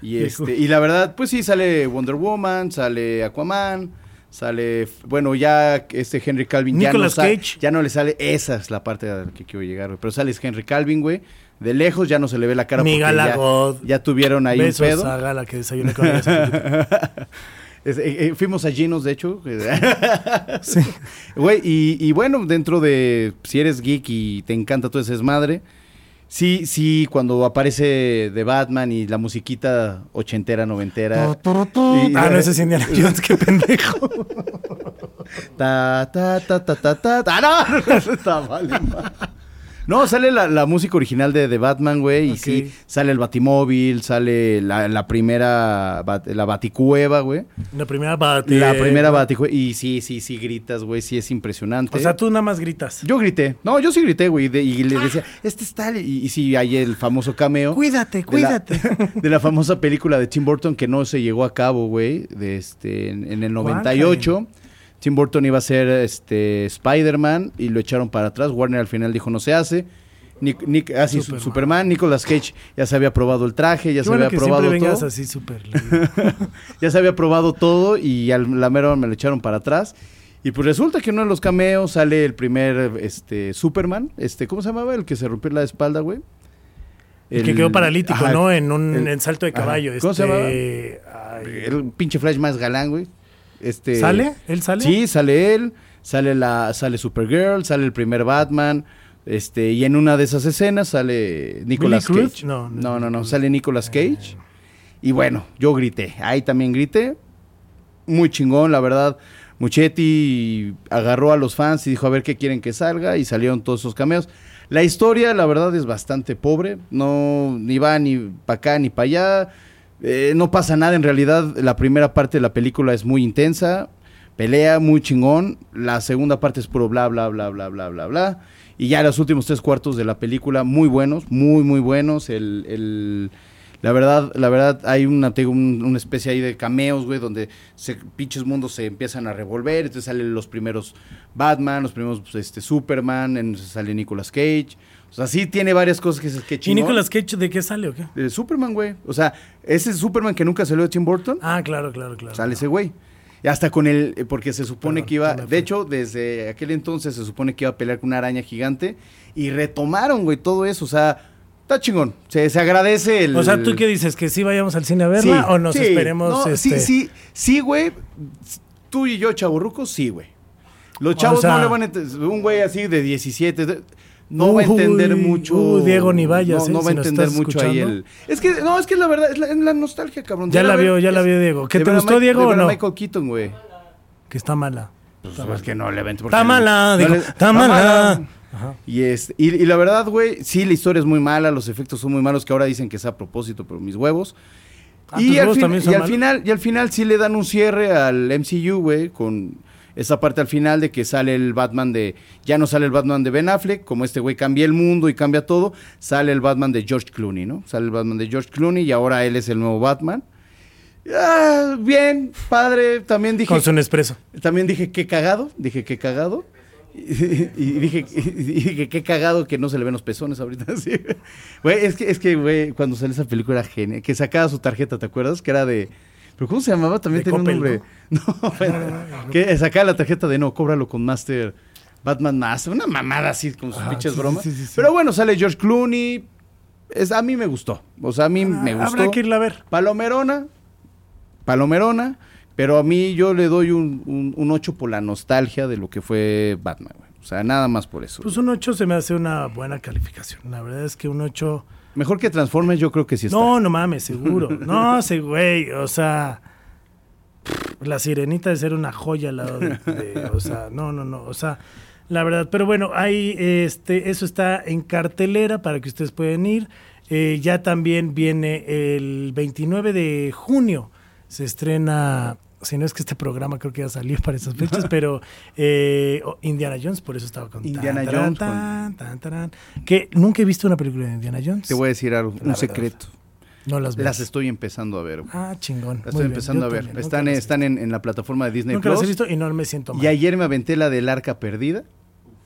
Speaker 2: Y,
Speaker 1: Hijo.
Speaker 2: este, y la verdad, pues sí, sale Wonder Woman, sale Aquaman, sale, bueno, ya este Henry Calvin ya no,
Speaker 1: Nicolas
Speaker 2: sale,
Speaker 1: Cage.
Speaker 2: ya no le sale, esa es la parte a la que quiero llegar, güey, pero sale Henry Calvin, güey, de lejos ya no se le ve la cara porque
Speaker 1: Miguel
Speaker 2: ya,
Speaker 1: Agod.
Speaker 2: ya tuvieron ahí
Speaker 1: Besos
Speaker 2: un pedo.
Speaker 1: a Gala que desayuné con Ah, ella.
Speaker 2: Es- eh, eh, fuimos a Ginos, de hecho. Güey, y, y bueno, dentro de. Si eres geek y te encanta todo ese desmadre. Sí, sí, cuando aparece de Batman y la musiquita ochentera, noventera. Y-
Speaker 1: Ah, no, ese es Indiana Jones, qué pendejo.
Speaker 2: Ta, ta, ta, ta, ta, ta, ta. ¡Ah, no! Está mal, mal. No, sale la, la música original de, de Batman, güey.
Speaker 1: Ok.
Speaker 2: Y sí, sale el Batimóvil, sale la, la primera, bat- la Baticueva, güey.
Speaker 1: La primera bate.
Speaker 2: La primera Baticueva. Y sí, sí, sí, gritas, güey. Sí, es impresionante.
Speaker 1: O sea, tú nada más gritas.
Speaker 2: Yo grité. No, yo sí grité, güey. de- y le decía, este es tal. Y, y sí, hay el famoso cameo.
Speaker 1: Cuídate,
Speaker 2: de la- De la famosa película de Tim Burton que no se llegó a cabo, güey. De este, en, en el 98. Tim Burton iba a ser este, Spider-Man y lo echaron para atrás. Warner al final dijo, no se hace. Nick, Nick- ah, sí, Superman.
Speaker 1: Superman.
Speaker 2: Nicolas Cage ya se había probado el traje, ya
Speaker 1: Qué
Speaker 2: se
Speaker 1: bueno
Speaker 2: había
Speaker 1: que siempre
Speaker 2: probado
Speaker 1: vengas
Speaker 2: todo.
Speaker 1: así súper lindo.
Speaker 2: Ya se había probado todo y al la mera hora me lo echaron para atrás. Y pues resulta que en uno de los cameos sale el primer este, Superman. Este, ¿Cómo se llamaba? El que se rompió la espalda, güey.
Speaker 1: El que quedó paralítico,
Speaker 2: Ajá,
Speaker 1: ¿no? En un
Speaker 2: el-
Speaker 1: en salto de
Speaker 2: ajá.
Speaker 1: caballo.
Speaker 2: ¿Cómo se llamaba?
Speaker 1: este, ay,
Speaker 2: El pinche Flash más galán, güey. Este,
Speaker 1: ¿Sale? ¿Él sale?
Speaker 2: Sí, sale él, sale la, sale Supergirl, sale el primer Batman, este, y en una de esas escenas sale Nicolas
Speaker 1: Cruz?
Speaker 2: Cage.
Speaker 1: No, no,
Speaker 2: no, no, no, sale Nicolas Cage. Y bueno, yo grité, ahí también grité. Muy chingón, la verdad. Muchetti agarró a los fans y dijo a ver qué quieren que salga y salieron todos esos cameos. La historia, la verdad, es bastante pobre. No, ni va ni para acá ni para allá. Eh, no pasa nada. En realidad, la primera parte de la película es muy intensa. Pelea muy chingón. La segunda parte es puro bla, bla, bla, bla, bla, bla, bla. Y ya los últimos tres cuartos de la película, muy buenos, muy, muy buenos. El, el- la verdad, la verdad, hay una, te digo, un- una especie ahí de cameos, güey, donde se, pinches mundos se empiezan a revolver. Entonces salen los primeros Batman, los primeros pues, este, Superman, en- sale Nicolas Cage. O sea, sí tiene varias cosas que, que
Speaker 1: ¿Y
Speaker 2: chingón.
Speaker 1: Nicolas Cage de qué sale o qué?
Speaker 2: Eh, Superman, güey. O sea, ese Superman que nunca salió de Tim Burton.
Speaker 1: Ah, claro, claro, claro.
Speaker 2: Sale ese güey. Y hasta con el. eh, Porque se supone
Speaker 1: Perdón,
Speaker 2: que iba.
Speaker 1: ya me fui.
Speaker 2: De hecho, desde aquel entonces se supone que iba a pelear con una araña gigante. Y retomaron, güey, todo eso. O sea, está chingón. Se, se agradece el.
Speaker 1: O sea, ¿tú qué dices? ¿Que sí vayamos al cine a verla
Speaker 2: Sí,
Speaker 1: o nos
Speaker 2: sí.
Speaker 1: esperemos?
Speaker 2: No,
Speaker 1: este...
Speaker 2: Sí, sí, sí, güey. Tú y yo, chaburrucos, sí, güey. Los chavos
Speaker 1: sea-
Speaker 2: no le van a entender. Un güey así de 17. de- No va a
Speaker 1: Uy,
Speaker 2: entender mucho.
Speaker 1: uy, Diego, ni vayas,
Speaker 2: No, no
Speaker 1: eh,
Speaker 2: va a
Speaker 1: si nos
Speaker 2: entender
Speaker 1: estás
Speaker 2: mucho ahí
Speaker 1: escuchando.
Speaker 2: el. Es que, no, es que la verdad, es la, es la nostalgia, cabrón.
Speaker 1: Ya
Speaker 2: De
Speaker 1: la
Speaker 2: ver-
Speaker 1: vio, ya la
Speaker 2: es-
Speaker 1: vio, Diego. ¿Qué
Speaker 2: de
Speaker 1: te
Speaker 2: ver a
Speaker 1: gustó,
Speaker 2: Mike-
Speaker 1: Diego,
Speaker 2: de
Speaker 1: o
Speaker 2: ver a
Speaker 1: no?
Speaker 2: Michael Keaton, güey.
Speaker 1: Que está mala.
Speaker 2: Pues es que no le va a entender.
Speaker 1: Está mala, Diego. Está mala.
Speaker 2: Y, es, y, y la verdad, güey, sí, la historia es muy mala, los efectos son muy malos, que ahora dicen que es a propósito, pero mis huevos.
Speaker 1: Ah, tus
Speaker 2: y al,
Speaker 1: huevos
Speaker 2: fin-
Speaker 1: también son
Speaker 2: y al
Speaker 1: malos.
Speaker 2: final, y al final sí le dan un cierre al MCU, güey, con esa parte al final de que sale el Batman de. Ya no sale el Batman de Ben Affleck, como este güey cambia el mundo y cambia todo, sale el Batman de George Clooney, ¿no? Sale el Batman de George Clooney y ahora él es el nuevo Batman. Ah, bien, padre, también dije.
Speaker 1: Con su Nespresso.
Speaker 2: También dije qué cagado, dije qué cagado. Y, y dije, y dije, qué cagado que no se le ven los pezones ahorita. sí. Güey, es que, es que, güey, cuando sale esa película era genial. Que sacaba su tarjeta, ¿te acuerdas? Que era de. ¿Pero cómo se llamaba? También
Speaker 1: De
Speaker 2: tenía un
Speaker 1: Coppel,
Speaker 2: nombre. No, bueno, que sacaba la tarjeta de no, cóbralo con Master. Batman Master. Una mamada así con sus pinches
Speaker 1: sí, sí,
Speaker 2: bromas.
Speaker 1: sí, sí, sí.
Speaker 2: Pero bueno, sale George Clooney. Es, a mí me gustó. O sea, a mí me
Speaker 1: Ah,
Speaker 2: gustó.
Speaker 1: Habrá que irla a ver.
Speaker 2: Palomerona, Palomerona, pero a mí yo le doy un, un, 8 por la nostalgia de lo que fue Batman, güey. O sea, nada más por eso.
Speaker 1: Pues un 8 se me hace una buena calificación. La verdad es que un 8...
Speaker 2: Mejor que Transformers yo creo que sí está.
Speaker 1: No, no mames, seguro. No, ese güey, o sea... La sirenita de ser una joya al lado de, de- O sea, no, no, no. O sea, la verdad. Pero bueno, ahí este, eso está en cartelera para que ustedes pueden ir. Eh, ya también viene el 29 de junio. Se estrena. Si no es que este programa creo que ya salió para esas fechas, pero eh, oh, Indiana Jones, por eso estaba con tan,
Speaker 2: Indiana
Speaker 1: tarán,
Speaker 2: Jones con-
Speaker 1: tan, tan, tarán. que nunca he visto una película de Indiana Jones.
Speaker 2: Te voy a decir algo, un
Speaker 1: verdad.
Speaker 2: secreto.
Speaker 1: No las veo.
Speaker 2: Las estoy empezando a ver, güey.
Speaker 1: Ah, chingón.
Speaker 2: Las
Speaker 1: Muy
Speaker 2: estoy
Speaker 1: bien,
Speaker 2: empezando
Speaker 1: yo
Speaker 2: a ver.
Speaker 1: también,
Speaker 2: Están,
Speaker 1: nunca las-
Speaker 2: están en, en la plataforma de Disney
Speaker 1: Nunca las he
Speaker 2: Plus.
Speaker 1: visto y no me siento mal.
Speaker 2: Y ayer me aventé la del Arca Perdida.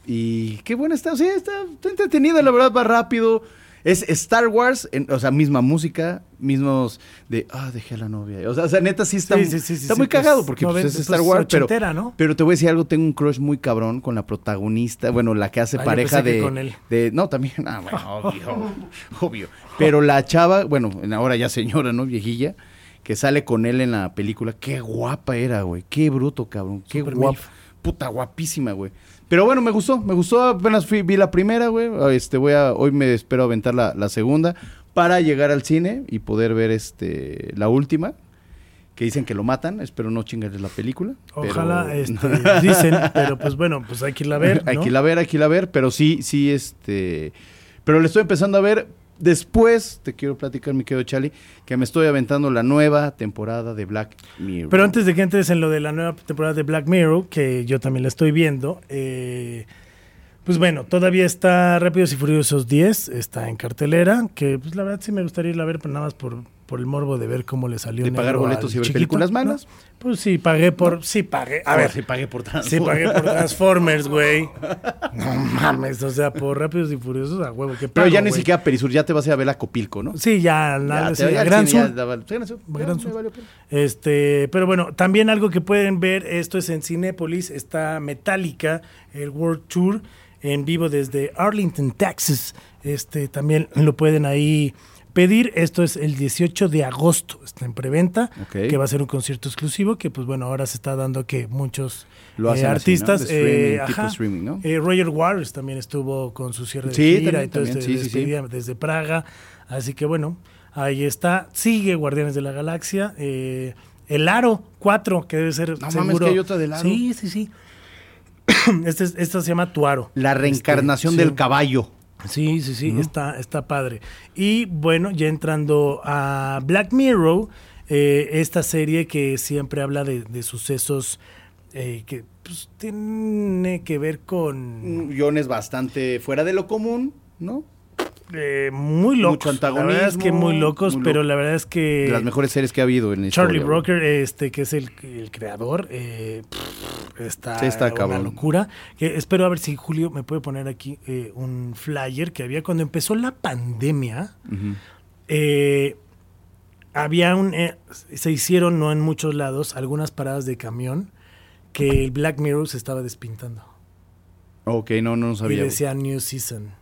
Speaker 2: Y qué buena está. Sí, está, está entretenida, la verdad, va rápido. Es Star Wars, en- o sea, misma música, mismos de, ah, dejé a la novia. O sea, o sea, neta, sí está,
Speaker 1: Sí, sí, sí, sí,
Speaker 2: está
Speaker 1: sí,
Speaker 2: muy
Speaker 1: pues,
Speaker 2: cagado porque pues,
Speaker 1: noventa,
Speaker 2: es Star
Speaker 1: pues,
Speaker 2: Wars. Pero,
Speaker 1: ochentera, ¿no?
Speaker 2: pero te voy a decir algo, tengo un crush muy cabrón con la protagonista, bueno, la que hace
Speaker 1: Ah, yo
Speaker 2: pareja
Speaker 1: pensé que
Speaker 2: de,
Speaker 1: con él.
Speaker 2: de- No, también, ah, bueno, obvio, obvio. Pero la chava, bueno, en ahora ya señora, ¿no? Viejilla, que sale con él en la película, qué guapa era, güey, qué bruto, cabrón, qué
Speaker 1: Super
Speaker 2: guapa.
Speaker 1: milf.
Speaker 2: Puta guapísima, güey. Pero bueno, me gustó, me gustó. Apenas fui- vi la primera, güey. Ah, Este, voy a, hoy me espero aventar la, la segunda para llegar al cine y poder ver este la última. que dicen que lo matan, espero no chingarles la película. pero-
Speaker 1: Ojalá, este, dicen, pero pues bueno, pues hay que irla a ver.
Speaker 2: Hay
Speaker 1: ¿no?
Speaker 2: que ir a ver, hay que ir a ver, pero sí, sí, este. Pero le estoy empezando a ver. Después te quiero platicar, mi querido Charlie, que me estoy aventando la nueva temporada de Black Mirror.
Speaker 1: Pero antes de que entres en lo de la nueva temporada de Black Mirror, que yo también la estoy viendo, eh, pues bueno, todavía está Rápidos y Furiosos 10, está en cartelera, que pues la verdad sí me gustaría irla a ver, pero nada más por, por el morbo de ver cómo le salió.
Speaker 2: ¿De pagar
Speaker 1: negro al
Speaker 2: boletos y ver
Speaker 1: chiquito,
Speaker 2: películas
Speaker 1: ¿no?
Speaker 2: malas?
Speaker 1: Pues sí, pagué por... Sí, pagué. A ver,
Speaker 2: si Oh, pagué por Transformers.
Speaker 1: sí pagué por Transformers, güey. No mames, o sea, por Rápidos y Furiosos a huevo. que
Speaker 2: Pero ya
Speaker 1: pago,
Speaker 2: ni
Speaker 1: güey.
Speaker 2: siquiera Perisur, ya te vas a ir a ver a Copilco, ¿no?
Speaker 1: Sí, ya,
Speaker 2: Ya,
Speaker 1: la,
Speaker 2: te-
Speaker 1: sí,
Speaker 2: ya el
Speaker 1: Gran
Speaker 2: cine ya
Speaker 1: Sur.
Speaker 2: daba- sí, Gran Sur.
Speaker 1: Gran
Speaker 2: Ya,
Speaker 1: Sur.
Speaker 2: me valió pena.
Speaker 1: Este, pero bueno, también algo que pueden ver, esto es en Cinépolis, está Metallica, el World Tour, en vivo desde Arlington, Texas. Este, también lo pueden ahí pedir. Esto es el 18 de agosto, está en preventa,
Speaker 2: Ok.
Speaker 1: que va a ser un concierto exclusivo, que pues bueno, ahora se está dando que muchos
Speaker 2: Lo
Speaker 1: eh,
Speaker 2: hacen así, ¿no?
Speaker 1: artistas,
Speaker 2: De
Speaker 1: eh,
Speaker 2: streaming, tipo
Speaker 1: ajá.
Speaker 2: streaming, ¿no?
Speaker 1: Eh, Roger Waters también estuvo con su cierre de
Speaker 2: Sí,
Speaker 1: gira
Speaker 2: también,
Speaker 1: y todo este
Speaker 2: también, sí, sí, sí.
Speaker 1: despedida desde Praga. Así que bueno, ahí está. Sigue Guardianes de la Galaxia. eh, el Aro 4, que debe ser
Speaker 2: No mames,
Speaker 1: seguro.
Speaker 2: que hay otra del Aro.
Speaker 1: Sí, sí, sí. Este es- esta se llama Tu Aro.
Speaker 2: La reencarnación
Speaker 1: Este, sí.
Speaker 2: del caballo.
Speaker 1: Sí, sí, sí, está, está padre. Y bueno, ya entrando a Black Mirror, eh, esta serie que siempre habla de, de sucesos eh, que pues, tiene que ver con
Speaker 2: Guiones bastante fuera de lo común, ¿no?
Speaker 1: eh, muy locos.
Speaker 2: Mucho
Speaker 1: La verdad es que muy
Speaker 2: antagonismo,
Speaker 1: locos,
Speaker 2: muy
Speaker 1: pero
Speaker 2: loco.
Speaker 1: la verdad es que
Speaker 2: de las mejores series que ha habido en la
Speaker 1: Charlie
Speaker 2: historia, güey.
Speaker 1: Broker, este, que es el, el creador, eh, pff, está,
Speaker 2: Sí, está
Speaker 1: una
Speaker 2: cabrón.
Speaker 1: locura. Que espero a ver si Julio me puede poner aquí eh, un flyer que había cuando empezó la pandemia.
Speaker 2: Ujú.
Speaker 1: Eh, había un. eh, se hicieron, no en muchos lados, algunas paradas de camión que el Black Mirror se estaba despintando.
Speaker 2: Ok, no, no, lo sabía.
Speaker 1: y
Speaker 2: güey.
Speaker 1: decía New Season.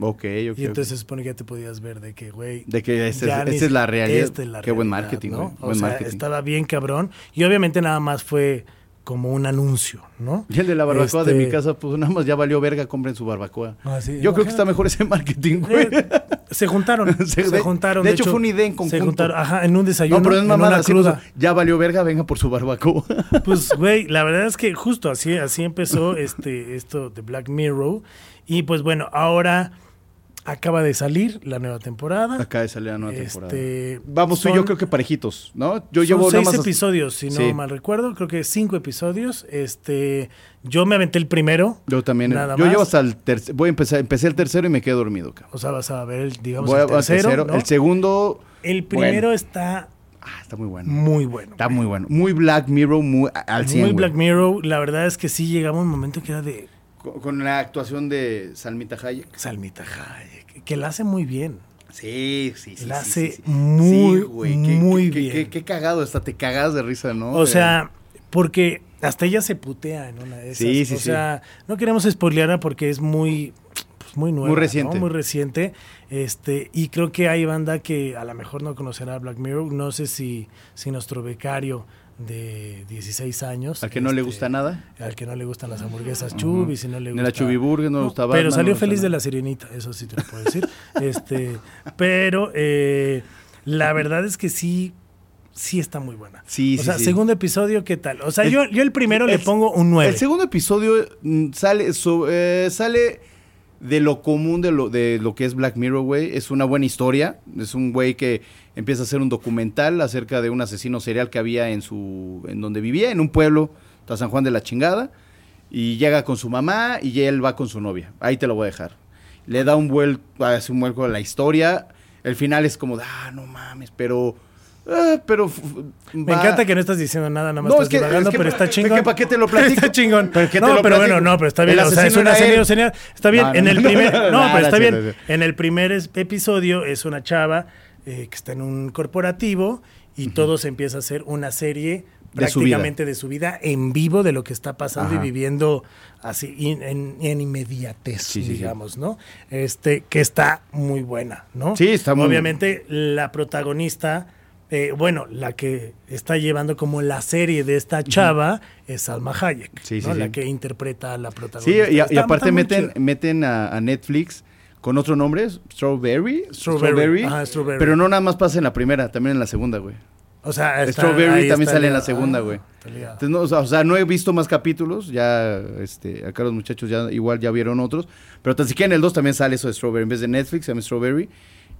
Speaker 2: Ok, ok.
Speaker 1: y
Speaker 2: ok.
Speaker 1: entonces se supone que ya te podías ver de que, güey.
Speaker 2: De que esta
Speaker 1: ya
Speaker 2: es,
Speaker 1: ni
Speaker 2: esta es la realidad.
Speaker 1: esta es la
Speaker 2: Qué buen
Speaker 1: realidad,
Speaker 2: marketing,
Speaker 1: ¿no?
Speaker 2: güey.
Speaker 1: O
Speaker 2: Buen
Speaker 1: sea,
Speaker 2: marketing.
Speaker 1: estaba bien cabrón. Y obviamente nada más fue como un anuncio, ¿no?
Speaker 2: Y el de la barbacoa de
Speaker 1: Este,
Speaker 2: mi casa, pues nada más ya valió verga, compren su barbacoa.
Speaker 1: Ah, sí,
Speaker 2: Yo creo
Speaker 1: imagínate.
Speaker 2: que está mejor ese marketing, güey.
Speaker 1: eh, se juntaron, se,
Speaker 2: Se- de-
Speaker 1: juntaron.
Speaker 2: de hecho, fue una idea en
Speaker 1: Se
Speaker 2: conjunto.
Speaker 1: juntaron, ajá, en un desayuno,
Speaker 2: No, pero es
Speaker 1: en
Speaker 2: mamada,
Speaker 1: una
Speaker 2: así, pues,
Speaker 1: cruda.
Speaker 2: ya valió verga, venga por su barbacoa.
Speaker 1: Pues, güey, la verdad es que justo así, así empezó este, esto de Black Mirror. Y pues bueno, ahora acaba de salir la nueva temporada.
Speaker 2: Acá de salir la nueva temporada.
Speaker 1: Este,
Speaker 2: Vamos tú y yo
Speaker 1: son-
Speaker 2: creo que parejitos, ¿no? Yo
Speaker 1: Son
Speaker 2: llevo
Speaker 1: seis
Speaker 2: nada más-
Speaker 1: episodios, si no
Speaker 2: Sí.
Speaker 1: mal recuerdo, creo que cinco episodios. Este, yo me aventé el primero.
Speaker 2: Yo también. eh.
Speaker 1: Nada
Speaker 2: yo
Speaker 1: más.
Speaker 2: llevo hasta el tercero. Voy a empezar, empecé el tercero y me quedé dormido, cabrón.
Speaker 1: O sea, vas a ver, el, digamos,
Speaker 2: Voy a-
Speaker 1: el tercero. ¿no?
Speaker 2: El segundo.
Speaker 1: El primero
Speaker 2: bueno.
Speaker 1: está
Speaker 2: Ah, está muy bueno.
Speaker 1: muy bueno.
Speaker 2: Está muy bueno. Muy Black Mirror, muy a- al 100.
Speaker 1: muy
Speaker 2: güey.
Speaker 1: Black Mirror. La verdad es que sí llegaba un momento que era de
Speaker 2: Con, con la actuación de Salmita Hayek.
Speaker 1: Salmita Hayek, que la hace muy bien.
Speaker 2: Sí, sí, sí.
Speaker 1: La
Speaker 2: sí,
Speaker 1: hace
Speaker 2: sí, sí.
Speaker 1: muy,
Speaker 2: qué-
Speaker 1: muy
Speaker 2: qué-
Speaker 1: bien.
Speaker 2: Qué, qué cagado, hasta te cagas de risa, ¿no?
Speaker 1: O sea, porque hasta ella se putea en una de esas.
Speaker 2: Sí, sí,
Speaker 1: o
Speaker 2: sí.
Speaker 1: sea, no queremos spoilearla porque es muy pues, muy nueva,
Speaker 2: Muy
Speaker 1: ¿no?
Speaker 2: reciente.
Speaker 1: muy reciente. Este, y creo que hay banda que a lo mejor no conocerá a Black Mirror, no sé si si nuestro becario de 16 años
Speaker 2: al que no le
Speaker 1: este,
Speaker 2: gusta nada.
Speaker 1: al que no le gustan las hamburguesas chubis, si no le
Speaker 2: Ni
Speaker 1: gusta
Speaker 2: la chubiburger, no le gusta Batman,
Speaker 1: Pero
Speaker 2: no
Speaker 1: salió
Speaker 2: le gusta
Speaker 1: feliz de
Speaker 2: nada.
Speaker 1: la sirenita, eso sí te lo puedo decir. este, pero eh, la verdad es que sí, sí está muy buena.
Speaker 2: Sí,
Speaker 1: o
Speaker 2: sí,
Speaker 1: sea,
Speaker 2: sí.
Speaker 1: segundo episodio, ¿qué tal? O sea,
Speaker 2: El-
Speaker 1: yo, yo el primero le
Speaker 2: el-
Speaker 1: pongo un 9.
Speaker 2: El segundo episodio mm, sale, so- eh, sale de lo común de lo, de lo que es Black Mirror, güey. Es una buena historia. Es un güey que empieza a hacer un documental acerca de un asesino serial que había en su. en donde vivía, en un pueblo, hasta San Juan de la chingada. Y llega con su mamá y él va con su novia. Ahí te lo voy a dejar. Le da un vuelco, hace un vuelco a la historia. El final es como de, ah, no mames, pero. ah, pero. f-
Speaker 1: Me
Speaker 2: va-
Speaker 1: encanta que no estás diciendo nada, nada más estás divagando, pero está chingón.
Speaker 2: ¿Para qué te lo platico?
Speaker 1: Está chingón.
Speaker 2: ¿Para qué te
Speaker 1: no,
Speaker 2: lo
Speaker 1: pero
Speaker 2: platico?
Speaker 1: bueno, no, pero está
Speaker 2: El
Speaker 1: bien. O sea, es
Speaker 2: asesino
Speaker 1: un
Speaker 2: era
Speaker 1: asesino
Speaker 2: él.
Speaker 1: serial. Está bien.
Speaker 2: No, no,
Speaker 1: en el
Speaker 2: no,
Speaker 1: primer.
Speaker 2: no,
Speaker 1: No,
Speaker 2: no,
Speaker 1: pero
Speaker 2: no,
Speaker 1: está
Speaker 2: sí,
Speaker 1: bien.
Speaker 2: no, sí.
Speaker 1: En el primer es- episodio es una chava eh, que está en un corporativo y todo se empieza a hacer una serie
Speaker 2: De su vida.
Speaker 1: prácticamente de su vida en vivo de lo que está pasando y
Speaker 2: Ajá.
Speaker 1: viviendo así in- en, en inmediatez,
Speaker 2: Sí, sí, sí.
Speaker 1: digamos, ¿no? Este, que está muy buena, ¿no?
Speaker 2: Sí, está muy-
Speaker 1: Obviamente Obviamente, la protagonista, eh, bueno, la que está llevando como la serie de esta chava es Salma Hayek,
Speaker 2: Sí,
Speaker 1: ¿no?
Speaker 2: sí,
Speaker 1: la
Speaker 2: sí.
Speaker 1: que interpreta a la protagonista.
Speaker 2: Sí, y, a- y
Speaker 1: Está- está
Speaker 2: aparte
Speaker 1: muy
Speaker 2: meten,
Speaker 1: chido.
Speaker 2: meten a, a Netflix con otro nombre, Strawberry.
Speaker 1: Strawberry, ajá, Strawberry.
Speaker 2: Pero no nada más pasa en la primera, también en la segunda, güey.
Speaker 1: O sea, está-
Speaker 2: Strawberry
Speaker 1: ahí
Speaker 2: también
Speaker 1: está
Speaker 2: sale en
Speaker 1: liado.
Speaker 2: la segunda,
Speaker 1: Ah,
Speaker 2: güey.
Speaker 1: está liado.
Speaker 2: Entonces, no, o, sea, o sea, no he visto más capítulos. Ya, este, acá los muchachos ya igual ya vieron otros. Pero tan siquiera en el 2 también sale eso de Strawberry. En vez de Netflix, se llama Strawberry.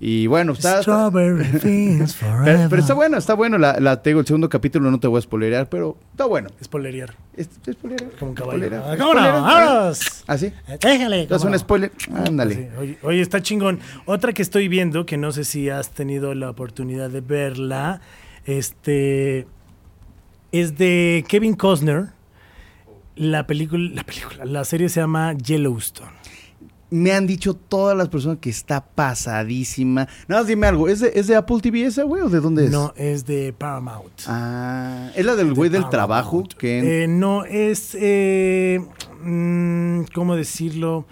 Speaker 2: Y bueno, está. está-
Speaker 1: Strawberry things forever.
Speaker 2: pero, pero está bueno, está bueno. La, la- te digo, el segundo capítulo no te voy a spoilerear, pero está bueno.
Speaker 1: Spoilerear,
Speaker 2: Es, es spoilerear,
Speaker 1: como un caballo.
Speaker 2: spoilerear,
Speaker 1: Ah, ¿Cómo no?
Speaker 2: spoilerear.
Speaker 1: ¡Vámonos! Eh,
Speaker 2: ¿Ah, sí?
Speaker 1: Déjale.
Speaker 2: ¿Tú haces
Speaker 1: cómo
Speaker 2: un
Speaker 1: no.
Speaker 2: spoiler? Ándale.
Speaker 1: Sí, oye, oye, está chingón. Otra que estoy viendo, que no sé si has tenido la oportunidad de verla, este es de Kevin Costner. La película, la película, la serie se llama Yellowstone.
Speaker 2: Me han dicho todas las personas que está pasadísima. Nada más dime algo. ¿Es de, es de Apple TV esa, güey? ¿O de dónde es?
Speaker 1: No, es de Paramount.
Speaker 2: Ah, es la del güey del
Speaker 1: Paramount.
Speaker 2: trabajo. Que en-
Speaker 1: Eh, no, es. eh, mm, ¿Cómo decirlo?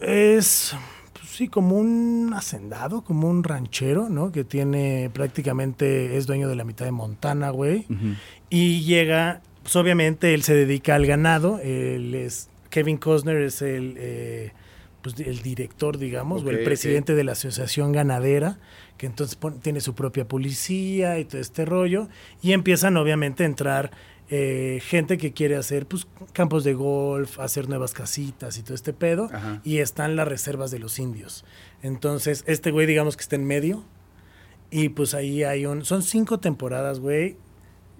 Speaker 1: Es. pues, Sí, como un hacendado, como un ranchero, ¿no? Que tiene prácticamente, es dueño de la mitad de Montana, güey.
Speaker 2: Ujú.
Speaker 1: Y llega, pues obviamente él se dedica al ganado. Él es, Kevin Costner es el, eh, pues, di- el director, digamos, o
Speaker 2: Ok,
Speaker 1: el
Speaker 2: ok.
Speaker 1: presidente de la asociación ganadera, que entonces pon- tiene su propia policía y todo este rollo. Y empiezan obviamente a entrar eh, gente que quiere hacer pues, campos de golf, hacer nuevas casitas y todo este pedo.
Speaker 2: Ajá.
Speaker 1: Y están las reservas de los indios. Entonces, este güey, digamos que está en medio. Y pues ahí hay un... Son cinco temporadas, güey.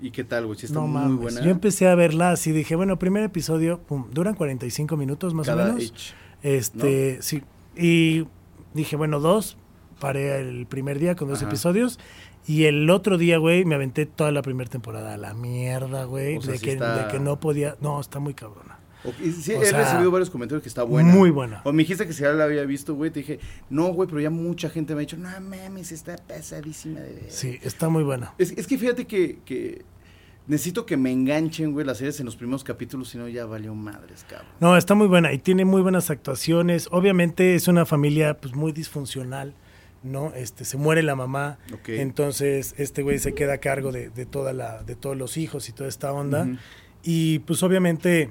Speaker 2: ¿Y qué tal, güey? Sí, está
Speaker 1: No
Speaker 2: muy
Speaker 1: mames.
Speaker 2: buena.
Speaker 1: Yo empecé a verla así, dije, bueno, primer episodio, pum, duran 45 minutos más
Speaker 2: Cada
Speaker 1: o menos.
Speaker 2: each.
Speaker 1: Este, sí. Y dije, bueno, dos, paré el primer día con dos
Speaker 2: Ajá.
Speaker 1: episodios. Y el otro día, güey, me aventé toda la primera temporada. a La mierda, güey.
Speaker 2: O sea,
Speaker 1: de,
Speaker 2: sí
Speaker 1: que,
Speaker 2: está-
Speaker 1: de que no podía. No, está muy cabrona.
Speaker 2: O- y sí,
Speaker 1: O
Speaker 2: he
Speaker 1: sea,
Speaker 2: recibido varios comentarios que está buena.
Speaker 1: muy buena.
Speaker 2: O me dijiste que si ya la había visto, güey. Te dije, no, güey, pero ya mucha gente me ha dicho, no mames, está pasadísima de ver.
Speaker 1: Sí, está muy buena.
Speaker 2: Es, es que fíjate que, que necesito que me enganchen, güey, las series en los primeros capítulos, si no ya valió madres, cabrón.
Speaker 1: No, está muy buena y tiene muy buenas actuaciones. Obviamente es una familia pues muy disfuncional, ¿no? Este se muere la mamá,
Speaker 2: Ok.
Speaker 1: entonces este güey se queda a cargo de, de toda la de todos los hijos y toda esta onda
Speaker 2: Ujú.
Speaker 1: y pues obviamente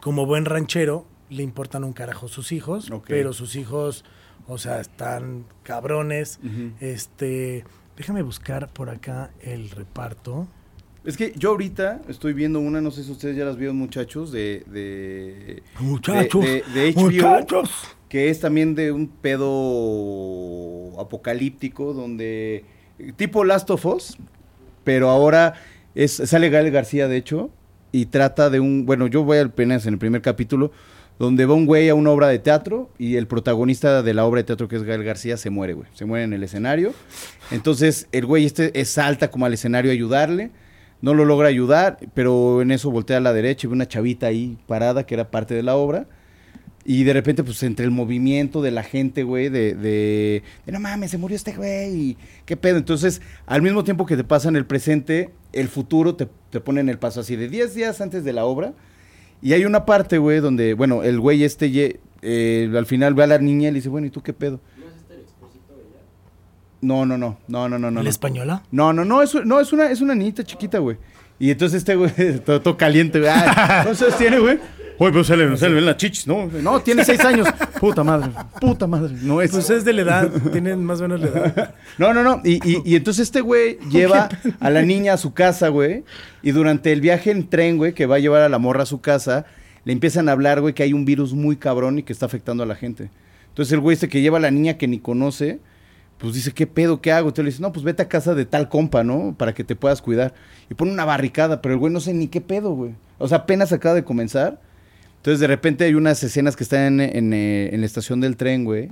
Speaker 1: como buen ranchero le importan un carajo sus hijos,
Speaker 2: Ok.
Speaker 1: pero sus hijos, o sea, están cabrones.
Speaker 2: Ujú.
Speaker 1: Este, déjame buscar por acá el reparto.
Speaker 2: Es que yo ahorita estoy viendo una, no sé si ustedes ya las vieron, muchachos, de. de
Speaker 1: Muchachos,
Speaker 2: de- de HBO.
Speaker 1: muchachos.
Speaker 2: que es también de un pedo apocalíptico, donde. tipo Last of Us, pero ahora es, sale Gael García, de hecho, y trata de un. Bueno, yo voy al penas en el primer capítulo, donde va un güey a una obra de teatro y el protagonista de la obra de teatro, que es Gael García, se muere, güey. Se muere en el escenario. Entonces, el güey este es- salta como al escenario a ayudarle. No lo logra ayudar, pero en eso voltea a la derecha y ve una chavita ahí parada que era parte de la obra. Y de repente, pues entre el movimiento de la gente, güey, de, de, de, no mames, se murió este güey, y qué pedo. Entonces, al mismo tiempo que te pasan el presente, el futuro te, te ponen el paso así de 10 días antes de la obra. Y hay una parte, güey, donde, bueno, el güey este ye- eh, al final ve a la niña y le dice, bueno, ¿y tú qué pedo? No, no, no, no, no, no, no.
Speaker 1: ¿La
Speaker 2: no.
Speaker 1: española?
Speaker 2: No, no, no, es, no, es una, es una niñita chiquita, güey. Y entonces este güey, todo, todo caliente, güey. Ay, ¿No sabes tiene, güey? Oye, pues se le, se le ven las chichis, ¿no? No, tiene seis años. Puta madre, puta madre. No es.
Speaker 1: Pues es de la edad, tienen más o menos la edad.
Speaker 2: No, no, no. Y, y- y entonces este güey lleva a la niña a su casa, güey. Y durante el viaje en tren, güey, que va a llevar a la morra a su casa, le empiezan a hablar, güey, que hay un virus muy cabrón y que está afectando a la gente. Entonces el güey este que lleva a la niña que ni conoce, pues dice, ¿qué pedo? ¿Qué hago? Entonces le dice, no, pues vete a casa de tal compa, ¿no? Para que te puedas cuidar. Y pone una barricada, pero el güey no sé ni qué pedo, güey. O sea, apenas acaba de comenzar. Entonces de repente hay unas escenas que están en, en, eh, en la estación del tren, güey.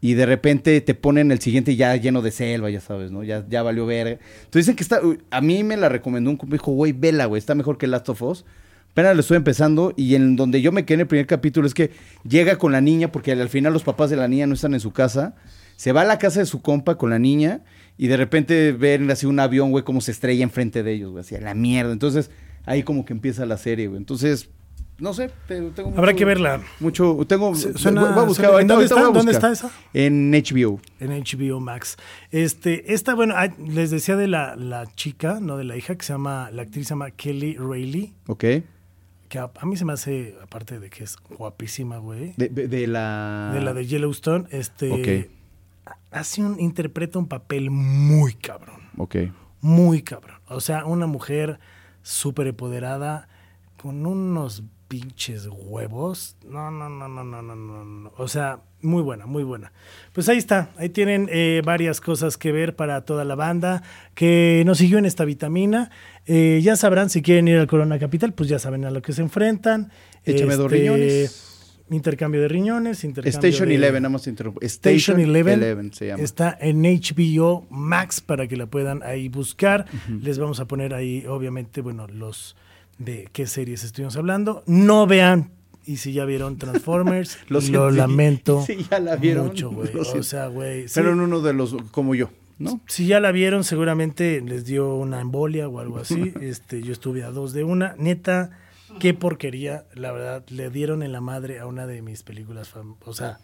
Speaker 2: Y de repente te ponen el siguiente ya lleno de selva, ya sabes, ¿no? Ya, ya valió verga. Entonces dicen que está. uy, A mí me la recomendó un compa. Dijo, güey, vela, güey, está mejor que Last of Us. Apenas lo estoy empezando. Y en donde yo me quedé en el primer capítulo es que llega con la niña, porque al final los papás de la niña no están en su casa. Se va a la casa de su compa con la niña. Y de repente ven así un avión, güey, como se estrella enfrente de ellos, güey, así a la mierda. Entonces ahí como que empieza la serie, güey. Entonces, no sé. te- tengo
Speaker 1: Habrá
Speaker 2: mucho-
Speaker 1: que verla
Speaker 2: Mucho. Tengo.
Speaker 1: Su- suena-
Speaker 2: voy a buscar.
Speaker 1: suena- ¿en
Speaker 2: ahorita-
Speaker 1: dónde
Speaker 2: ahorita voy a
Speaker 1: está? ¿Dónde
Speaker 2: buscar.
Speaker 1: está esa?
Speaker 2: En HBO.
Speaker 1: en HBO Max. Este, esta, bueno, ah, les decía de la, la chica, no de la hija, que se llama, la actriz se llama Kelly Reilly,
Speaker 2: Ok.
Speaker 1: que a, a mí se me hace, aparte de que es guapísima, güey,
Speaker 2: De, de- de la.
Speaker 1: de la de Yellowstone, este,
Speaker 2: Ok.
Speaker 1: hace un, interpreta un papel muy cabrón,
Speaker 2: Ok.
Speaker 1: Este, muy cabrón. O sea, una mujer súper empoderada con unos pinches huevos. No, no, no, no, no, no, no, no. O sea, muy buena, muy buena. Pues ahí está, ahí tienen eh, varias cosas que ver para toda la banda que nos siguió en esta vitamina. Eh, ya sabrán si quieren ir al Corona Capital, pues ya saben a lo que se enfrentan.
Speaker 2: Échame dos
Speaker 1: Este,
Speaker 2: riñones.
Speaker 1: Intercambio de riñones, intercambio
Speaker 2: Station
Speaker 1: de-
Speaker 2: 11, nada más te interrumpo.
Speaker 1: Station 11,
Speaker 2: se llama.
Speaker 1: está en HBO Max para que la puedan ahí buscar. Les vamos a poner ahí, obviamente, bueno, los de qué series estuvimos hablando. No vean, y si ya vieron Transformers,
Speaker 2: Lo
Speaker 1: lo,
Speaker 2: sentí.
Speaker 1: lamento.
Speaker 2: Sí, ya la vieron.
Speaker 1: Mucho, güey.
Speaker 2: Lo
Speaker 1: O
Speaker 2: siento.
Speaker 1: sea, güey. sí.
Speaker 2: Pero en uno de los, como yo, ¿no?
Speaker 1: Si ya la vieron, seguramente les dio una embolia o algo así. Este, yo estuve a dos de una. Neta, qué porquería. La verdad, le dieron en la madre a una de mis películas. fam- O sea,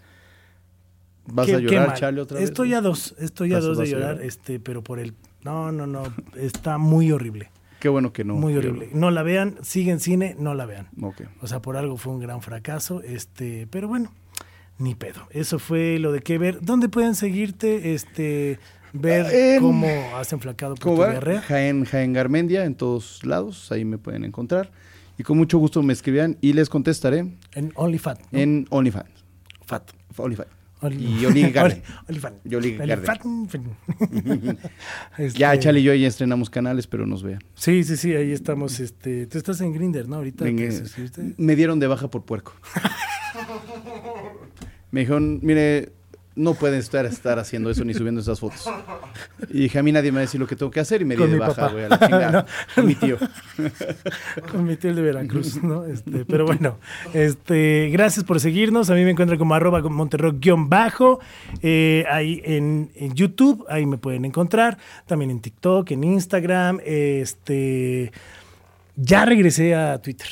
Speaker 2: Vas
Speaker 1: Qué-
Speaker 2: a
Speaker 1: qué
Speaker 2: llorar,
Speaker 1: mal.
Speaker 2: Chale, otra vez.
Speaker 1: Estoy a dos, estoy a
Speaker 2: Vas-
Speaker 1: dos de
Speaker 2: vas a
Speaker 1: llorar,
Speaker 2: llorar.
Speaker 1: este, pero por el... No, no, no, está muy horrible,
Speaker 2: Qué bueno que no.
Speaker 1: muy
Speaker 2: que-
Speaker 1: horrible. No la vean, sigue en cine, no la vean.
Speaker 2: Ok.
Speaker 1: O sea, por algo fue un gran fracaso, este, pero bueno, ni pedo. Eso fue lo de qué ver. ¿Dónde pueden seguirte, este, ver
Speaker 2: En-
Speaker 1: cómo has enflacado por
Speaker 2: ¿Cómo
Speaker 1: tu
Speaker 2: va?
Speaker 1: diarrea?
Speaker 2: Jaén, Jaén Garmendia, en todos lados, ahí me pueden encontrar. Y con mucho gusto me escribirán y les contestaré
Speaker 1: En OnlyFat. ¿no?
Speaker 2: en OnlyFans.
Speaker 1: Fat.
Speaker 2: OnlyFans.
Speaker 1: Only-
Speaker 2: Y Oli Garden.
Speaker 1: Only- OnlyFan.
Speaker 2: Y Oli Garden.
Speaker 1: OnlyFan. Este-
Speaker 2: Ya Chale y yo ya estrenamos canales, pero nos vean.
Speaker 1: Sí, sí, sí, ahí estamos. Este, tú estás en Grinder, ¿no? Ahorita.
Speaker 2: Venga,
Speaker 1: que se suscribiste.
Speaker 2: me dieron de baja por puerco. me dijeron, mire, no pueden estar, estar haciendo eso ni subiendo esas fotos. Y dije, a mí nadie me va a decir lo que tengo que hacer y me di
Speaker 1: Con
Speaker 2: de
Speaker 1: mi
Speaker 2: baja,
Speaker 1: papá.
Speaker 2: güey, a la chingada. Con mi tío.
Speaker 1: Con mi tío el de Veracruz, ¿no? Este, pero bueno, este, gracias por seguirnos. A mí me encuentran como arroba monterrock-bajo. eh, ahí en, en YouTube, ahí me pueden encontrar. También en TikTok, en Instagram. Este, ya regresé a Twitter.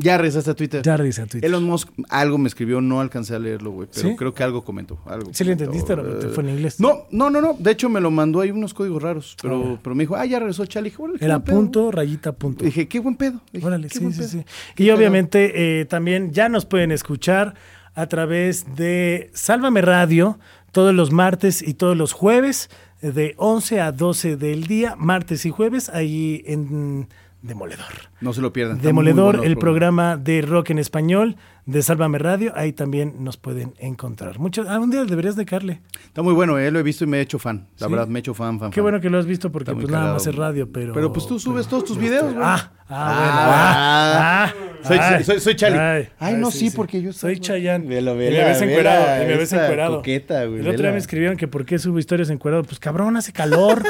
Speaker 2: Ya regresaste a Twitter.
Speaker 1: Ya regresé a Twitter.
Speaker 2: Elon Musk algo me escribió, no alcancé a leerlo, güey, pero
Speaker 1: ¿Sí?
Speaker 2: creo que algo comentó. Algo
Speaker 1: ¿Sí le
Speaker 2: comentó,
Speaker 1: entendiste o no?
Speaker 2: eh,
Speaker 1: ¿Te fue en inglés?
Speaker 2: No, no, no, no. De hecho, me lo mandó ahí unos códigos raros, pero,
Speaker 1: Ah.
Speaker 2: pero me dijo, ah, ya regresó Chale. Y Dije, órale, qué
Speaker 1: Era
Speaker 2: buen pedo.
Speaker 1: punto, rayita, punto.
Speaker 2: Dije, qué buen pedo. Dije,
Speaker 1: Órale,
Speaker 2: qué
Speaker 1: sí,
Speaker 2: buen
Speaker 1: sí,
Speaker 2: pedo.
Speaker 1: sí.
Speaker 2: Qué
Speaker 1: Y
Speaker 2: cagado.
Speaker 1: obviamente eh, también ya nos pueden escuchar a través de Sálvame Radio todos los martes y todos los jueves eh, de 11 a 12 del día, martes y jueves, ahí en Demoledor.
Speaker 2: No se lo pierdan. está muy
Speaker 1: Demoledor,
Speaker 2: bueno este
Speaker 1: el programa de rock en español de Sálvame Radio, ahí también nos pueden encontrar. Muchas, ah, un día deberías de Carle.
Speaker 2: Está muy bueno, eh, lo he visto y me he hecho fan. La
Speaker 1: ¿Sí?
Speaker 2: verdad, me he hecho fan, fan.
Speaker 1: Qué
Speaker 2: fan.
Speaker 1: bueno que lo has visto porque
Speaker 2: Está muy
Speaker 1: pues nada
Speaker 2: cagado.
Speaker 1: más es radio, pero...
Speaker 2: Pero pues tú subes todos tus videos, güey.
Speaker 1: Ah, ah,
Speaker 2: Ah,
Speaker 1: bueno, ah,
Speaker 2: soy-
Speaker 1: ah.
Speaker 2: soy- soy- soy Chali. Ay, no, sí, porque yo
Speaker 1: soy
Speaker 2: soy-
Speaker 1: Chayanne.
Speaker 2: Vela,
Speaker 1: y
Speaker 2: vela,
Speaker 1: me ves
Speaker 2: vela,
Speaker 1: encuerado, y me ves
Speaker 2: esa
Speaker 1: encuerado.
Speaker 2: coqueta, güey,
Speaker 1: El otro día
Speaker 2: vela.
Speaker 1: me escribieron que por qué subo historias encuerado. Pues cabrón, hace calor.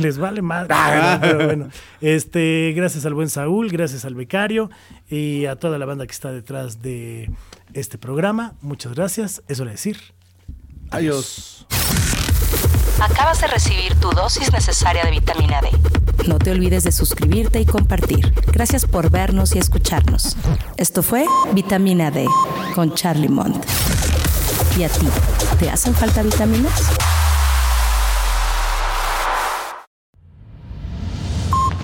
Speaker 1: Les vale más.
Speaker 2: Ah,
Speaker 1: pero bueno. Este, gracias al buen Saúl, gracias al becario y a toda la banda que está detrás de este programa. Muchas gracias. Eso le decir.
Speaker 2: Adiós.
Speaker 4: Acabas de recibir tu dosis necesaria de vitamina D. No te olvides de suscribirte y compartir. Gracias por vernos y escucharnos. Esto fue Vitamina D con Charlie Mont. ¿Y a ti? ¿Te hacen falta vitaminas?